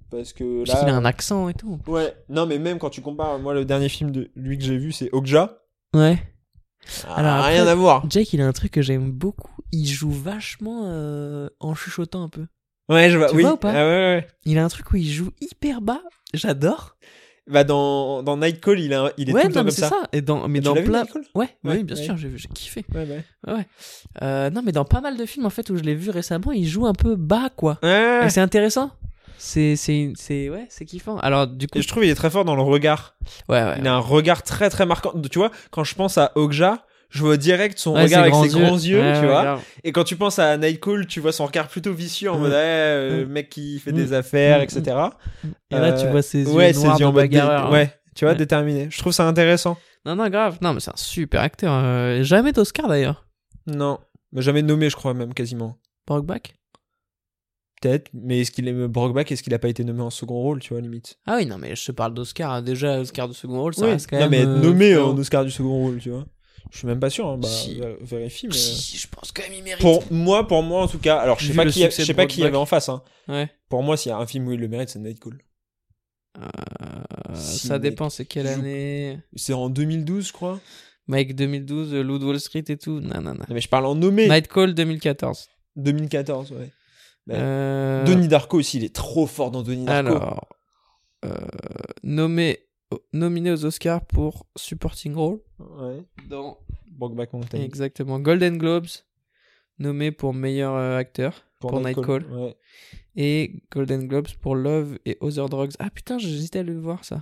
Speaker 5: parce que
Speaker 6: Parce qu'il a
Speaker 5: là...
Speaker 6: un accent et tout.
Speaker 5: Ouais, non mais même quand tu compares, moi le dernier film de lui que j'ai vu c'est Okja.
Speaker 6: Ouais. Alors,
Speaker 5: Alors,
Speaker 6: après-
Speaker 5: Ah, rien à voir.
Speaker 6: Jake, il a un truc que j'aime beaucoup. Il joue vachement euh, en chuchotant un peu.
Speaker 5: Ouais, je vois.
Speaker 6: Tu
Speaker 5: oui.
Speaker 6: vois ou pas
Speaker 5: Ah ouais, ouais.
Speaker 6: Il a un truc où il joue hyper bas. J'adore.
Speaker 5: Bah dans, dans Nightcall, il, a, il est
Speaker 6: Ouais,
Speaker 5: tout le temps
Speaker 6: non, mais
Speaker 5: comme
Speaker 6: c'est ça.
Speaker 5: ça.
Speaker 6: Et dans, mais
Speaker 5: Tu
Speaker 6: dans
Speaker 5: l'as vu,
Speaker 6: plein.
Speaker 5: Nightcall
Speaker 6: ouais,
Speaker 5: Ouais,
Speaker 6: oui, bien
Speaker 5: ouais.
Speaker 6: sûr, j'ai, j'ai kiffé.
Speaker 5: Ouais, ouais.
Speaker 6: Euh, non, mais dans pas mal de films, en fait, où je l'ai vu récemment, il joue un peu bas, quoi.
Speaker 5: Ouais.
Speaker 6: Et c'est intéressant. C'est, c'est, une- c'est, ouais, c'est kiffant. Alors, du coup,
Speaker 5: Et je trouve il est très fort dans le regard.
Speaker 6: ouais, ouais.
Speaker 5: Il a un regard très très marquant. Tu vois, quand je pense à Okja, je vois direct son
Speaker 6: Ouais,
Speaker 5: regard avec
Speaker 6: grands
Speaker 5: ses grands yeux,
Speaker 6: Ouais,
Speaker 5: tu
Speaker 6: ouais,
Speaker 5: vois.
Speaker 6: grave.
Speaker 5: Et quand tu penses à Nightcall, tu vois son regard plutôt vicieux en
Speaker 6: Mm.
Speaker 5: mode ouais, euh,
Speaker 6: Mm.
Speaker 5: mec qui fait
Speaker 6: Mm.
Speaker 5: des affaires,
Speaker 6: Mm.
Speaker 5: etc.
Speaker 6: Et là, tu
Speaker 5: Euh,
Speaker 6: vois ses yeux
Speaker 5: ouais,
Speaker 6: noirs
Speaker 5: ses yeux
Speaker 6: de
Speaker 5: en mode dé-
Speaker 6: bagarreur. hein.
Speaker 5: ouais, tu vois,
Speaker 6: Ouais.
Speaker 5: déterminé. Je trouve ça intéressant.
Speaker 6: Non, non, grave. Non, mais c'est un super acteur. Euh, jamais d'Oscar d'ailleurs.
Speaker 5: Non, mais jamais nommé, je crois même quasiment.
Speaker 6: Brockback.
Speaker 5: Peut-être, mais est-ce qu'il est Brockback Est-ce qu'il a pas été nommé en second rôle, tu vois, limite
Speaker 6: Ah oui, non, mais je te parle d'Oscar. hein. Déjà, Oscar de second rôle, ça
Speaker 5: Oui.
Speaker 6: reste quand
Speaker 5: Non, mais
Speaker 6: même.
Speaker 5: être
Speaker 6: euh,
Speaker 5: nommé
Speaker 6: différent.
Speaker 5: en Oscar du second rôle, tu vois. Je suis même pas sûr. hein, Bah,
Speaker 6: Si.
Speaker 5: vé- Vérifie, mais. euh.
Speaker 6: Si, si, je pense quand même il mérite.
Speaker 5: Pour moi, pour moi en tout cas. Alors, je sais
Speaker 6: Vu
Speaker 5: pas
Speaker 6: le
Speaker 5: qui, je
Speaker 6: succès
Speaker 5: sais
Speaker 6: de
Speaker 5: pas qui il y
Speaker 6: Brokeback.
Speaker 5: avait en face. Hein.
Speaker 6: Ouais.
Speaker 5: Pour moi, s'il y a un film où il le mérite, c'est Nightcall.
Speaker 6: Euh,
Speaker 5: Si,
Speaker 6: ça
Speaker 5: mec,
Speaker 6: dépend, c'est quelle
Speaker 5: joue-
Speaker 6: année.
Speaker 5: C'est en 2012, je crois.
Speaker 6: Mike 2012, euh, Loup de Wall Street et tout. Non, non, non.
Speaker 5: Non, mais je parle en nommé.
Speaker 6: Night Call 2014.
Speaker 5: 2014, ouais. Ouais.
Speaker 6: Euh,
Speaker 5: Donnie Darko aussi, il est trop fort dans Donnie Darko.
Speaker 6: Alors, euh, nommé, oh, nominé aux Oscars pour supporting role
Speaker 5: Ouais.
Speaker 6: dans
Speaker 5: Brokeback Mountain.
Speaker 6: exactement Golden Globes, nommé pour meilleur euh, acteur. pour Nightcall.
Speaker 5: Ouais.
Speaker 6: et Golden Globes pour Love et Other Drugs. Ah putain, j'hésitais à le voir ça.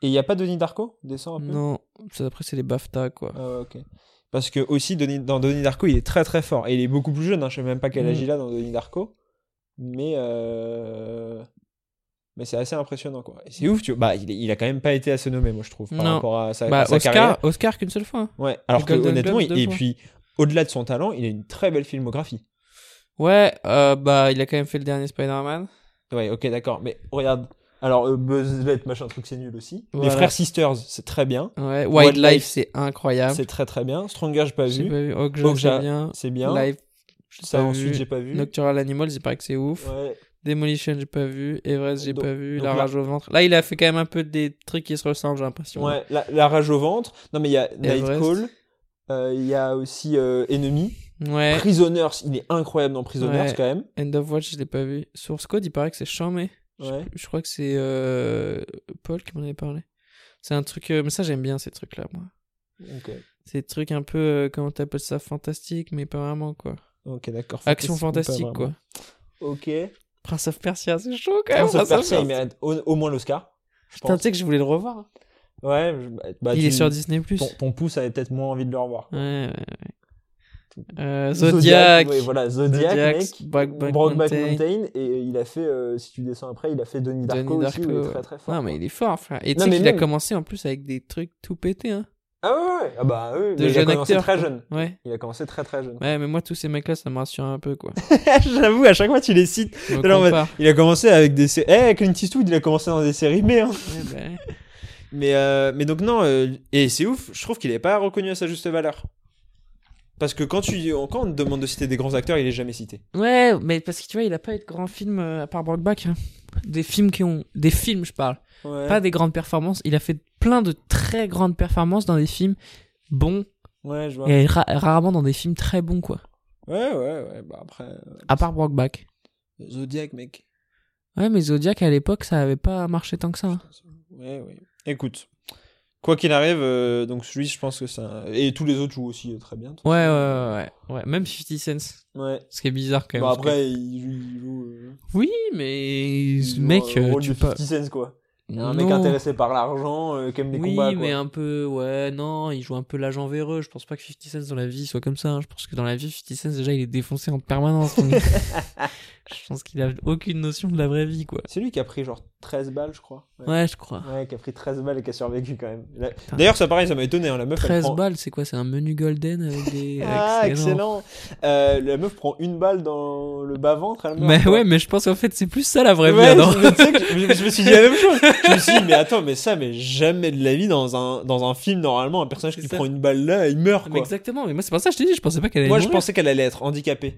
Speaker 5: Et il y a pas Donnie Darko Descends un peu.
Speaker 6: Non, ça, après c'est les BAFTA quoi.
Speaker 5: Ah ouais, ok. Parce que aussi, Donnie- dans Donnie Darko, il est très très fort. Et il est beaucoup plus jeune, hein. je sais même pas quel âge
Speaker 6: Mm.
Speaker 5: il a dans Donnie Darko. Mais, euh, mais c'est assez impressionnant. quoi. Et C'est ouf, tu vois. Bah, il, est- il a quand même pas été assez nommé, moi je trouve, par
Speaker 6: Non.
Speaker 5: rapport à sa, à
Speaker 6: bah
Speaker 5: sa carrière.
Speaker 6: Oscar, Oscar qu'une seule fois. hein.
Speaker 5: Ouais. Alors que
Speaker 6: Golden
Speaker 5: honnêtement,
Speaker 6: Globes,
Speaker 5: il- et
Speaker 6: deux fois.
Speaker 5: puis au-delà de son talent, il a une très belle filmographie.
Speaker 6: Ouais, euh, bah il a quand même fait le dernier Spider-Man.
Speaker 5: Ouais, ok, d'accord. Mais regarde, Alors, euh, Buzz Lightyear, machin truc, c'est nul aussi.
Speaker 6: Voilà.
Speaker 5: Les Frères Sisters, c'est très bien.
Speaker 6: Ouais,
Speaker 5: Wildlife,
Speaker 6: Wildlife, c'est incroyable.
Speaker 5: C'est très très bien. Stronger, j'ai pas
Speaker 6: Ah. J'ai
Speaker 5: vu. Oh,
Speaker 6: pas vu. Oh, Hawkjaw,
Speaker 5: Hawkjaw,
Speaker 6: c'est bien.
Speaker 5: C'est bien.
Speaker 6: Life, j'ai
Speaker 5: ça
Speaker 6: pas
Speaker 5: ensuite,
Speaker 6: vu.
Speaker 5: j'ai pas vu.
Speaker 6: Nocturnal Animals, il paraît que c'est ouf.
Speaker 5: Ouais.
Speaker 6: Demolition, j'ai pas vu. Everest, j'ai
Speaker 5: Donc-
Speaker 6: pas vu.
Speaker 5: donc
Speaker 6: La
Speaker 5: là-
Speaker 6: rage au ventre. Là, il a fait quand même un peu des trucs qui se ressemblent, j'ai l'impression.
Speaker 5: Ouais, la, la rage au ventre. Non, mais il y a Nightcall.
Speaker 6: Everest.
Speaker 5: Euh, Il y a aussi euh, Enemy.
Speaker 6: Ouais.
Speaker 5: Prisoners, il est incroyable dans Prisoners
Speaker 6: Ouais.
Speaker 5: quand même.
Speaker 6: End of Watch, je l'ai pas vu. Source Code, il paraît que c'est chambé. Je-
Speaker 5: Ouais.
Speaker 6: Je, crois que c'est euh, Paul qui m'en avait parlé. C'est un truc. euh, mais ça, j'aime bien ces trucs-là, moi.
Speaker 5: Ok,
Speaker 6: Ces trucs un peu. euh, comment t'appelles ça Fantastique, mais pas vraiment, quoi.
Speaker 5: Ok, d'accord.
Speaker 6: Action
Speaker 5: pas
Speaker 6: fantastique,
Speaker 5: vraiment.
Speaker 6: quoi.
Speaker 5: Ok.
Speaker 6: Prince of Persia, c'est chaud quand même.
Speaker 5: Prince of Persia, il mérite au, au moins l'Oscar. je
Speaker 6: Putain,
Speaker 5: pense.
Speaker 6: tu sais que je voulais le revoir.
Speaker 5: Ouais, je- bah, bah,
Speaker 6: il
Speaker 5: tu-
Speaker 6: est sur Disney. Ouais,
Speaker 5: Ton, ton pouce avait peut-être moins envie de le revoir.
Speaker 6: ouais, ouais. Euh, Zodiac.
Speaker 5: ouais, voilà, Zodiac,
Speaker 6: Zodiac,
Speaker 5: mec.
Speaker 6: Brokeback
Speaker 5: Brokeback
Speaker 6: Mountain.
Speaker 5: Mountain. Et euh, il a fait, euh, si tu descends après, il a fait Denis Darko,
Speaker 6: Donnie
Speaker 5: aussi, où il
Speaker 6: Darko,
Speaker 5: est très
Speaker 6: ouais.
Speaker 5: très fort.
Speaker 6: Non, mais il est fort, frère. Et tu
Speaker 5: Non,
Speaker 6: sais
Speaker 5: mais
Speaker 6: qu'il a
Speaker 5: même-
Speaker 6: commencé en plus avec des trucs tout pétés, hein.
Speaker 5: Ah ouais, ouais, ah bah oui,
Speaker 6: De
Speaker 5: mais il a
Speaker 6: jeune
Speaker 5: commencé
Speaker 6: acteur,
Speaker 5: très
Speaker 6: quoi.
Speaker 5: jeune.
Speaker 6: Ouais.
Speaker 5: Il a commencé très très jeune.
Speaker 6: Ouais, mais moi, tous ces mecs-là, ça me rassure un peu, quoi.
Speaker 5: J'avoue, à chaque fois tu les cites.
Speaker 6: Je me
Speaker 5: Alors, on va-
Speaker 6: compare.
Speaker 5: Il a commencé avec des séries. Eh, Clint Eastwood, il a commencé dans des séries mais
Speaker 6: Ouais, bah,
Speaker 5: Mais, euh, mais donc, non, euh, et c'est ouf, je trouve qu'il n'est pas reconnu à sa juste valeur. Parce que quand, tu, quand on te demande de citer des grands acteurs, il est jamais cité.
Speaker 6: Ouais, mais parce que tu vois, il a pas eu de grands films euh, à part Brokeback. hein. Des films qui ont. Des films, je parle.
Speaker 5: Ouais.
Speaker 6: Pas des grandes performances. Il a fait plein de très grandes performances dans des films bons.
Speaker 5: Ouais, je vois.
Speaker 6: Et ra- rarement dans des films très bons, quoi.
Speaker 5: Ouais, ouais, ouais. Bah après, euh,
Speaker 6: À part Brokeback.
Speaker 5: Zodiac, mec.
Speaker 6: Ouais, mais Zodiac, à l'époque, ça avait pas marché tant que ça. hein.
Speaker 5: Ouais, ouais. Écoute, quoi qu'il arrive, euh, donc celui, je pense que ça. Et tous les autres jouent aussi euh, très bien. de toute
Speaker 6: Ouais, ouais,
Speaker 5: façon.
Speaker 6: ouais, ouais. ouais. Même 50 Cent.
Speaker 5: Ouais.
Speaker 6: Ce qui est bizarre, quand même.
Speaker 5: Bah
Speaker 6: parce que-
Speaker 5: après, il joue. Il joue euh,
Speaker 6: Oui, mais
Speaker 5: il
Speaker 6: ce
Speaker 5: joue,
Speaker 6: mec,
Speaker 5: euh, le
Speaker 6: euh,
Speaker 5: rôle
Speaker 6: tu
Speaker 5: de
Speaker 6: peux.
Speaker 5: 50 cents, quoi. Un mec
Speaker 6: Non.
Speaker 5: intéressé par l'argent, euh, qui aime les
Speaker 6: Oui,
Speaker 5: combats, quoi.
Speaker 6: mais un peu, ouais, non, il joue un peu l'agent véreux. Je pense pas que 50 Cent dans la vie soit comme ça. hein. Je pense que dans la vie, 50 Cent, déjà, il est défoncé en permanence. donc- je pense qu'il a aucune notion de la vraie vie, quoi.
Speaker 5: C'est lui qui a pris genre 13 balles, je crois. Ouais.
Speaker 6: Ouais, je crois.
Speaker 5: Ouais, qui a pris 13 balles et qui a survécu quand même. La- D'ailleurs, ça pareil, ça m'a étonné. hein, La meuf, elle
Speaker 6: 13
Speaker 5: prend-
Speaker 6: balles, c'est quoi C'est un menu golden avec des.
Speaker 5: Ah, excellent. Euh, la meuf prend une balle dans le bas-ventre. elle meurt,
Speaker 6: Mais
Speaker 5: quoi.
Speaker 6: ouais, mais je pense qu'en fait, c'est plus ça la vraie
Speaker 5: Ouais,
Speaker 6: vie. alors.
Speaker 5: mais tu sais que je, je me suis dit la même chose. Je me suis dit, mais attends, mais ça, mais jamais de la vie dans un, dans un film, normalement, un personnage
Speaker 6: C'est
Speaker 5: qui
Speaker 6: ça. Ah,
Speaker 5: prend une balle là, il meurt,
Speaker 6: Mais
Speaker 5: quoi.
Speaker 6: exactement, mais moi, c'est pour ça que je t'ai dit, je pensais pas qu'elle allait.
Speaker 5: Moi, je
Speaker 6: mourir.
Speaker 5: pensais qu'elle allait être handicapée.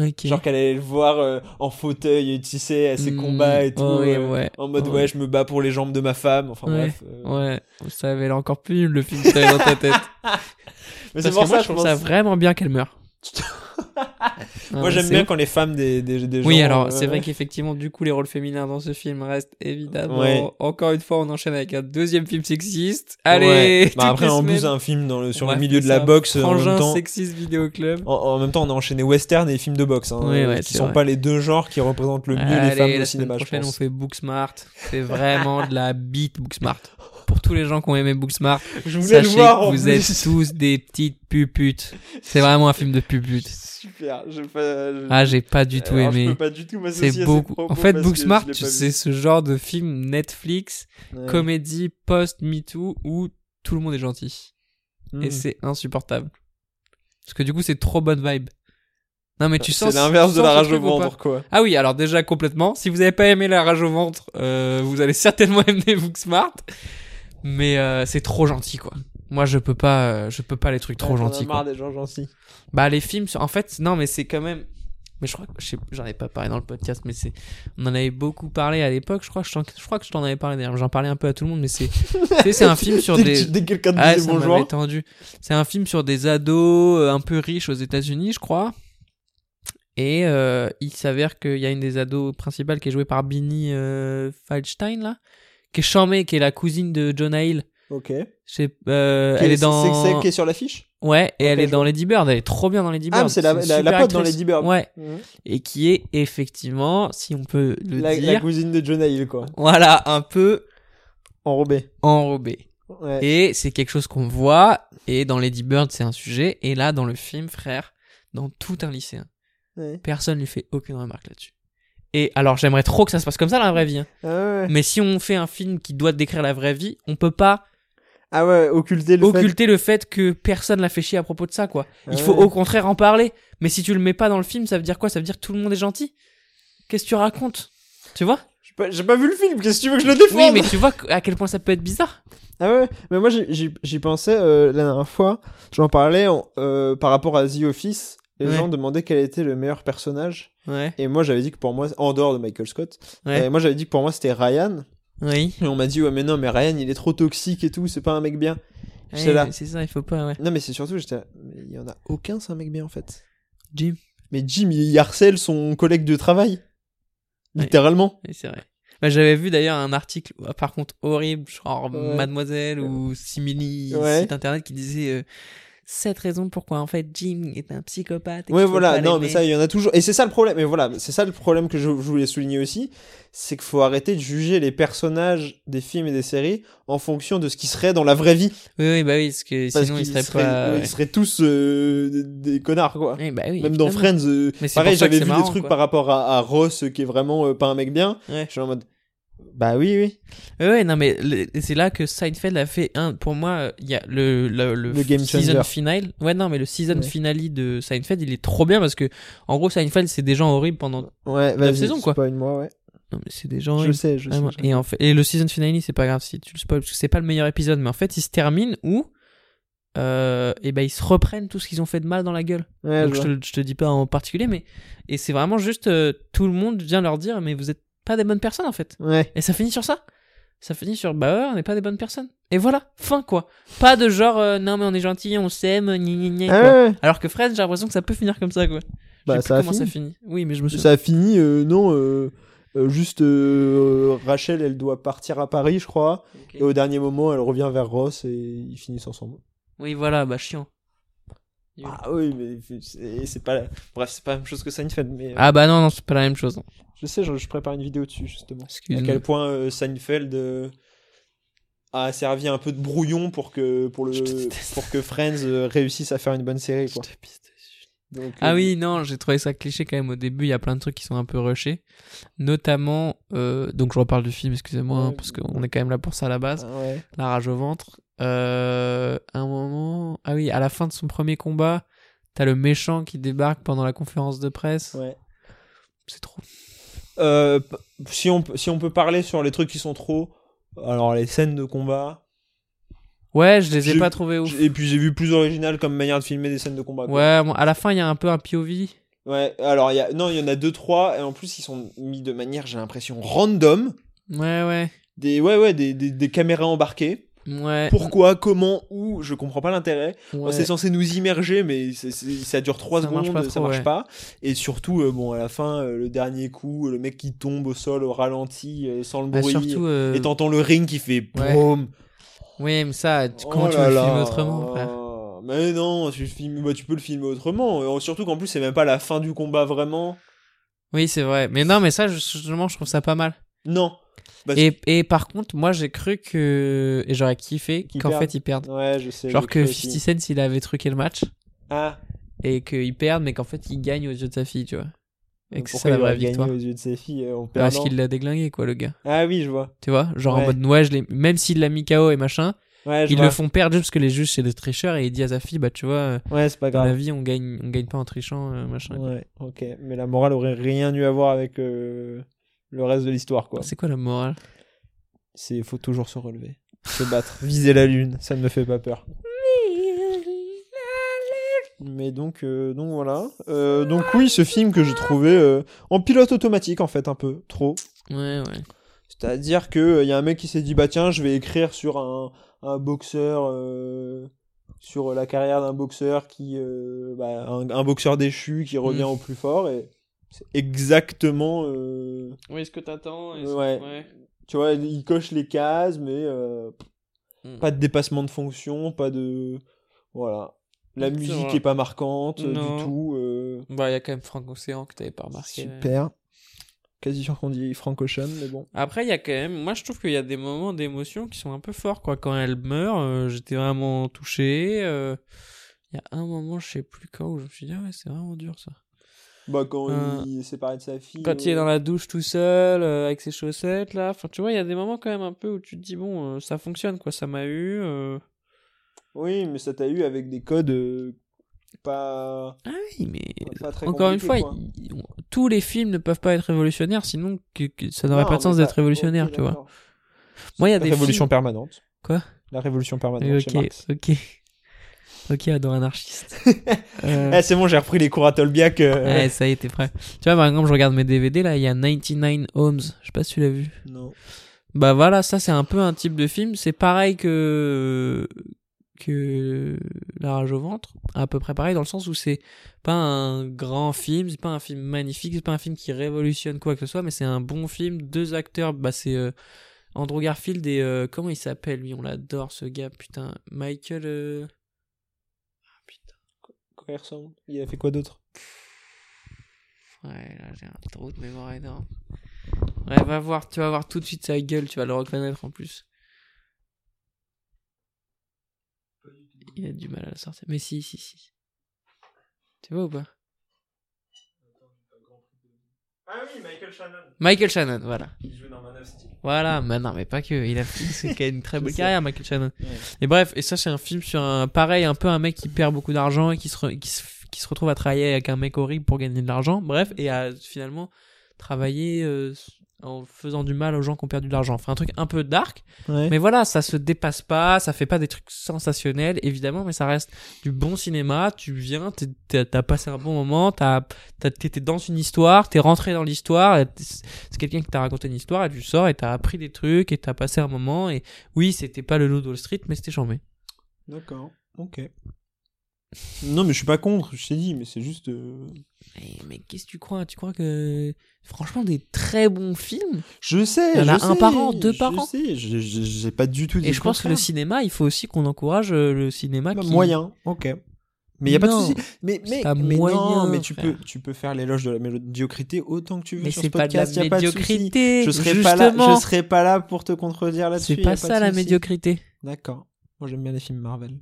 Speaker 6: Ok.
Speaker 5: Genre qu'elle allait le voir euh, en fauteuil, et, tu sais, à ses
Speaker 6: Hmm,
Speaker 5: combats et tout.
Speaker 6: ouais,
Speaker 5: euh,
Speaker 6: ouais,
Speaker 5: en mode, ouais.
Speaker 6: ouais.
Speaker 5: je me bats pour les jambes de ma femme. Enfin,
Speaker 6: Ouais,
Speaker 5: bref. euh.
Speaker 6: Ouais, ça avait l'air encore plus nul, le film que t'avais dans ta tête.
Speaker 5: Mais c'est
Speaker 6: Parce
Speaker 5: pour
Speaker 6: que moi,
Speaker 5: ça,
Speaker 6: je trouve ça vraiment bien qu'elle meure. Ah,
Speaker 5: Moi, j'aime bien quand les femmes des, des, des gens.
Speaker 6: Oui, alors
Speaker 5: euh,
Speaker 6: c'est vrai qu'effectivement, du coup, les rôles féminins dans ce film restent évidemment.
Speaker 5: Ouais.
Speaker 6: Encore une fois, on enchaîne avec un deuxième film sexiste.
Speaker 5: Ouais.
Speaker 6: Allez,
Speaker 5: Bah,
Speaker 6: toutes
Speaker 5: après,
Speaker 6: les
Speaker 5: on
Speaker 6: semaines,
Speaker 5: bouse un film dans le, sur
Speaker 6: on
Speaker 5: le
Speaker 6: va
Speaker 5: milieu
Speaker 6: faire
Speaker 5: de la
Speaker 6: ça.
Speaker 5: boxe. En
Speaker 6: Frangin
Speaker 5: même, temps,
Speaker 6: sexiste vidéo club.
Speaker 5: en, en même temps, on a enchaîné western et films de boxe. Hein,
Speaker 6: Ouais, ouais,
Speaker 5: qui
Speaker 6: c'est
Speaker 5: sont
Speaker 6: vrai.
Speaker 5: pas les deux genres qui représentent le mieux les
Speaker 6: Allez,
Speaker 5: femmes
Speaker 6: la
Speaker 5: au cinéma,
Speaker 6: semaine
Speaker 5: je
Speaker 6: prochaine, on
Speaker 5: pense.
Speaker 6: fait Booksmart. C'est vraiment de la bite Booksmart. Pour tous les gens qui ont aimé Booksmart,
Speaker 5: Je
Speaker 6: sachez que vous êtes tous des petites puputes. C'est vraiment un film de puputes.
Speaker 5: Super. Je, pas- je-
Speaker 6: Ah, j'ai pas du tout
Speaker 5: Euh, alors,
Speaker 6: aimé.
Speaker 5: Je peux pas du tout m'associer
Speaker 6: C'est
Speaker 5: à
Speaker 6: beaucoup.
Speaker 5: ces propos
Speaker 6: En fait,
Speaker 5: parce que
Speaker 6: Booksmart,
Speaker 5: je l'ai pas vu.
Speaker 6: c'est ce genre de film Netflix,
Speaker 5: Ouais.
Speaker 6: comédie post-MeToo où tout le monde est gentil.
Speaker 5: Hmm.
Speaker 6: Et c'est insupportable. Parce que du coup, c'est trop bonne vibe. Non, mais tu sens.
Speaker 5: C'est l'inverse
Speaker 6: tu
Speaker 5: de
Speaker 6: sens
Speaker 5: la
Speaker 6: ce
Speaker 5: rage au
Speaker 6: truc ou pas
Speaker 5: ventre, quoi.
Speaker 6: Ah oui, alors déjà complètement. Si vous n'avez pas aimé la rage au ventre, euh, vous allez certainement aimer Booksmart. Mais euh, c'est trop gentil, quoi. Moi, je peux pas, euh, je peux pas les trucs trop
Speaker 5: Ouais, t'en as
Speaker 6: gentils. quoi.
Speaker 5: marre des gens gentils.
Speaker 6: Bah les films, sur- en fait, non mais c'est quand même. Mais je crois que je sais- j'en ai pas parlé dans le podcast, mais c'est. On en avait beaucoup parlé à l'époque. Je crois que je, t'en- je crois que je t'en avais parlé d'ailleurs. J'en parlais un peu à tout le monde, mais c'est. tu sais, c'est un film sur
Speaker 5: Dès que
Speaker 6: des.
Speaker 5: tu- dès que quelqu'un te
Speaker 6: Ah,
Speaker 5: disait
Speaker 6: ça m'avait
Speaker 5: bonjour.
Speaker 6: tendu. C'est un film sur des ados euh, un peu riches aux États-Unis, je crois. Et euh, il s'avère qu'il y a une des ados principales qui est jouée par Bini euh, Feldstein, là, qui est Chamé, qui est la cousine de Jonah Hill.
Speaker 5: Ok.
Speaker 6: Je sais- euh,
Speaker 5: Qui
Speaker 6: elle
Speaker 5: est-
Speaker 6: est dans.
Speaker 5: C'est celle qui est sur l'affiche
Speaker 6: Ouais, et elle
Speaker 5: Ok,
Speaker 6: est
Speaker 5: je Ah,
Speaker 6: dans Lady Bird, elle est trop bien dans Lady Bird.
Speaker 5: mais c'est la-
Speaker 6: une
Speaker 5: la- la
Speaker 6: super
Speaker 5: pote dans
Speaker 6: actrice.
Speaker 5: Lady Bird.
Speaker 6: Ouais,
Speaker 5: Mhm.
Speaker 6: et qui est effectivement, si on peut le
Speaker 5: La, la
Speaker 6: dire,
Speaker 5: cousine de Jonah Hill, quoi.
Speaker 6: voilà, un peu
Speaker 5: Enrobée.
Speaker 6: enrobée.
Speaker 5: Ouais.
Speaker 6: Et c'est quelque chose qu'on voit, et dans Lady Bird, c'est un sujet, et là, dans le film, frère, dans tout un lycéen,
Speaker 5: Ouais.
Speaker 6: personne lui fait aucune remarque là-dessus. Et alors, j'aimerais trop que ça se passe comme ça dans la vraie vie. hein.
Speaker 5: Ah ouais.
Speaker 6: Mais si on fait un film qui doit décrire la vraie vie, on peut pas
Speaker 5: Ah ouais, occulter le fait.
Speaker 6: occulter le fait que personne l'a fait chier à propos de ça, quoi. Il
Speaker 5: Ah
Speaker 6: faut
Speaker 5: ouais.
Speaker 6: au contraire en parler. Mais si tu le mets pas dans le film, ça veut dire quoi Ça veut dire que tout le monde est gentil Qu'est-ce que tu racontes Tu vois
Speaker 5: J'ai pas, j'ai pas vu le film, qu'est-ce que tu veux que je le
Speaker 6: Oui,
Speaker 5: défende
Speaker 6: mais tu vois à quel point ça peut être bizarre.
Speaker 5: Ah ouais, mais moi j'y- j'y j'y pensais euh, la dernière fois, j'en parlais en- euh, par rapport à The Office, les
Speaker 6: Ouais.
Speaker 5: gens demandaient quel était le meilleur personnage,
Speaker 6: Ouais,
Speaker 5: et moi j'avais dit que pour moi, en dehors de Michael Scott,
Speaker 6: Ouais.
Speaker 5: et moi j'avais dit que pour moi c'était Ryan,
Speaker 6: oui.
Speaker 5: et on m'a dit ouais mais non mais Ryan il est trop toxique et tout, c'est pas un mec bien. J'étais
Speaker 6: Ouais,
Speaker 5: là.
Speaker 6: mais C'est ça, il faut pas, ouais.
Speaker 5: Non mais c'est surtout, j'étais là, mais il y en a aucun c'est un mec bien en fait.
Speaker 6: Jim.
Speaker 5: Mais Jim il harcèle son collègue de travail,
Speaker 6: Ouais.
Speaker 5: littéralement.
Speaker 6: Oui, c'est vrai. Bah, J'avais vu d'ailleurs un article, euh, par contre, horrible, genre
Speaker 5: Ouais.
Speaker 6: Mademoiselle ou Simili,
Speaker 5: Ouais.
Speaker 6: site internet, qui disait 7 raisons pourquoi en fait Jim est un psychopathe. et
Speaker 5: Ouais
Speaker 6: qu'il faut
Speaker 5: voilà,
Speaker 6: pas
Speaker 5: non mais
Speaker 6: l'aimer.
Speaker 5: ça il y en a toujours, et c'est ça le problème, mais voilà, c'est ça le problème que je, je voulais souligner aussi, c'est qu'il faut arrêter de juger les personnages des films et des séries en fonction de ce qui serait dans la vraie vie,
Speaker 6: Oui, oui, bah oui, parce que
Speaker 5: parce
Speaker 6: sinon
Speaker 5: qu'ils
Speaker 6: il serait
Speaker 5: seraient,
Speaker 6: pas.
Speaker 5: ouais,
Speaker 6: ouais.
Speaker 5: ils seraient tous euh, des, des connards quoi.
Speaker 6: Oui, bah oui,
Speaker 5: Même dans
Speaker 6: évidemment.
Speaker 5: Friends, euh,
Speaker 6: Mais c'est
Speaker 5: pareil
Speaker 6: pour ça que
Speaker 5: j'avais
Speaker 6: c'est
Speaker 5: vu
Speaker 6: marrant,
Speaker 5: des trucs
Speaker 6: quoi.
Speaker 5: par rapport à, à Ross euh, qui est vraiment euh, pas un mec bien,
Speaker 6: Ouais.
Speaker 5: je suis en mode, bah oui oui.
Speaker 6: Ouais, ouais, non, mais le- c'est là que Seinfeld a fait un. Pour moi, euh, il y a le, le, le,
Speaker 5: Le game
Speaker 6: season
Speaker 5: changer.
Speaker 6: finale. Ouais, non, mais le season
Speaker 5: Ouais.
Speaker 6: finale de Seinfeld, il est trop bien parce que, en gros, Seinfeld, c'est des gens horribles pendant.
Speaker 5: Ouais,
Speaker 6: La
Speaker 5: vas-y,
Speaker 6: saison, quoi. Ah,
Speaker 5: spoil moi, ouais.
Speaker 6: Non, mais c'est des gens horribles.
Speaker 5: Je sais, je sais.
Speaker 6: Vraiment.
Speaker 5: je sais.
Speaker 6: et, en fait, et le season finale, c'est pas grave si tu le spoil parce que c'est pas le meilleur épisode, mais en fait, il se termine où euh, et ben ils se reprennent tout ce qu'ils ont fait de mal dans la gueule.
Speaker 5: Ouais,
Speaker 6: Donc
Speaker 5: je
Speaker 6: je,
Speaker 5: vois.
Speaker 6: te, je te dis pas en particulier, mais et c'est vraiment juste euh, tout le monde vient leur dire mais vous êtes pas des bonnes personnes en fait.
Speaker 5: Ouais.
Speaker 6: Et ça finit sur ça. Ça finit sur bah ouais, on n'est pas des bonnes personnes. Et voilà, fin quoi. Pas de genre euh, non mais on est gentil, on s'aime, ni ni ni.
Speaker 5: Ah ouais, ouais.
Speaker 6: Alors que Fred, j'ai l'impression que ça peut finir comme ça quoi. Je sais
Speaker 5: Bah,
Speaker 6: plus
Speaker 5: ça a
Speaker 6: comment ça
Speaker 5: fini.
Speaker 6: finit Oui, mais je me souviens.
Speaker 5: Ça a fini, euh, non, euh, euh, juste euh, Rachel, elle doit partir à Paris, je crois.
Speaker 6: Ok.
Speaker 5: Et au dernier moment, elle revient vers Ross et ils finissent ensemble.
Speaker 6: Oui, voilà, bah chiant. Nul.
Speaker 5: Ah oui, mais c'est c'est pas. la- Bref, c'est pas la même chose que Seinfeld, mais. euh,
Speaker 6: Ah bah non, non, c'est pas la même chose. non.
Speaker 5: Je sais, je, je prépare une vidéo dessus, justement.
Speaker 6: Excuse-moi.
Speaker 5: À quel point euh, Seinfeld euh, a servi un peu de brouillon pour que, pour le,
Speaker 6: Je te déteste.
Speaker 5: pour que Friends euh, réussisse à faire une bonne série, quoi. Donc,
Speaker 6: Ah
Speaker 5: euh,
Speaker 6: oui, non, j'ai trouvé ça cliché quand même au début. Il y a plein de trucs qui sont un peu rushés. Notamment, euh, donc je reparle du film, excusez-moi, hein,
Speaker 5: Ouais.
Speaker 6: parce qu'on est quand même là pour ça à la base.
Speaker 5: ah ouais.
Speaker 6: La rage au ventre. Euh, un moment. Ah oui, à la fin de son premier combat, t'as le méchant qui débarque pendant la conférence de presse.
Speaker 5: Ouais.
Speaker 6: C'est trop.
Speaker 5: Euh, p- si, on, peut- si on peut parler sur les trucs qui sont trop. Alors, les scènes de combat.
Speaker 6: Ouais, je les ai
Speaker 5: J'ai-
Speaker 6: pas trouvés ouf.
Speaker 5: J- Et puis, j'ai vu plus original comme manière de filmer des scènes de combat. quoi.
Speaker 6: Ouais, bon, à la fin, il y a un peu un POV.
Speaker 5: Ouais, alors, il y a... non, il y en a deux, trois. Et en plus, ils sont mis de manière, j'ai l'impression, random.
Speaker 6: Ouais, ouais.
Speaker 5: Des, ouais, ouais, des, des, des caméras embarquées.
Speaker 6: Ouais.
Speaker 5: Pourquoi, comment, où, je comprends pas l'intérêt.
Speaker 6: Ouais.
Speaker 5: C'est censé nous immerger, mais c'est- c'est- ça dure 3
Speaker 6: Ça
Speaker 5: secondes,
Speaker 6: marche pas
Speaker 5: ça
Speaker 6: trop,
Speaker 5: marche
Speaker 6: ouais.
Speaker 5: pas. Et surtout, euh, bon, à la fin, euh, le dernier coup, le mec qui tombe au sol au ralenti, euh, sans le
Speaker 6: Bah,
Speaker 5: bruit.
Speaker 6: surtout. euh,
Speaker 5: Et t'entends le ring qui fait
Speaker 6: Ouais.
Speaker 5: boum.
Speaker 6: Oui, mais ça, tu- comment
Speaker 5: Oh
Speaker 6: tu
Speaker 5: là
Speaker 6: veux le
Speaker 5: là.
Speaker 6: filmer autrement, frère
Speaker 5: Mais non, tu, le filmes- bah, tu peux le filmer autrement. Et surtout qu'en plus, c'est même pas la fin du combat vraiment.
Speaker 6: Oui, c'est vrai. Mais non, mais ça, justement, je trouve ça pas mal.
Speaker 5: Non. Parce-
Speaker 6: Et, et par contre, moi, j'ai cru que. Et j'aurais kiffé
Speaker 5: Qu'ils
Speaker 6: qu'en
Speaker 5: perdent.
Speaker 6: fait, ils perdent.
Speaker 5: Ouais, je sais.
Speaker 6: Genre
Speaker 5: j'ai
Speaker 6: que
Speaker 5: cru
Speaker 6: 50
Speaker 5: aussi.
Speaker 6: Cent, il avait truqué le match
Speaker 5: Ah,
Speaker 6: et qu'ils perdent, mais qu'en fait, il gagne aux yeux de sa fille, tu vois. Et que c'est
Speaker 5: pourquoi
Speaker 6: ça la
Speaker 5: il aurait
Speaker 6: vraie
Speaker 5: gagné
Speaker 6: victoire.
Speaker 5: aux yeux de ses filles euh, en
Speaker 6: Bah, Parce
Speaker 5: perdant
Speaker 6: qu'il l'a déglingué, quoi, le gars.
Speaker 5: Ah oui, je vois.
Speaker 6: Tu vois Genre en
Speaker 5: Ouais.
Speaker 6: mode, ouais, je l'ai- même s'il l'a mis KO et machin,
Speaker 5: Ouais, je
Speaker 6: ils
Speaker 5: vois.
Speaker 6: le font perdre juste parce que les juges, c'est des tricheurs et il dit à sa fille, bah, tu vois, euh,
Speaker 5: Ouais, c'est pas
Speaker 6: dans la
Speaker 5: grave.
Speaker 6: vie, on gagne, on gagne pas en trichant, euh, machin.
Speaker 5: Bah. Ouais, ok. Mais la morale aurait rien eu à voir avec euh, le reste de l'histoire, quoi.
Speaker 6: C'est quoi la morale
Speaker 5: C'est faut toujours se relever, se battre, viser la lune. Ça ne me fait pas peur. Mais donc, euh, donc voilà. Euh, donc oui, ce film que j'ai trouvé euh, en pilote automatique en fait un peu trop.
Speaker 6: Ouais, ouais.
Speaker 5: C'est-à-dire que il y a un mec qui s'est dit bah tiens, je vais écrire sur un, un boxeur, euh, sur la carrière d'un boxeur qui, euh, bah, un, un boxeur déchu qui revient
Speaker 6: Mm.
Speaker 5: au plus fort et c'est exactement. euh,
Speaker 6: Oui, ce que t'attends.
Speaker 5: et ce- Ouais. tu vois, il coche les cases, mais euh,
Speaker 6: Mm.
Speaker 5: pas de dépassement de fonction, pas de. Voilà. La
Speaker 6: C'est
Speaker 5: musique
Speaker 6: vrai.
Speaker 5: est pas marquante euh,
Speaker 6: Non.
Speaker 5: du tout. euh,
Speaker 6: Bah, il y a quand même Franck Océan que t'avais pas remarqué.
Speaker 5: super. Quasi sûr qu'on dit Frank Ocean, mais bon.
Speaker 6: Après, il y a quand même. Moi, je trouve qu'il y a des moments d'émotion qui sont un peu forts, quoi. Quand elle meurt, euh, j'étais vraiment touché. euh, Il y a un moment, je sais plus quand, où je me suis dit, ah ouais, c'est vraiment dur ça.
Speaker 5: Bah, quand
Speaker 6: Euh,
Speaker 5: il est séparé de sa fille.
Speaker 6: Quand il est dans la douche tout seul, euh, avec ses chaussettes, là. Enfin, tu vois, il y a des moments quand même un peu où tu te dis, bon, euh, ça fonctionne, quoi, ça m'a eu. euh.
Speaker 5: Oui, mais ça t'a eu avec des codes euh, pas,
Speaker 6: Ah oui, mais
Speaker 5: pas très
Speaker 6: encore une
Speaker 5: compliqué,
Speaker 6: fois,
Speaker 5: quoi.
Speaker 6: il- il- on- tous les films ne peuvent pas être révolutionnaires, sinon que, que ça n'aurait
Speaker 5: Non,
Speaker 6: pas de sens
Speaker 5: mais
Speaker 6: d'être révolutionnaire,
Speaker 5: ok,
Speaker 6: tu vois.
Speaker 5: d'accord.
Speaker 6: Moi, il y a
Speaker 5: La
Speaker 6: des
Speaker 5: révolution
Speaker 6: films...
Speaker 5: permanente.
Speaker 6: Quoi
Speaker 5: La révolution permanente.
Speaker 6: Oui,
Speaker 5: chez
Speaker 6: Ok,
Speaker 5: Marx.
Speaker 6: ok. Ok, adore anarchiste.
Speaker 7: Eh,
Speaker 6: Euh,
Speaker 7: c'est bon, j'ai repris les cours à Tolbiac. euh,
Speaker 6: Ouais, ça y est, t'es prêt. Tu vois, par exemple, je regarde mes DVD, là, il y a 99 Homes. Je sais pas si tu l'as vu.
Speaker 7: Non.
Speaker 6: Bah voilà, ça, c'est un peu un type de film. C'est pareil que. que. La rage au ventre. À peu près pareil, dans le sens où c'est pas un grand film, c'est pas un film magnifique, c'est pas un film qui révolutionne quoi que ce soit, mais c'est un bon film. Deux acteurs, bah c'est. euh, Andrew Garfield et. euh, comment il s'appelle, lui On l'adore, ce gars, putain. Michael. euh, Ah putain.
Speaker 5: Quoi, il ressemble Il a fait quoi d'autre
Speaker 6: Ouais, là j'ai un trou de mémoire énorme. Ouais, va voir, tu vas voir tout de suite sa gueule, tu vas le reconnaître en plus. Il a du mal à la sortir. Mais si, si, si. Tu vois ou pas
Speaker 7: Ah oui, Michael Shannon.
Speaker 6: Michael Shannon, voilà.
Speaker 7: Il jouait dans Man of Steel.
Speaker 6: Voilà, mais non, mais pas que. Il a fait c'est qu'il a une très belle
Speaker 5: sais.
Speaker 6: carrière, Michael Shannon.
Speaker 5: Ouais.
Speaker 6: Et bref, et ça, c'est un film sur un. Pareil, un peu un mec qui perd beaucoup d'argent et qui se, re- qui, se, qui se retrouve à travailler avec un mec horrible pour gagner de l'argent. Bref, et à finalement travailler euh, en faisant du mal aux gens qui ont perdu de l'argent. Enfin, un truc un peu dark. Mais voilà, ça se dépasse pas, ça fait pas des trucs sensationnels, évidemment, mais ça reste du bon cinéma. Tu viens, t'es- t'as t'as passé un bon moment, t'as- t'as- t'étais dans une histoire, t'es rentré dans l'histoire, et t'es- c'est quelqu'un qui t'a raconté une histoire, et tu sors et t'as appris des trucs, et t'as passé un moment, et oui, c'était pas le lot de Wall Street, mais c'était chambé.
Speaker 5: D'accord. Ok. Non, mais je suis pas contre, je t'ai dit, mais c'est juste. euh,
Speaker 6: Mais, mais qu'est-ce que tu crois Tu crois que, franchement, des très bons films,
Speaker 5: Je sais.
Speaker 6: Il y en a
Speaker 5: je
Speaker 6: un
Speaker 5: sais,
Speaker 6: par an, deux
Speaker 5: je
Speaker 6: par an.
Speaker 5: sais, je- je- j'ai pas du tout dit
Speaker 6: et je pense que le
Speaker 5: contraire.
Speaker 6: cinéma, il faut aussi qu'on encourage euh, le cinéma qui...
Speaker 5: Bah, Moyen, ok. Mais il y a pas de
Speaker 6: Non,
Speaker 5: souci. Mais, mais,
Speaker 6: pas
Speaker 5: mais non,
Speaker 6: moyen,
Speaker 5: mais tu
Speaker 6: frère.
Speaker 5: peux, tu peux faire l'éloge de la médiocrité autant que tu veux
Speaker 6: Mais
Speaker 5: sur
Speaker 6: c'est
Speaker 5: ce
Speaker 6: pas de la
Speaker 5: podcast. y a pas de souci.
Speaker 6: médiocrité.
Speaker 5: je serais
Speaker 6: justement.
Speaker 5: pas là, je serais pas là pour te contredire là-dessus.
Speaker 6: C'est
Speaker 5: y a
Speaker 6: pas
Speaker 5: de
Speaker 6: ça la
Speaker 5: souci.
Speaker 6: médiocrité.
Speaker 5: D'accord. Moi j'aime bien les films Marvel.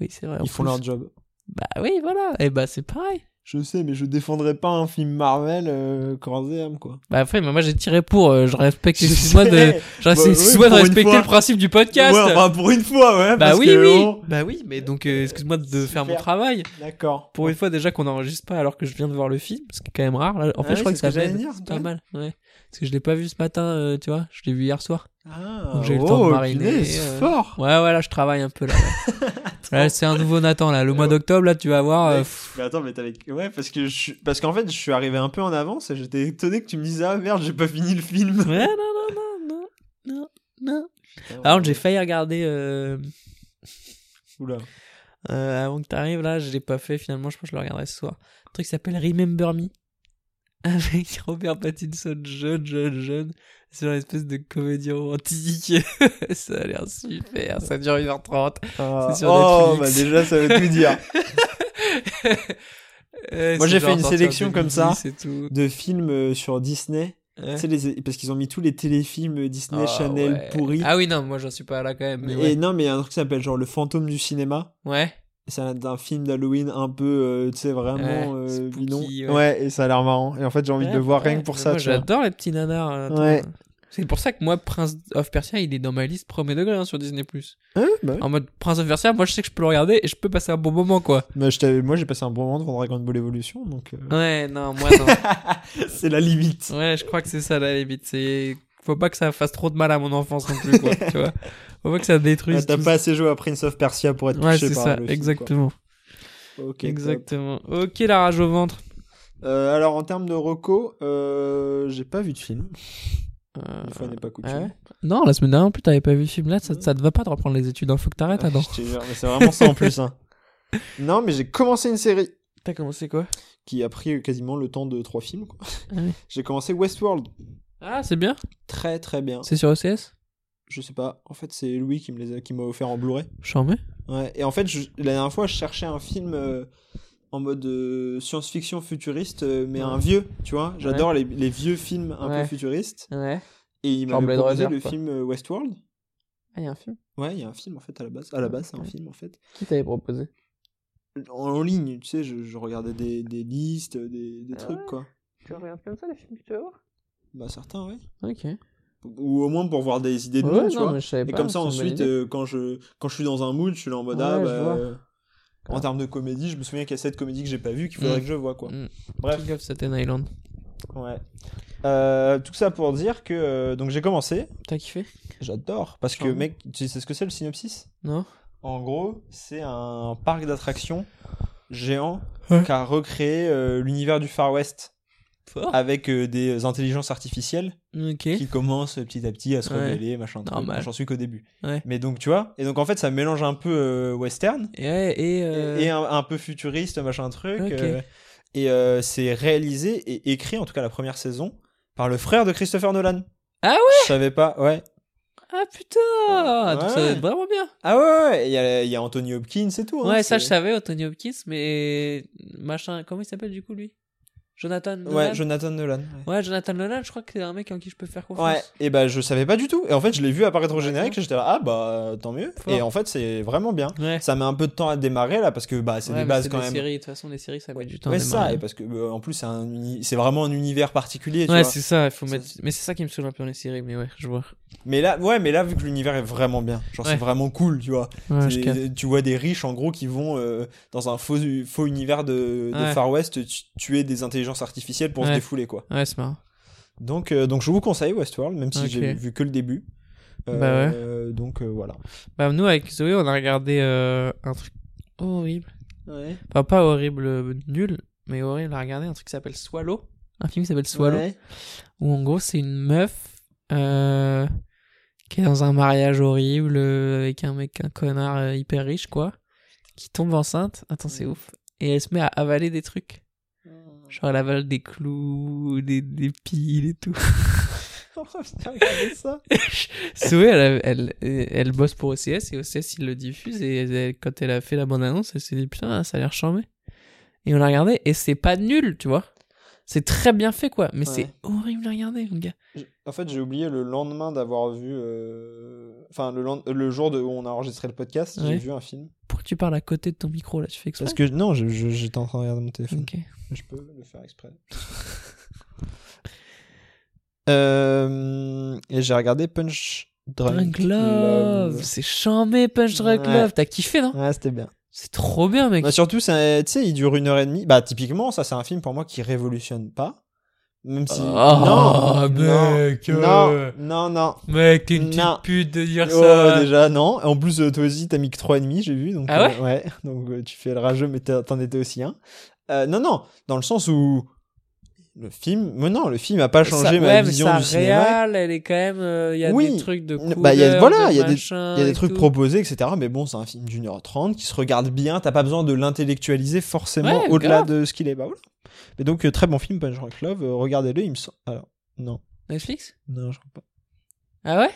Speaker 6: Oui, c'est vrai. en
Speaker 5: Ils font
Speaker 6: plus.
Speaker 5: leur job.
Speaker 6: Bah oui, voilà. Et bah c'est pareil.
Speaker 5: Je sais, mais je défendrai pas un film Marvel euh, corps et âme, quoi.
Speaker 6: Bah après, mais moi j'ai tiré pour. euh, je respecte.
Speaker 5: Je
Speaker 6: Excuse-moi de,
Speaker 5: sais.
Speaker 6: je respecte-
Speaker 5: oui,
Speaker 6: excuse-moi de
Speaker 5: pour une
Speaker 6: respecter
Speaker 5: fois.
Speaker 6: le principe du podcast.
Speaker 5: Ouais, enfin, pour une fois, ouais.
Speaker 6: bah
Speaker 5: parce
Speaker 6: oui,
Speaker 5: que, oh.
Speaker 6: oui.
Speaker 5: bon,
Speaker 6: Bah oui, mais donc euh, excuse-moi de faire mon
Speaker 5: super.
Speaker 6: travail.
Speaker 5: D'accord.
Speaker 6: Pour une fois déjà qu'on n'enregistre pas alors que je viens de voir le film, ce qui est quand même rare. Là. En fait,
Speaker 5: Ah
Speaker 6: je
Speaker 5: oui,
Speaker 6: crois
Speaker 5: c'est ce
Speaker 6: que ça
Speaker 5: que j'allais
Speaker 6: m'aide.
Speaker 5: dire,
Speaker 6: C'est
Speaker 5: toi.
Speaker 6: pas mal. Ouais. Parce que je l'ai pas vu ce matin, euh, tu vois. Je l'ai vu hier soir.
Speaker 5: Ah,
Speaker 6: Donc, j'ai eu le temps de
Speaker 5: oh,
Speaker 6: mariner,
Speaker 5: punaise,
Speaker 6: euh,
Speaker 5: fort.
Speaker 6: Ouais, ouais, là je travaille un peu là. ouais. Là, c'est un nouveau Nathan là. Le mois d'octobre là, tu vas voir. euh,
Speaker 5: Ouais, mais attends, mais t'avais. Ouais, parce que je suis- parce qu'en fait, je suis arrivé un peu en avance et j'étais étonné que tu me dises ah merde, j'ai pas fini le film.
Speaker 6: Ouais, non, non, non, non, non, non. Par contre, j'ai failli regarder euh,
Speaker 5: Oula.
Speaker 6: euh, avant que t'arrives là, je l'ai pas fait finalement, je pense que je le regarderai ce soir. Un truc qui s'appelle Remember Me avec Robert Pattinson, jeune, jeune, jeune. C'est une espèce de comédie romantique. ça a l'air super, ça dure 1h30.
Speaker 5: Ah,
Speaker 6: C'est sur
Speaker 5: oh,
Speaker 6: Netflix.
Speaker 5: bah déjà, ça veut tout dire. Moi, j'ai fait une sélection comme ça.
Speaker 6: C'est tout.
Speaker 5: De films euh, sur Disney.
Speaker 6: Ouais.
Speaker 5: Tu sais, les- parce qu'ils ont mis tous les téléfilms euh, Disney,
Speaker 6: Ah,
Speaker 5: Chanel,
Speaker 6: ouais.
Speaker 5: pourris.
Speaker 6: Ah oui, non, moi j'en suis pas là quand même. Mais
Speaker 5: et
Speaker 6: ouais.
Speaker 5: non, mais il y a un truc qui s'appelle genre Le fantôme du cinéma.
Speaker 6: ouais.
Speaker 5: C'est un, un film d'Halloween un peu, euh, tu sais, vraiment
Speaker 6: Ouais,
Speaker 5: euh,
Speaker 6: spooky,
Speaker 5: bidon.
Speaker 6: ouais.
Speaker 5: Ouais. et ça a l'air marrant. Et en fait, j'ai envie de le
Speaker 6: Ouais,
Speaker 5: voir
Speaker 6: ouais,
Speaker 5: rien que pour
Speaker 6: mais
Speaker 5: ça,
Speaker 6: Moi,
Speaker 5: tu vois.
Speaker 6: j'adore les petits nanars. euh, attends.
Speaker 5: Ouais.
Speaker 6: C'est pour ça que moi, Prince of Persia, il est dans ma liste premier degré hein, sur Disney+.
Speaker 5: Hein, bah ouais.
Speaker 6: En mode Prince of Persia, moi, je sais que je peux le regarder et je peux passer un bon moment, quoi.
Speaker 5: Bah, je t'avais- moi, j'ai passé un bon moment devant Dragon Ball Evolution, donc euh, Ah,
Speaker 6: Ouais, non, moi, non.
Speaker 5: c'est la limite.
Speaker 6: ouais, je crois que c'est ça, la limite. C'est... Faut pas que ça fasse trop de mal à mon enfance non plus, quoi. tu vois Faut pas que ça
Speaker 5: Ah,
Speaker 6: détruise
Speaker 5: T'as
Speaker 6: tout
Speaker 5: pas assez joué à Prince of Persia pour être
Speaker 6: ça. Ouais,
Speaker 5: touché
Speaker 6: c'est
Speaker 5: par
Speaker 6: ça,
Speaker 5: le film,
Speaker 6: exactement.
Speaker 5: quoi. Ok, top.
Speaker 6: exactement. Ok, la rage au ventre.
Speaker 5: Euh, alors en termes de reco, euh, j'ai pas vu de film.
Speaker 6: Euh,
Speaker 5: Une fois n'est pas coutume.
Speaker 6: ouais. Non, la semaine dernière, en plus, t'avais pas vu le film. Là, ça,
Speaker 5: Ouais.
Speaker 6: ça te va pas de reprendre les études. Hein. Faut que t'arrêtes, Adam.
Speaker 5: Je te jure, mais c'est vraiment ça en plus. hein. Non, mais j'ai commencé une série
Speaker 6: T'as commencé quoi Ah
Speaker 5: qui a pris quasiment le temps de trois films. quoi.
Speaker 6: Ouais.
Speaker 5: J'ai commencé Westworld,
Speaker 6: Ah, c'est bien.
Speaker 5: très très bien.
Speaker 6: C'est sur E OCS
Speaker 5: Je sais pas, en fait c'est Louis qui me les a, qui m'a offert en Blu-ray.
Speaker 6: J'en mets.
Speaker 5: Ouais, et en fait, je- la dernière fois, je cherchais un film euh, en mode euh, science-fiction futuriste, euh, mais
Speaker 6: Ouais.
Speaker 5: un vieux, tu vois. J'adore les, les vieux films un
Speaker 6: Ouais.
Speaker 5: peu futuristes.
Speaker 6: Ouais.
Speaker 5: Et il
Speaker 6: Genre
Speaker 5: m'avait
Speaker 6: Blade
Speaker 5: proposé
Speaker 6: Runner,
Speaker 5: le
Speaker 6: quoi.
Speaker 5: film euh, Westworld.
Speaker 6: Ah, y a un film. Ah,
Speaker 5: Ouais, il y a un film en fait à la base. À la base, c'est un
Speaker 6: Ouais.
Speaker 5: film en fait.
Speaker 6: Qui t'avait proposé
Speaker 5: En, en ligne, tu sais, je, je regardais des, des listes, des, des trucs, quoi.
Speaker 6: Ah Tu regardes comme ça les films que tu vas voir
Speaker 5: Bah, certains, ouais.
Speaker 6: Ok.
Speaker 5: Ou au moins pour voir des idées de
Speaker 6: Ouais,
Speaker 5: noms,
Speaker 6: non,
Speaker 5: tu vois.
Speaker 6: mais je savais
Speaker 5: Et
Speaker 6: pas,
Speaker 5: comme ça,
Speaker 6: c'est une bonne
Speaker 5: ensuite,
Speaker 6: idée.
Speaker 5: euh, quand, je, quand je suis dans un mood, je suis là en mode
Speaker 6: Ouais,
Speaker 5: ah,
Speaker 6: je
Speaker 5: bah,
Speaker 6: vois.
Speaker 5: euh, En termes de comédie, je me souviens qu'il y a cette comédie que j'ai pas vue qu'il faudrait
Speaker 6: Mm.
Speaker 5: que je vois quoi.
Speaker 6: Mm.
Speaker 5: Bref.
Speaker 6: King of Staten Island.
Speaker 5: Ouais. Euh, tout ça pour dire que euh, donc j'ai commencé.
Speaker 6: T'as kiffé
Speaker 5: J'adore parce que
Speaker 6: Ah bon
Speaker 5: mec, tu sais ce que c'est le synopsis
Speaker 6: Non
Speaker 5: En gros, c'est un parc d'attractions géant
Speaker 6: Ouais.
Speaker 5: qui a recréé euh, l'univers du Far West
Speaker 6: Fort.
Speaker 5: avec euh, des intelligences artificielles
Speaker 6: Ok.
Speaker 5: qui commencent euh, petit à petit à se
Speaker 6: Ouais.
Speaker 5: révéler, machin. truc.
Speaker 6: Normal.
Speaker 5: Moi, J'en suis qu'au début.
Speaker 6: Ouais.
Speaker 5: Mais donc tu vois, et donc en fait ça mélange un peu euh, western
Speaker 6: Et, ouais, et,
Speaker 5: et-
Speaker 6: euh,
Speaker 5: et un, un peu futuriste, machin truc.
Speaker 6: Ok.
Speaker 5: euh, et euh, c'est réalisé et écrit en tout cas la première saison par le frère de Christopher Nolan.
Speaker 6: Ah ouais
Speaker 5: Je savais pas, ouais.
Speaker 6: Ah putain Donc ça va
Speaker 5: Ouais.
Speaker 6: être vraiment bien.
Speaker 5: Ah ouais, ouais, ouais, il y, a- il y a Anthony Hopkins et tout. hein,
Speaker 6: ouais, ça
Speaker 5: c'est-
Speaker 6: je savais, Anthony Hopkins, mais machin, comment il s'appelle du coup lui Jonathan Nolan
Speaker 5: Ouais, Jonathan Nolan. ouais.
Speaker 6: Ouais, Jonathan Nolan, je crois que c'est un mec en qui je peux faire confiance.
Speaker 5: Ouais, et bah je savais pas du tout. Et en fait, je l'ai vu apparaître au générique,
Speaker 6: D'accord.
Speaker 5: j'étais là, ah bah tant mieux.
Speaker 6: Fort.
Speaker 5: Et en fait, c'est vraiment bien.
Speaker 6: Ouais.
Speaker 5: Ça met un peu de temps à démarrer là, parce que bah c'est
Speaker 6: Ouais,
Speaker 5: des
Speaker 6: mais
Speaker 5: bases quand même.
Speaker 6: Séries, de toute façon, les séries, ça met du temps. à
Speaker 5: ouais, ça,
Speaker 6: démarrer.
Speaker 5: et parce que euh, en plus, c'est un uni- c'est vraiment un univers particulier. tu
Speaker 6: Ouais,
Speaker 5: vois.
Speaker 6: c'est ça, il faut
Speaker 5: Ça,
Speaker 6: mettre.
Speaker 5: c'est-
Speaker 6: Mais c'est ça qui me saoule un peu dans les séries, mais ouais, je vois.
Speaker 5: Mais là, ouais, mais là, vu que l'univers est vraiment bien, genre
Speaker 6: Ouais.
Speaker 5: c'est vraiment cool, tu vois.
Speaker 6: Ouais, je
Speaker 5: C'est-
Speaker 6: capte.
Speaker 5: tu vois des riches en gros qui vont euh, dans un faux, faux univers de, de
Speaker 6: Ouais.
Speaker 5: Far West tu- tuer des intelligences artificielles pour se
Speaker 6: Ouais.
Speaker 5: défouler, quoi.
Speaker 6: Ouais, c'est marrant.
Speaker 5: Donc, euh, donc je vous conseille Westworld, même si
Speaker 6: Ok.
Speaker 5: j'ai vu que le début.
Speaker 6: Bah ouais.
Speaker 5: Euh, Donc euh, voilà.
Speaker 6: Bah, nous, avec Zoé, on a regardé euh, un truc horrible. Enfin, pas horrible, euh, nul, mais horrible à regarder, un truc qui s'appelle Swallow. Un film qui s'appelle Swallow. Où en gros, c'est une meuf euh, qui est dans un mariage horrible euh, avec un mec, un connard euh, hyper riche, quoi. Qui tombe enceinte. Attends, c'est ouf. Et elle se met à avaler des trucs. Genre, elle avale des clous, des, des piles et tout.
Speaker 5: Oh, regardez ça.
Speaker 6: Zoé, elle, elle, elle bosse pour OCS et OCS, ils le diffusent. Et elle- quand elle a fait la bande-annonce, elle s'est dit Putain, ça a l'air charmé. Et on l'a regardé et c'est pas nul, tu vois. C'est très bien fait, quoi. Mais
Speaker 5: Ouais.
Speaker 6: c'est horrible à regarder, mon gars.
Speaker 5: J- En fait, j'ai oublié le lendemain d'avoir vu. euh, Enfin, le, lend- le jour de... où on a enregistré le podcast,
Speaker 6: Ouais.
Speaker 5: j'ai vu un film.
Speaker 6: Pourquoi tu parles à côté de ton micro, là Tu fais exprès
Speaker 5: Parce que non, je- je- j'étais en train de regarder mon téléphone.
Speaker 6: Ok.
Speaker 5: Je peux le faire exprès. Euh, et j'ai regardé Punch Drunk,
Speaker 6: Drunk Love C'est chambé, Punch Drunk
Speaker 5: Ouais.
Speaker 6: Love T'as kiffé, non
Speaker 5: Ouais, Ah, c'était bien.
Speaker 6: C'est trop bien, mec
Speaker 5: Bah, surtout, c'est- tu sais, il dure une heure et demie. Bah, typiquement, ça, c'est un film pour moi qui révolutionne pas. Même si.
Speaker 6: Oh,
Speaker 5: non,
Speaker 6: mec, euh.
Speaker 5: non, non, non.
Speaker 6: Mec, t'es une
Speaker 5: Non.
Speaker 6: petite pute de dire
Speaker 5: Oh,
Speaker 6: ça
Speaker 5: déjà, non. En plus, euh, toi aussi, t'as mis que 3,5, j'ai vu. Donc,
Speaker 6: euh, Ah
Speaker 5: euh, Donc, euh, tu fais le rageux, mais t'as- t'en étais aussi un. Euh, non, non. Dans le sens où. Le film. Mais non, le film a pas changé
Speaker 6: Ça-
Speaker 5: ma
Speaker 6: ouais, mais
Speaker 5: vision
Speaker 6: sa
Speaker 5: du cinéma.
Speaker 6: réal, elle est quand même... euh, Il y a
Speaker 5: Oui.
Speaker 6: des trucs de couleur,
Speaker 5: Bah, il y a- voilà,
Speaker 6: de
Speaker 5: il y a des-
Speaker 6: machin
Speaker 5: Il y a
Speaker 6: et
Speaker 5: des trucs
Speaker 6: tout.
Speaker 5: proposés, etc. Mais bon, c'est un film d'une heure trente qui se regarde bien. T'as pas besoin de l'intellectualiser forcément
Speaker 6: Ouais,
Speaker 5: au-delà
Speaker 6: grave.
Speaker 5: de ce qu'il est. Bah voilà. Mais donc, euh, très bon film, Punch Drunk Love. Euh, Regardez-le, il me semble. Alors, non.
Speaker 6: Netflix
Speaker 5: Non, je crois pas.
Speaker 6: Ah ouais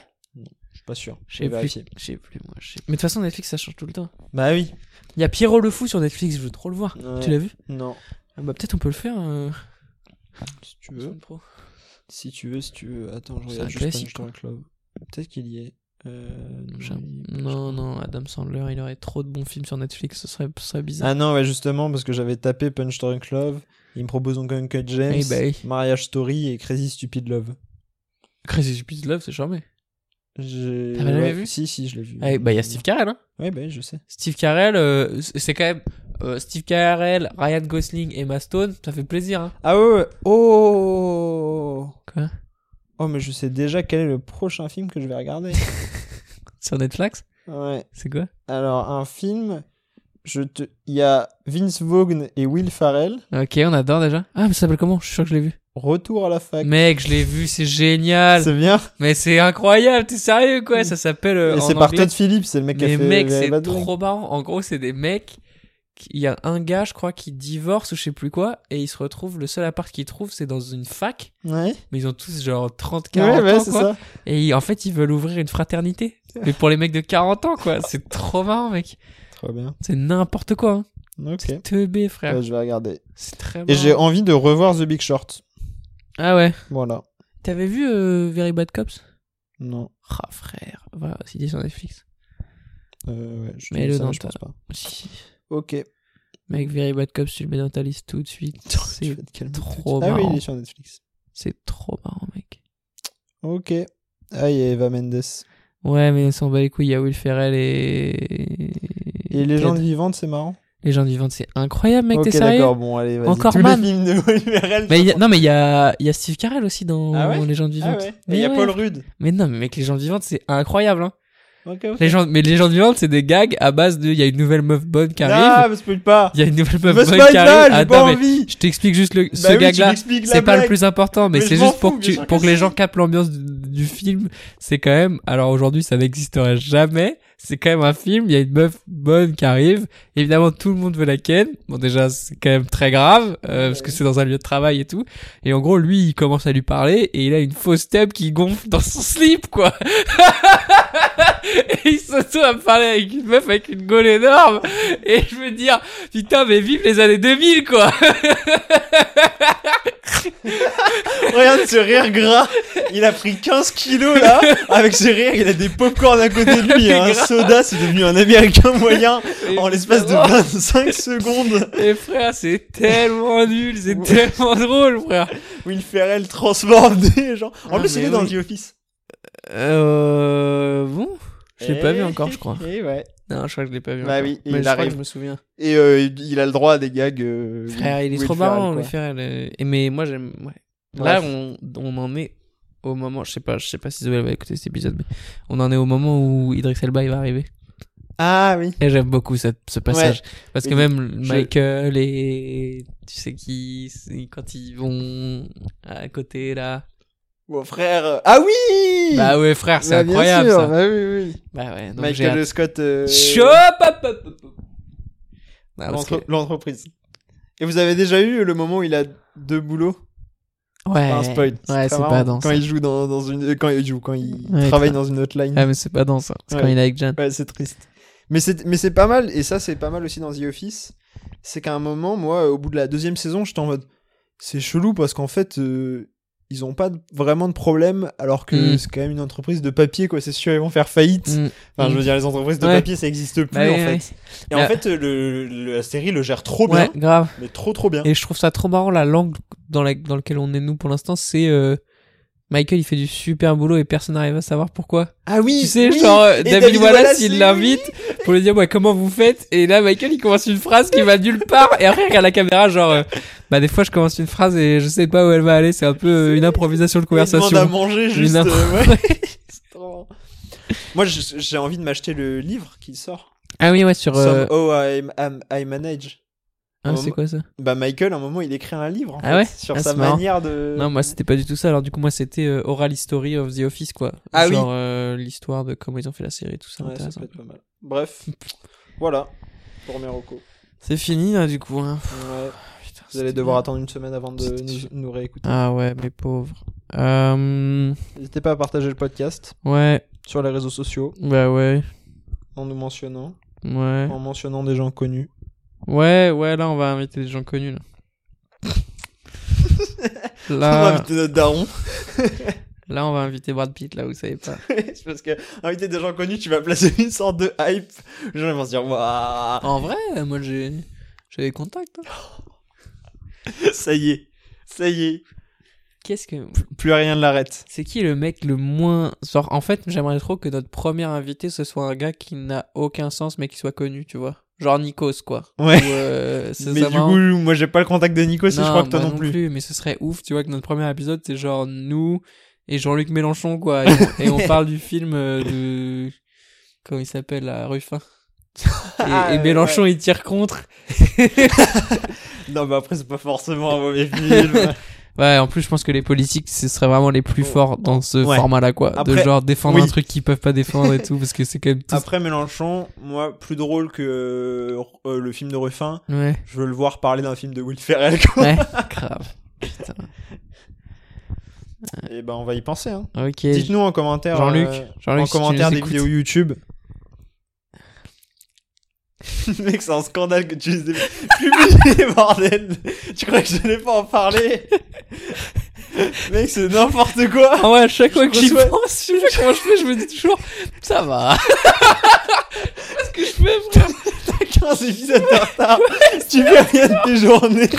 Speaker 5: Je suis pas sûr.
Speaker 6: Je
Speaker 5: J'ai
Speaker 6: sais plus.
Speaker 5: vérifié.
Speaker 6: Je sais plus, moi. je sais- Mais de toute façon, Netflix, ça change tout le temps.
Speaker 5: Bah oui.
Speaker 6: Il y a Pierrot le Fou sur Netflix, je veux trop le voir.
Speaker 5: Ouais.
Speaker 6: Tu l'as vu
Speaker 5: Non.
Speaker 6: Ah Bah, peut-être on peut le faire. euh,
Speaker 5: Si tu veux.
Speaker 6: semaine pro.
Speaker 5: Si tu veux, si tu veux. Attends, je
Speaker 6: C'est
Speaker 5: regarde
Speaker 6: un
Speaker 5: juste
Speaker 6: classique,
Speaker 5: Punch Drunk Love. Peut-être qu'il y est. Euh,
Speaker 6: J'ai-
Speaker 5: oui,
Speaker 6: Non,
Speaker 5: je-
Speaker 6: non, Adam Sandler, il aurait trop de bons films sur Netflix, ce serait, ce serait bizarre.
Speaker 5: Ah non, ouais, justement, parce que j'avais tapé Punch Drunk Love. Il me propose donc Uncut James,
Speaker 6: Eh ben.
Speaker 5: Marriage Story et Crazy Stupid Love.
Speaker 6: Ah, Crazy Stupid Love, c'est charmé.
Speaker 5: J'ai...
Speaker 6: T'avais jamais vu
Speaker 5: Si, si, je l'ai vu.
Speaker 6: Ah, et bah, il y a Steve Carell, hein.
Speaker 5: Ouais, bah, je sais.
Speaker 6: Steve Carell, euh, c- c'est quand même euh, Steve Carell, Ryan Gosling, Emma Stone, ça fait plaisir. Hein.
Speaker 5: Ah ouais, ouais. Oh
Speaker 6: Quoi
Speaker 5: Oh, mais je sais déjà quel est le prochain film que je vais regarder.
Speaker 6: Sur Netflix,
Speaker 5: ouais.
Speaker 6: c'est quoi
Speaker 5: Alors, un film... Je te... Il y a Vince Vaughn et Will Farrell.
Speaker 6: Ok, on adore déjà. Ah, mais ça s'appelle comment Je suis sûr que je l'ai vu.
Speaker 5: Retour à la fac.
Speaker 6: Mec, je l'ai vu, c'est génial.
Speaker 5: C'est bien.
Speaker 6: Mais c'est incroyable, t'es sérieux quoi Ça s'appelle. euh,
Speaker 5: Et
Speaker 6: en
Speaker 5: Mm. c'est par
Speaker 6: anglais-
Speaker 5: Todd Phillips, c'est le mec qui a
Speaker 6: Mais
Speaker 5: fait
Speaker 6: mec,
Speaker 5: Very
Speaker 6: c'est
Speaker 5: Bad Boy.
Speaker 6: trop marrant. En gros, c'est des mecs. qui- Il y a un gars, je crois, qui divorce ou je sais plus quoi, et il se retrouve. Le seul appart qu'il trouve, c'est dans une fac,
Speaker 5: Ouais,
Speaker 6: mais ils ont tous genre 30, 40
Speaker 5: ouais, ouais,
Speaker 6: ans,
Speaker 5: c'est
Speaker 6: quoi.
Speaker 5: ça.
Speaker 6: Et ils- en fait, ils veulent ouvrir une fraternité. Mais pour les mecs de 40 ans, quoi. C'est trop marrant, mec.
Speaker 5: Trop bien.
Speaker 6: C'est n'importe quoi. Hein.
Speaker 5: Ok.
Speaker 6: C'est teubé, frère.
Speaker 5: Ouais, je vais regarder.
Speaker 6: C'est très
Speaker 5: Et j'ai
Speaker 6: marrant.
Speaker 5: envie de revoir The Big Short.
Speaker 6: Ah ouais.
Speaker 5: Voilà.
Speaker 6: T'avais vu euh, Very Bad Cops
Speaker 5: Non.
Speaker 6: Ah, frère. Voilà, c'est dit sur Netflix.
Speaker 5: Euh, ouais, je te
Speaker 6: Mais
Speaker 5: dis
Speaker 6: le
Speaker 5: ça,
Speaker 6: dans
Speaker 5: je
Speaker 6: ta-
Speaker 5: pense pas.
Speaker 6: Si.
Speaker 5: Ok.
Speaker 6: Mec, Very Bad Cops, tu le mets dans ta liste tout de suite.
Speaker 5: Tu
Speaker 6: C'est
Speaker 5: vas te calmer tout
Speaker 6: trop
Speaker 5: de suite. Ah oui,
Speaker 6: marrant.
Speaker 5: il est sur Netflix.
Speaker 6: c'est trop marrant, mec.
Speaker 5: Ok. Ah, il y a Eva Mendes.
Speaker 6: Ouais, mais on s'en bat les couilles. Il y a Will Ferrell et.
Speaker 5: Et les gens
Speaker 6: Ted.
Speaker 5: vivantes, c'est marrant.
Speaker 6: Légendes vivantes, c'est incroyable, mec,
Speaker 5: ok,
Speaker 6: t'es sérieux
Speaker 5: d'accord, bon, allez, vas-y.
Speaker 6: Encore
Speaker 5: Tous
Speaker 6: Man.
Speaker 5: les films de URL.
Speaker 6: mais il y a- non mais il y a, il y a Steve Carell aussi dans
Speaker 5: Ah ouais
Speaker 6: Légendes
Speaker 5: Ah
Speaker 6: vivantes.
Speaker 5: ouais. Et
Speaker 6: Mais
Speaker 5: il y a
Speaker 6: ouais.
Speaker 5: Paul Rudd.
Speaker 6: Mais non mais mec Légendes vivantes c'est incroyable hein.
Speaker 5: Ok, ok.
Speaker 6: Légendes- mais Légendes vivantes c'est des gags à base de il y a une nouvelle meuf bonne qui
Speaker 5: Ah,
Speaker 6: arrive,
Speaker 5: me spoil pas.
Speaker 6: il y a une nouvelle meuf
Speaker 5: Me
Speaker 6: bonne
Speaker 5: spoil
Speaker 6: qui
Speaker 5: pas,
Speaker 6: arrive.
Speaker 5: j'ai
Speaker 6: Attends,
Speaker 5: pas
Speaker 6: mais
Speaker 5: envie.
Speaker 6: je t'explique juste le, ce
Speaker 5: Bah oui, tu
Speaker 6: gag là.
Speaker 5: m'expliques la
Speaker 6: C'est pas le
Speaker 5: blague.
Speaker 6: plus important, mais,
Speaker 5: Mais
Speaker 6: c'est
Speaker 5: je m'en
Speaker 6: juste pour
Speaker 5: fous,
Speaker 6: que, tu-
Speaker 5: mais
Speaker 6: pour que les
Speaker 5: chacun
Speaker 6: gens capent l'ambiance du, du film. C'est quand même, alors aujourd'hui ça n'existerait jamais, c'est quand même un film, il y a une meuf bonne qui arrive, évidemment tout le monde veut la ken, bon déjà c'est quand même très grave, euh, parce que c'est dans un lieu de travail et tout, et en gros lui il commence à lui parler, et il a une fausse tête qui gonfle dans son slip quoi Et il s'auto à parler avec une meuf avec une gaule énorme, et je veux dire, putain mais vive les années 2000 quoi
Speaker 5: Regarde ce rire gras. Il a pris 15 kilos là. Avec ce rire, il a des popcorn à côté de lui. hein. Un
Speaker 6: Gras.
Speaker 5: soda, c'est devenu un américain moyen en l'espace de
Speaker 6: Évidemment.
Speaker 5: 25 secondes.
Speaker 6: Et Eh, frère, c'est tellement nul, c'est tellement drôle, frère.
Speaker 5: Will Ferrell transforme des gens. En
Speaker 6: Ah,
Speaker 5: plus, il
Speaker 6: mais
Speaker 5: est dans
Speaker 6: oui.
Speaker 5: The Office.
Speaker 6: Euh, bon. Je l'ai pas
Speaker 5: Eh,
Speaker 6: vu encore, je crois.
Speaker 5: eh ouais.
Speaker 6: Non, je crois que je l'ai pas vu.
Speaker 5: Bah
Speaker 6: encore.
Speaker 5: oui,
Speaker 6: Mais
Speaker 5: il
Speaker 6: je crois que
Speaker 5: arrive.
Speaker 6: je me souviens.
Speaker 5: Et euh, il a le droit à des gags. euh,
Speaker 6: Frère, il est
Speaker 5: Will
Speaker 6: trop
Speaker 5: Ferrell,
Speaker 6: marrant,
Speaker 5: quoi.
Speaker 6: le Ferrell. euh, Et mais moi, j'aime. Ouais. Là, on, on en est au moment. Je sais pas, je sais pas si Zoé va écouter cet épisode, mais on en est au moment où Idris Elba il va arriver.
Speaker 5: Ah oui.
Speaker 6: Et j'aime beaucoup cette- ce passage. Parce que
Speaker 5: Et
Speaker 6: même
Speaker 5: je-
Speaker 6: Michael et. Tu sais qui. c'est- Quand ils vont à côté, là.
Speaker 5: Mon frère. euh, Ah oui
Speaker 6: Bah ouais, frère, c'est
Speaker 5: Bah, bien
Speaker 6: incroyable
Speaker 5: sûr,
Speaker 6: ça.
Speaker 5: Bah oui, oui.
Speaker 6: Bah ouais, donc j'ai hâte.
Speaker 5: Michael Scott. euh,
Speaker 6: Chop, hop, hop, hop, hop. Ah, parce que-
Speaker 5: l'entre- L'entreprise. Et vous avez déjà eu le moment où il a deux boulots
Speaker 6: Ouais,
Speaker 5: Pas un spoil.
Speaker 6: ouais,
Speaker 5: très
Speaker 6: c'est
Speaker 5: marrant.
Speaker 6: pas dans
Speaker 5: Quand
Speaker 6: ça.
Speaker 5: il joue dans, dans une. euh, Quand il joue, quand il
Speaker 6: Ouais,
Speaker 5: travaille
Speaker 6: tra-
Speaker 5: dans une autre line.
Speaker 6: Ah, mais c'est pas dans ça. C'est quand
Speaker 5: Ouais.
Speaker 6: il est avec Jeanne.
Speaker 5: Ouais, c'est triste. Mais c'est, mais c'est pas mal, et ça, c'est pas mal aussi dans The Office. C'est qu'à un moment, moi, au bout de la deuxième saison, j'étais en mode. C'est chelou parce qu'en fait, euh, ils ont pas de- vraiment de problème, alors que
Speaker 6: Mm.
Speaker 5: c'est quand même une entreprise de papier, quoi. C'est sûr, ils vont faire faillite.
Speaker 6: Mm.
Speaker 5: Enfin, je veux dire, les entreprises de
Speaker 6: Ouais.
Speaker 5: papier, ça existe plus,
Speaker 6: Bah
Speaker 5: en
Speaker 6: oui,
Speaker 5: fait.
Speaker 6: oui.
Speaker 5: Et
Speaker 6: Mais-
Speaker 5: en fait, euh, le, le- la série le gère trop bien,
Speaker 6: Ouais, grave.
Speaker 5: mais trop, trop bien.
Speaker 6: Et je trouve ça trop marrant, la langue dans, la... dans laquelle on est, nous, pour l'instant, c'est. euh, Michael, il fait du super boulot et personne n'arrive à savoir pourquoi.
Speaker 5: Ah oui,
Speaker 6: tu sais,
Speaker 5: oui.
Speaker 6: genre, euh,
Speaker 5: Et
Speaker 6: David, Wallace, il
Speaker 5: oui.
Speaker 6: l'invite pour lui dire, ouais, comment vous faites Et là, Michael, il commence une phrase qui va nulle part et après, il regarde la caméra, genre, euh, bah, des fois, je commence une phrase et je sais pas où elle va aller, c'est un peu euh, une improvisation de
Speaker 5: Il demande
Speaker 6: conversation.
Speaker 5: à manger juste.
Speaker 6: impro-
Speaker 5: euh, ouais. C'est trop marrant. Moi, je- j'ai envie de m'acheter le livre qui sort.
Speaker 6: Ah oui, ouais, sur. euh,
Speaker 5: Some How I, Am- I Manage.
Speaker 6: Ah, c'est quoi ça
Speaker 5: Bah, Michael, à un moment, il écrit un livre en
Speaker 6: Ah
Speaker 5: fait,
Speaker 6: ouais
Speaker 5: sur
Speaker 6: Ah,
Speaker 5: sa
Speaker 6: c'est marrant.
Speaker 5: manière de.
Speaker 6: Non, moi c'était pas du tout ça. Alors du coup, moi c'était euh, Oral History of the Office, quoi.
Speaker 5: Ah oui.
Speaker 6: Genre euh, l'histoire de comment ils ont fait la série, tout ça.
Speaker 5: Ouais, ça
Speaker 6: intéressant.
Speaker 5: peut être pas mal. Bref, voilà. Pour mes recos.
Speaker 6: C'est fini là, du coup. Hein.
Speaker 5: Ouais.
Speaker 6: Putain,
Speaker 5: Vous allez
Speaker 6: c'était
Speaker 5: devoir
Speaker 6: bien.
Speaker 5: attendre une semaine avant de
Speaker 6: C'était
Speaker 5: nous,
Speaker 6: sûr.
Speaker 5: nous réécouter.
Speaker 6: Ah ouais, mes pauvres. Euh,
Speaker 5: N'hésitez pas à partager le podcast
Speaker 6: ouais,
Speaker 5: sur les réseaux sociaux
Speaker 6: bah ouais,
Speaker 5: en nous mentionnant,
Speaker 6: ouais,
Speaker 5: en mentionnant des gens connus.
Speaker 6: ouais, ouais. Là, on va inviter des gens connus là.
Speaker 5: On va
Speaker 6: là,
Speaker 5: inviter notre daron.
Speaker 6: là, on va inviter Brad Pitt là, vous savez pas.
Speaker 5: C'est parce que inviter des gens connus, tu vas placer une sorte de hype. Les gens ils vont se dire waouh,
Speaker 6: En vrai, moi j'ai, j'ai des contacts. hein.
Speaker 5: ça y est, ça y est,
Speaker 6: Qu'est-ce que
Speaker 5: plus rien ne l'arrête.
Speaker 6: C'est qui le mec le moins. Genre, en fait, j'aimerais trop que notre premier invité, ce soit un gars qui n'a aucun sens, mais qui soit connu, tu vois. Genre Nikos, quoi.
Speaker 5: Ouais.
Speaker 6: Ou, euh, c'est
Speaker 5: Mais
Speaker 6: ça
Speaker 5: du
Speaker 6: marrant.
Speaker 5: coup, moi j'ai pas le contact de Nico, si je
Speaker 6: Non,
Speaker 5: crois que toi
Speaker 6: moi
Speaker 5: non plus.
Speaker 6: Mais ce serait ouf, tu vois, que notre premier épisode, c'est genre nous et Jean-Luc Mélenchon, quoi. Et on, et on parle du film euh, de. Comment il s'appelle, là, Ruffin. Et,
Speaker 5: Ah,
Speaker 6: et
Speaker 5: ouais.
Speaker 6: Mélenchon, il tire contre.
Speaker 5: Non, mais après c'est pas forcément un mauvais film.
Speaker 6: Ouais, en plus, je pense que les politiques, ce serait vraiment les plus forts dans ce
Speaker 5: Oh. Ouais.
Speaker 6: format-là, quoi. de
Speaker 5: Après-
Speaker 6: genre défendre
Speaker 5: oui.
Speaker 6: un truc qu'ils peuvent pas défendre et tout, parce que c'est quand même tout.
Speaker 5: après Mélenchon, moi plus drôle que euh, le film de Ruffin,
Speaker 6: Ouais.
Speaker 5: je veux le voir parler d'un film de Will Ferrell. quoi.
Speaker 6: Ouais, grave. Putain.
Speaker 5: Et ben on va y penser. Hein.
Speaker 6: Ok.
Speaker 5: Dites-nous en commentaire.
Speaker 6: Jean-Luc,
Speaker 5: euh,
Speaker 6: Jean-Luc,
Speaker 5: en
Speaker 6: si tu
Speaker 5: commentaire
Speaker 6: nous
Speaker 5: des
Speaker 6: écoutes.
Speaker 5: vidéos YouTube. Mec, c'est un scandale que tu les aies publiés, bordel! Tu crois que je n'allais pas en parler? Mec, c'est n'importe quoi!
Speaker 6: Ah ouais, à chaque fois que j'y
Speaker 5: reçois-
Speaker 6: pense, je sais pas comment je fais, je me dis toujours, ça va. Qu'est-ce que je fais, frère
Speaker 5: 15 épisodes de retard! tu fais rien de tes journées!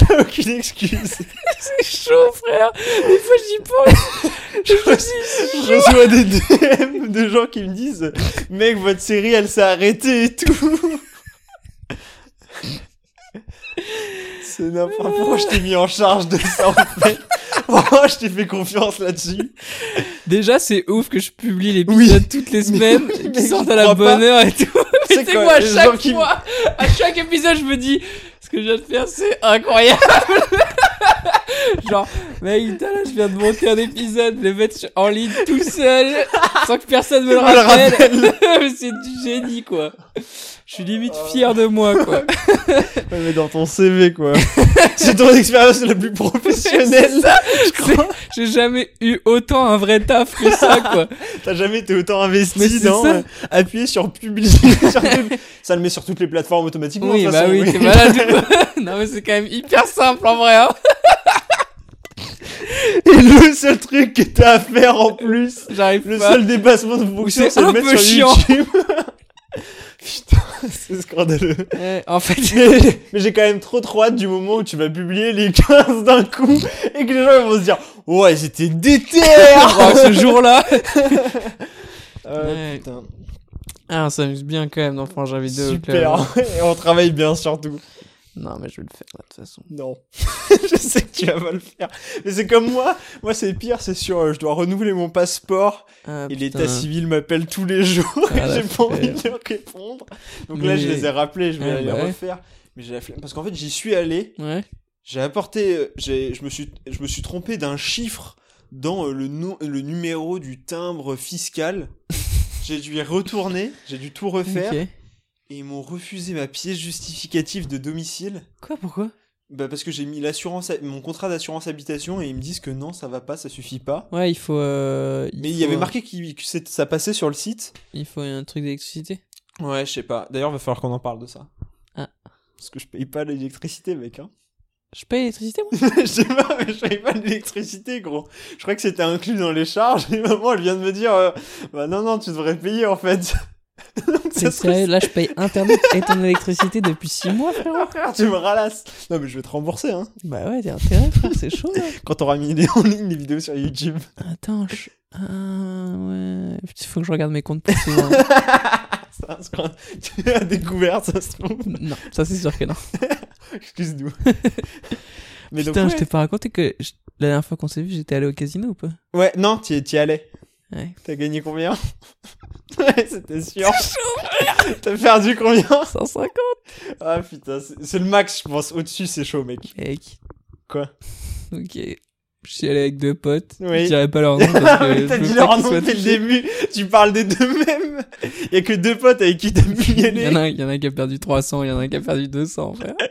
Speaker 5: T'as aucune excuse!
Speaker 6: C'est chaud, frère. Des fois, j'y pense. Je me dis,
Speaker 5: Je reçois des DM de gens qui me disent Mec, votre série elle s'est arrêtée et tout. C'est n'importe
Speaker 8: Pourquoi je t'ai mis en charge de ça en fait Pourquoi je t'ai fait confiance là-dessus
Speaker 6: Déjà, c'est ouf que je publie l'épisode toutes les semaines,
Speaker 5: oui, mais
Speaker 6: qui sortent
Speaker 5: je
Speaker 6: à la
Speaker 5: crois
Speaker 6: bonne
Speaker 5: pas.
Speaker 6: heure et tout. Mais
Speaker 5: C'est
Speaker 6: c'est
Speaker 5: quoi,
Speaker 6: quoi, à
Speaker 5: les gens
Speaker 6: chaque
Speaker 5: qui-
Speaker 6: fois, à chaque épisode, je me dis, ce que je viens de faire, c'est incroyable. Genre, mec, putain, là, je viens de monter un épisode, le mettre sur- en ligne tout seul, sans que personne me le rappelle. Mais c'est du génie, quoi. Je suis limite fier de moi, quoi.
Speaker 5: Ouais, mais dans ton CV, quoi. c'est ton expérience la plus
Speaker 6: C'est
Speaker 5: professionnelle.
Speaker 6: ça, c'est- J'ai jamais eu autant un vrai taf que ça, quoi.
Speaker 5: T'as jamais été autant
Speaker 6: Mais
Speaker 5: investi
Speaker 6: c'est
Speaker 5: dans
Speaker 6: ça.
Speaker 5: euh, appuyer sur publier. sur pub- ça le met sur toutes les plateformes automatiquement.
Speaker 6: Oui,
Speaker 5: de toute
Speaker 6: bah
Speaker 5: façon,
Speaker 6: oui, t'es malade du coup. non, mais c'est quand même hyper simple en vrai. Hein.
Speaker 5: Et le seul truc que t'as à faire en plus,
Speaker 6: J'arrive
Speaker 5: le
Speaker 6: pas.
Speaker 5: seul dépassement de fonction,
Speaker 6: c'est
Speaker 5: c'est de le
Speaker 6: un
Speaker 5: mettre
Speaker 6: peu
Speaker 5: sur
Speaker 6: chiant.
Speaker 5: YouTube. Putain, c'est scandaleux.
Speaker 6: Eh, en fait,
Speaker 5: Mais mais j'ai quand même trop trop hâte du moment où tu vas publier les 15 d'un coup et que les gens ils vont se dire Ouais, j'étais déter
Speaker 6: oh, ce jour-là.
Speaker 5: Euh,
Speaker 6: Ouais.
Speaker 5: putain,
Speaker 6: Ah, on s'amuse bien quand même dans Frangin Vidéo.
Speaker 5: Super,
Speaker 6: clairement.
Speaker 5: et on travaille bien surtout.
Speaker 6: Non, mais je vais le faire là, de toute façon.
Speaker 5: Non, je sais que tu vas pas le faire. Mais c'est comme moi, moi c'est pire, c'est sûr, euh, je dois renouveler mon passeport
Speaker 6: Ah,
Speaker 5: et
Speaker 6: putain.
Speaker 5: l'état civil m'appelle tous les jours
Speaker 6: Ah,
Speaker 5: et j'ai
Speaker 6: la
Speaker 5: pas envie
Speaker 6: flemme.
Speaker 5: de leur répondre. Donc là
Speaker 6: Mais-
Speaker 5: je les ai rappelés, je vais
Speaker 6: Ah,
Speaker 5: les
Speaker 6: bah ouais.
Speaker 5: refaire. Mais j'ai la flemme parce qu'en fait j'y suis allé.
Speaker 6: Ouais.
Speaker 5: J'ai apporté, euh, j'ai, je me suis, je me suis trompé d'un chiffre dans euh, le nom, le numéro du timbre fiscal. j'ai dû y retourner, j'ai dû tout refaire
Speaker 6: Ok.
Speaker 5: et ils m'ont refusé ma pièce justificative de domicile.
Speaker 6: Quoi, pourquoi
Speaker 5: Bah parce que j'ai mis l'assurance, mon contrat d'assurance habitation et ils me disent que non, ça va pas, ça suffit pas.
Speaker 6: Ouais, il faut. euh,
Speaker 5: Mais il
Speaker 6: faut,
Speaker 5: y avait
Speaker 6: euh,
Speaker 5: marqué qu'il- que c'est- ça passait sur le site.
Speaker 6: Il faut un truc d'électricité.
Speaker 5: Ouais, je sais pas. D'ailleurs, va falloir qu'on en parle de ça.
Speaker 6: Ah.
Speaker 5: Parce que je paye pas l'électricité, mec. Hein.
Speaker 6: Je paye l'électricité, moi
Speaker 5: je sais pas, mais je paye pas l'électricité, gros. Je crois que c'était inclus dans les charges. Et maman, elle vient de me dire, euh, bah non, non, tu devrais payer en fait. Donc,
Speaker 6: C'est
Speaker 5: ça se trouve,
Speaker 6: sérieux, là, je paye Internet et ton électricité depuis 6 mois, frérot.
Speaker 5: frère, tu me ralasses. Non, mais je vais te rembourser, hein.
Speaker 6: Bah ouais, t'es intérêt, frère, c'est chaud, là.
Speaker 5: Quand t'auras mis les- en ligne les vidéos sur YouTube.
Speaker 6: Attends, je. Ah, ouais. Il faut que je regarde mes comptes hein. plus souvent.
Speaker 5: Ça, c'est quand- tu as découvert, ça se trouve.
Speaker 6: non, ça, c'est sûr que non.
Speaker 5: Excuse-nous. mais
Speaker 6: Putain,
Speaker 5: donc,
Speaker 6: je
Speaker 5: ouais.
Speaker 6: t'ai pas raconté que je- la dernière fois qu'on s'est vu, j'étais allé au casino ou pas
Speaker 5: ouais, non, t'y t'y allais.
Speaker 6: Ouais.
Speaker 5: T'as gagné combien Ouais, c'était sûr. T'as perdu combien
Speaker 6: 150
Speaker 5: Ah putain, c'est c'est le max, je pense. Au-dessus, c'est chaud, mec.
Speaker 6: Mec.
Speaker 5: Quoi
Speaker 6: Ok. Je suis allé avec deux potes.
Speaker 5: Oui.
Speaker 6: Je dirais pas leur nom Oh, parce
Speaker 5: Ah,
Speaker 6: que.
Speaker 5: mais T'as
Speaker 6: je veux
Speaker 5: dit
Speaker 6: pas
Speaker 5: leur
Speaker 6: qu'ils
Speaker 5: nom
Speaker 6: soient
Speaker 5: depuis le
Speaker 6: touchés.
Speaker 5: début, tu parles des deux mêmes. Il y a que deux potes avec qui t'as pu y
Speaker 6: Il y, en
Speaker 5: aller.
Speaker 6: a, un- il y en a un qui a perdu 300, il y en a un qui a perdu 200, frère.
Speaker 5: Ah,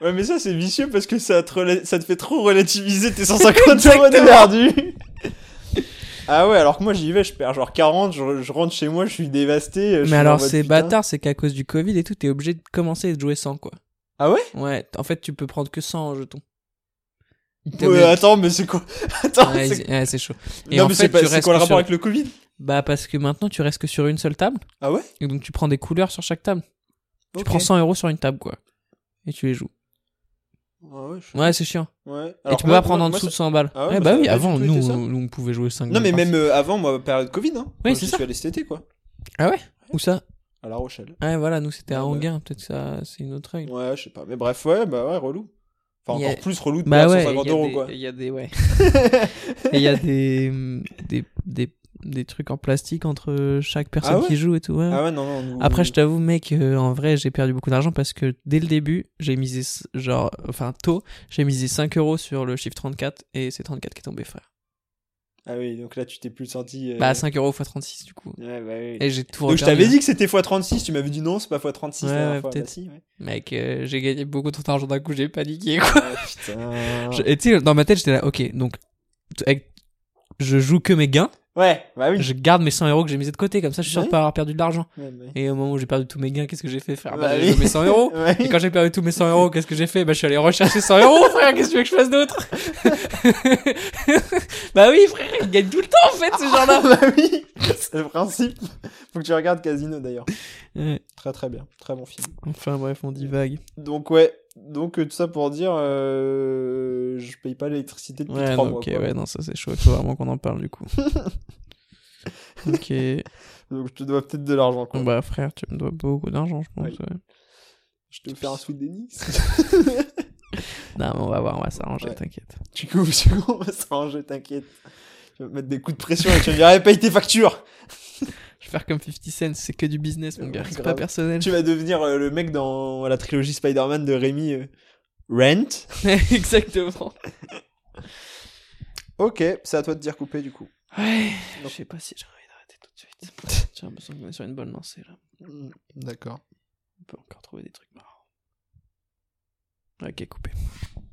Speaker 5: Ouais, mais ça c'est vicieux parce que ça te, rela- ça te fait trop relativiser tes 150 euros de
Speaker 6: Exactement.
Speaker 5: perdu. Ah ouais, alors que moi j'y vais, je perds genre 40, je, je rentre chez moi, je suis dévasté. je suis
Speaker 6: Mais
Speaker 5: en
Speaker 6: alors,
Speaker 5: mode,
Speaker 6: c'est
Speaker 5: putain.
Speaker 6: bâtard, c'est qu'à cause du Covid et tout, t'es obligé de commencer et de jouer 100, quoi.
Speaker 5: Ah ouais
Speaker 6: Ouais, t- en fait, tu peux prendre que 100 en jetons. T'es
Speaker 5: Ouais,
Speaker 6: obligé-
Speaker 5: attends, mais c'est quoi Attends,
Speaker 6: Ouais,
Speaker 5: c'est...
Speaker 6: c'est ouais, c'est chaud. Et
Speaker 5: non,
Speaker 6: en
Speaker 5: mais
Speaker 6: fait,
Speaker 5: c'est, pas-
Speaker 6: tu
Speaker 5: c'est
Speaker 6: restes
Speaker 5: quoi le
Speaker 6: sur-
Speaker 5: rapport avec le Covid
Speaker 6: Bah, parce que maintenant, tu restes que sur une seule table.
Speaker 5: Ah ouais
Speaker 6: Et donc, tu prends des couleurs sur chaque table. Tu
Speaker 5: Ok.
Speaker 6: prends 100 euros sur une table, quoi. Et tu les joues.
Speaker 5: Ah ouais, je-
Speaker 6: Ouais, c'est chiant.
Speaker 5: ouais.
Speaker 6: Et
Speaker 5: Alors que
Speaker 6: tu peux
Speaker 5: moi-
Speaker 6: pas prendre
Speaker 5: moi-
Speaker 6: en
Speaker 5: moi,
Speaker 6: dessous de
Speaker 5: ça-
Speaker 6: 100 balles.
Speaker 5: Ah ouais,
Speaker 6: ouais,
Speaker 5: bah,
Speaker 6: bah
Speaker 5: ça
Speaker 6: oui,
Speaker 5: a pas du
Speaker 6: avant,
Speaker 5: tout été
Speaker 6: nous,
Speaker 5: ça.
Speaker 6: nous, on pouvait jouer 5
Speaker 5: Non, mais même euh, avant, moi, période Covid, hein.
Speaker 6: Oui,
Speaker 5: Quand
Speaker 6: c'est
Speaker 5: j'y
Speaker 6: ça.
Speaker 5: suis allé cet été, quoi.
Speaker 6: Ah ouais Où ça
Speaker 5: À
Speaker 6: Ah
Speaker 5: La Rochelle.
Speaker 6: Ouais, voilà, nous, c'était à
Speaker 5: Ouais, ouais.
Speaker 6: Anguin. Peut-être que ça, c'est une autre règle.
Speaker 5: Ouais, je sais pas. Mais bref, ouais, bah ouais, relou. Enfin,
Speaker 6: Il y a-
Speaker 5: encore plus relou de
Speaker 6: Bah
Speaker 5: perdre
Speaker 6: ouais,
Speaker 5: 150
Speaker 6: il y a
Speaker 5: euros,
Speaker 6: des-
Speaker 5: quoi.
Speaker 6: il y a des... Ouais. Et il y a des, hum, des, des, des trucs en plastique entre chaque personne
Speaker 5: ouais
Speaker 6: qui joue et tout. ouais.
Speaker 5: Ah ouais, non, non. nous-
Speaker 6: Après, je t'avoue, mec, euh, en vrai, j'ai perdu beaucoup d'argent parce que dès le début, j'ai misé, s- genre, enfin, tôt, j'ai misé 5 euros sur le chiffre 34 et c'est 34 qui est tombé, frère.
Speaker 5: Ah oui, donc là, tu t'es plus senti. euh,
Speaker 6: Bah, 5 euros x 36, du coup.
Speaker 5: Ouais, bah oui.
Speaker 6: Et j'ai tout
Speaker 5: Donc, je
Speaker 6: reperdu,
Speaker 5: t'avais
Speaker 6: hein.
Speaker 5: dit que c'était x36, tu m'avais dit non, c'est pas x36
Speaker 6: Ouais,
Speaker 5: la dernière
Speaker 6: ouais,
Speaker 5: fois. Bah
Speaker 6: peut-être.
Speaker 5: si, ouais.
Speaker 6: Mec, euh, j'ai gagné beaucoup trop d'argent d'un coup, j'ai paniqué, quoi.
Speaker 5: Ah, putain.
Speaker 6: Je- et tu sais, dans ma tête, j'étais là, ok, donc, t- avec- je joue que mes gains,
Speaker 5: Ouais, bah oui.
Speaker 6: je garde mes 100 euros que j'ai misé de côté, comme ça, je suis sûr de
Speaker 5: Ouais.
Speaker 6: pas avoir perdu de l'argent.
Speaker 5: Ouais, bah-
Speaker 6: Et au moment où j'ai perdu tous mes gains, qu'est-ce que j'ai fait, frère
Speaker 5: Bah
Speaker 6: Bah, j'ai
Speaker 5: oui.
Speaker 6: joué mes 100 euros.
Speaker 5: Ouais.
Speaker 6: Et quand j'ai perdu tous mes 100 euros, qu'est-ce que j'ai fait Bah, je suis allé rechercher 100 euros, frère, qu'est-ce que tu veux que je fasse d'autre Bah oui, frère, ils gagnent tout le temps, en fait, ces gens-là
Speaker 5: bah oui, c'est le principe. Faut que tu regardes Casino d'ailleurs.
Speaker 6: Ouais.
Speaker 5: Très très bien, très bon film.
Speaker 6: Enfin, bref, on divague.
Speaker 5: Donc ouais, donc euh, tout ça pour dire, euh, je paye pas l'électricité depuis
Speaker 6: Ouais,
Speaker 5: trois
Speaker 6: non,
Speaker 5: mois.
Speaker 6: ok,
Speaker 5: quoi.
Speaker 6: ouais, non, ça c'est chaud, il faut vraiment qu'on en parle, du coup. ok.
Speaker 5: Donc je te dois peut-être de l'argent. Quoi.
Speaker 6: Bah, frère, tu me dois beaucoup d'argent, je pense.
Speaker 5: Oui.
Speaker 6: ouais.
Speaker 5: Je te fais un sweet Denis.
Speaker 6: Non, mais on va voir, on va s'arranger,
Speaker 5: Ouais.
Speaker 6: t'inquiète.
Speaker 5: Du coup, monsieur, on va s'arranger, t'inquiète. Tu vas me mettre des coups de pression et tu vas me dire, allez, paye tes factures
Speaker 6: Je vais faire comme 50 Cent, c'est que du business, mon
Speaker 5: Euh, Ouais,
Speaker 6: gars, c'est
Speaker 5: grave.
Speaker 6: pas personnel.
Speaker 5: Tu vas devenir euh, le mec dans la trilogie Spider-Man de Rémi euh, Rent.
Speaker 6: Exactement.
Speaker 5: Ok, c'est à toi de dire couper du coup.
Speaker 6: Ouais, je
Speaker 5: Donc-
Speaker 6: sais pas si j'ai envie d'arrêter tout de suite. J'ai l'impression qu'on est sur une bonne lancée, là.
Speaker 5: D'accord.
Speaker 6: On peut encore trouver des trucs marrants. Ok, coupé.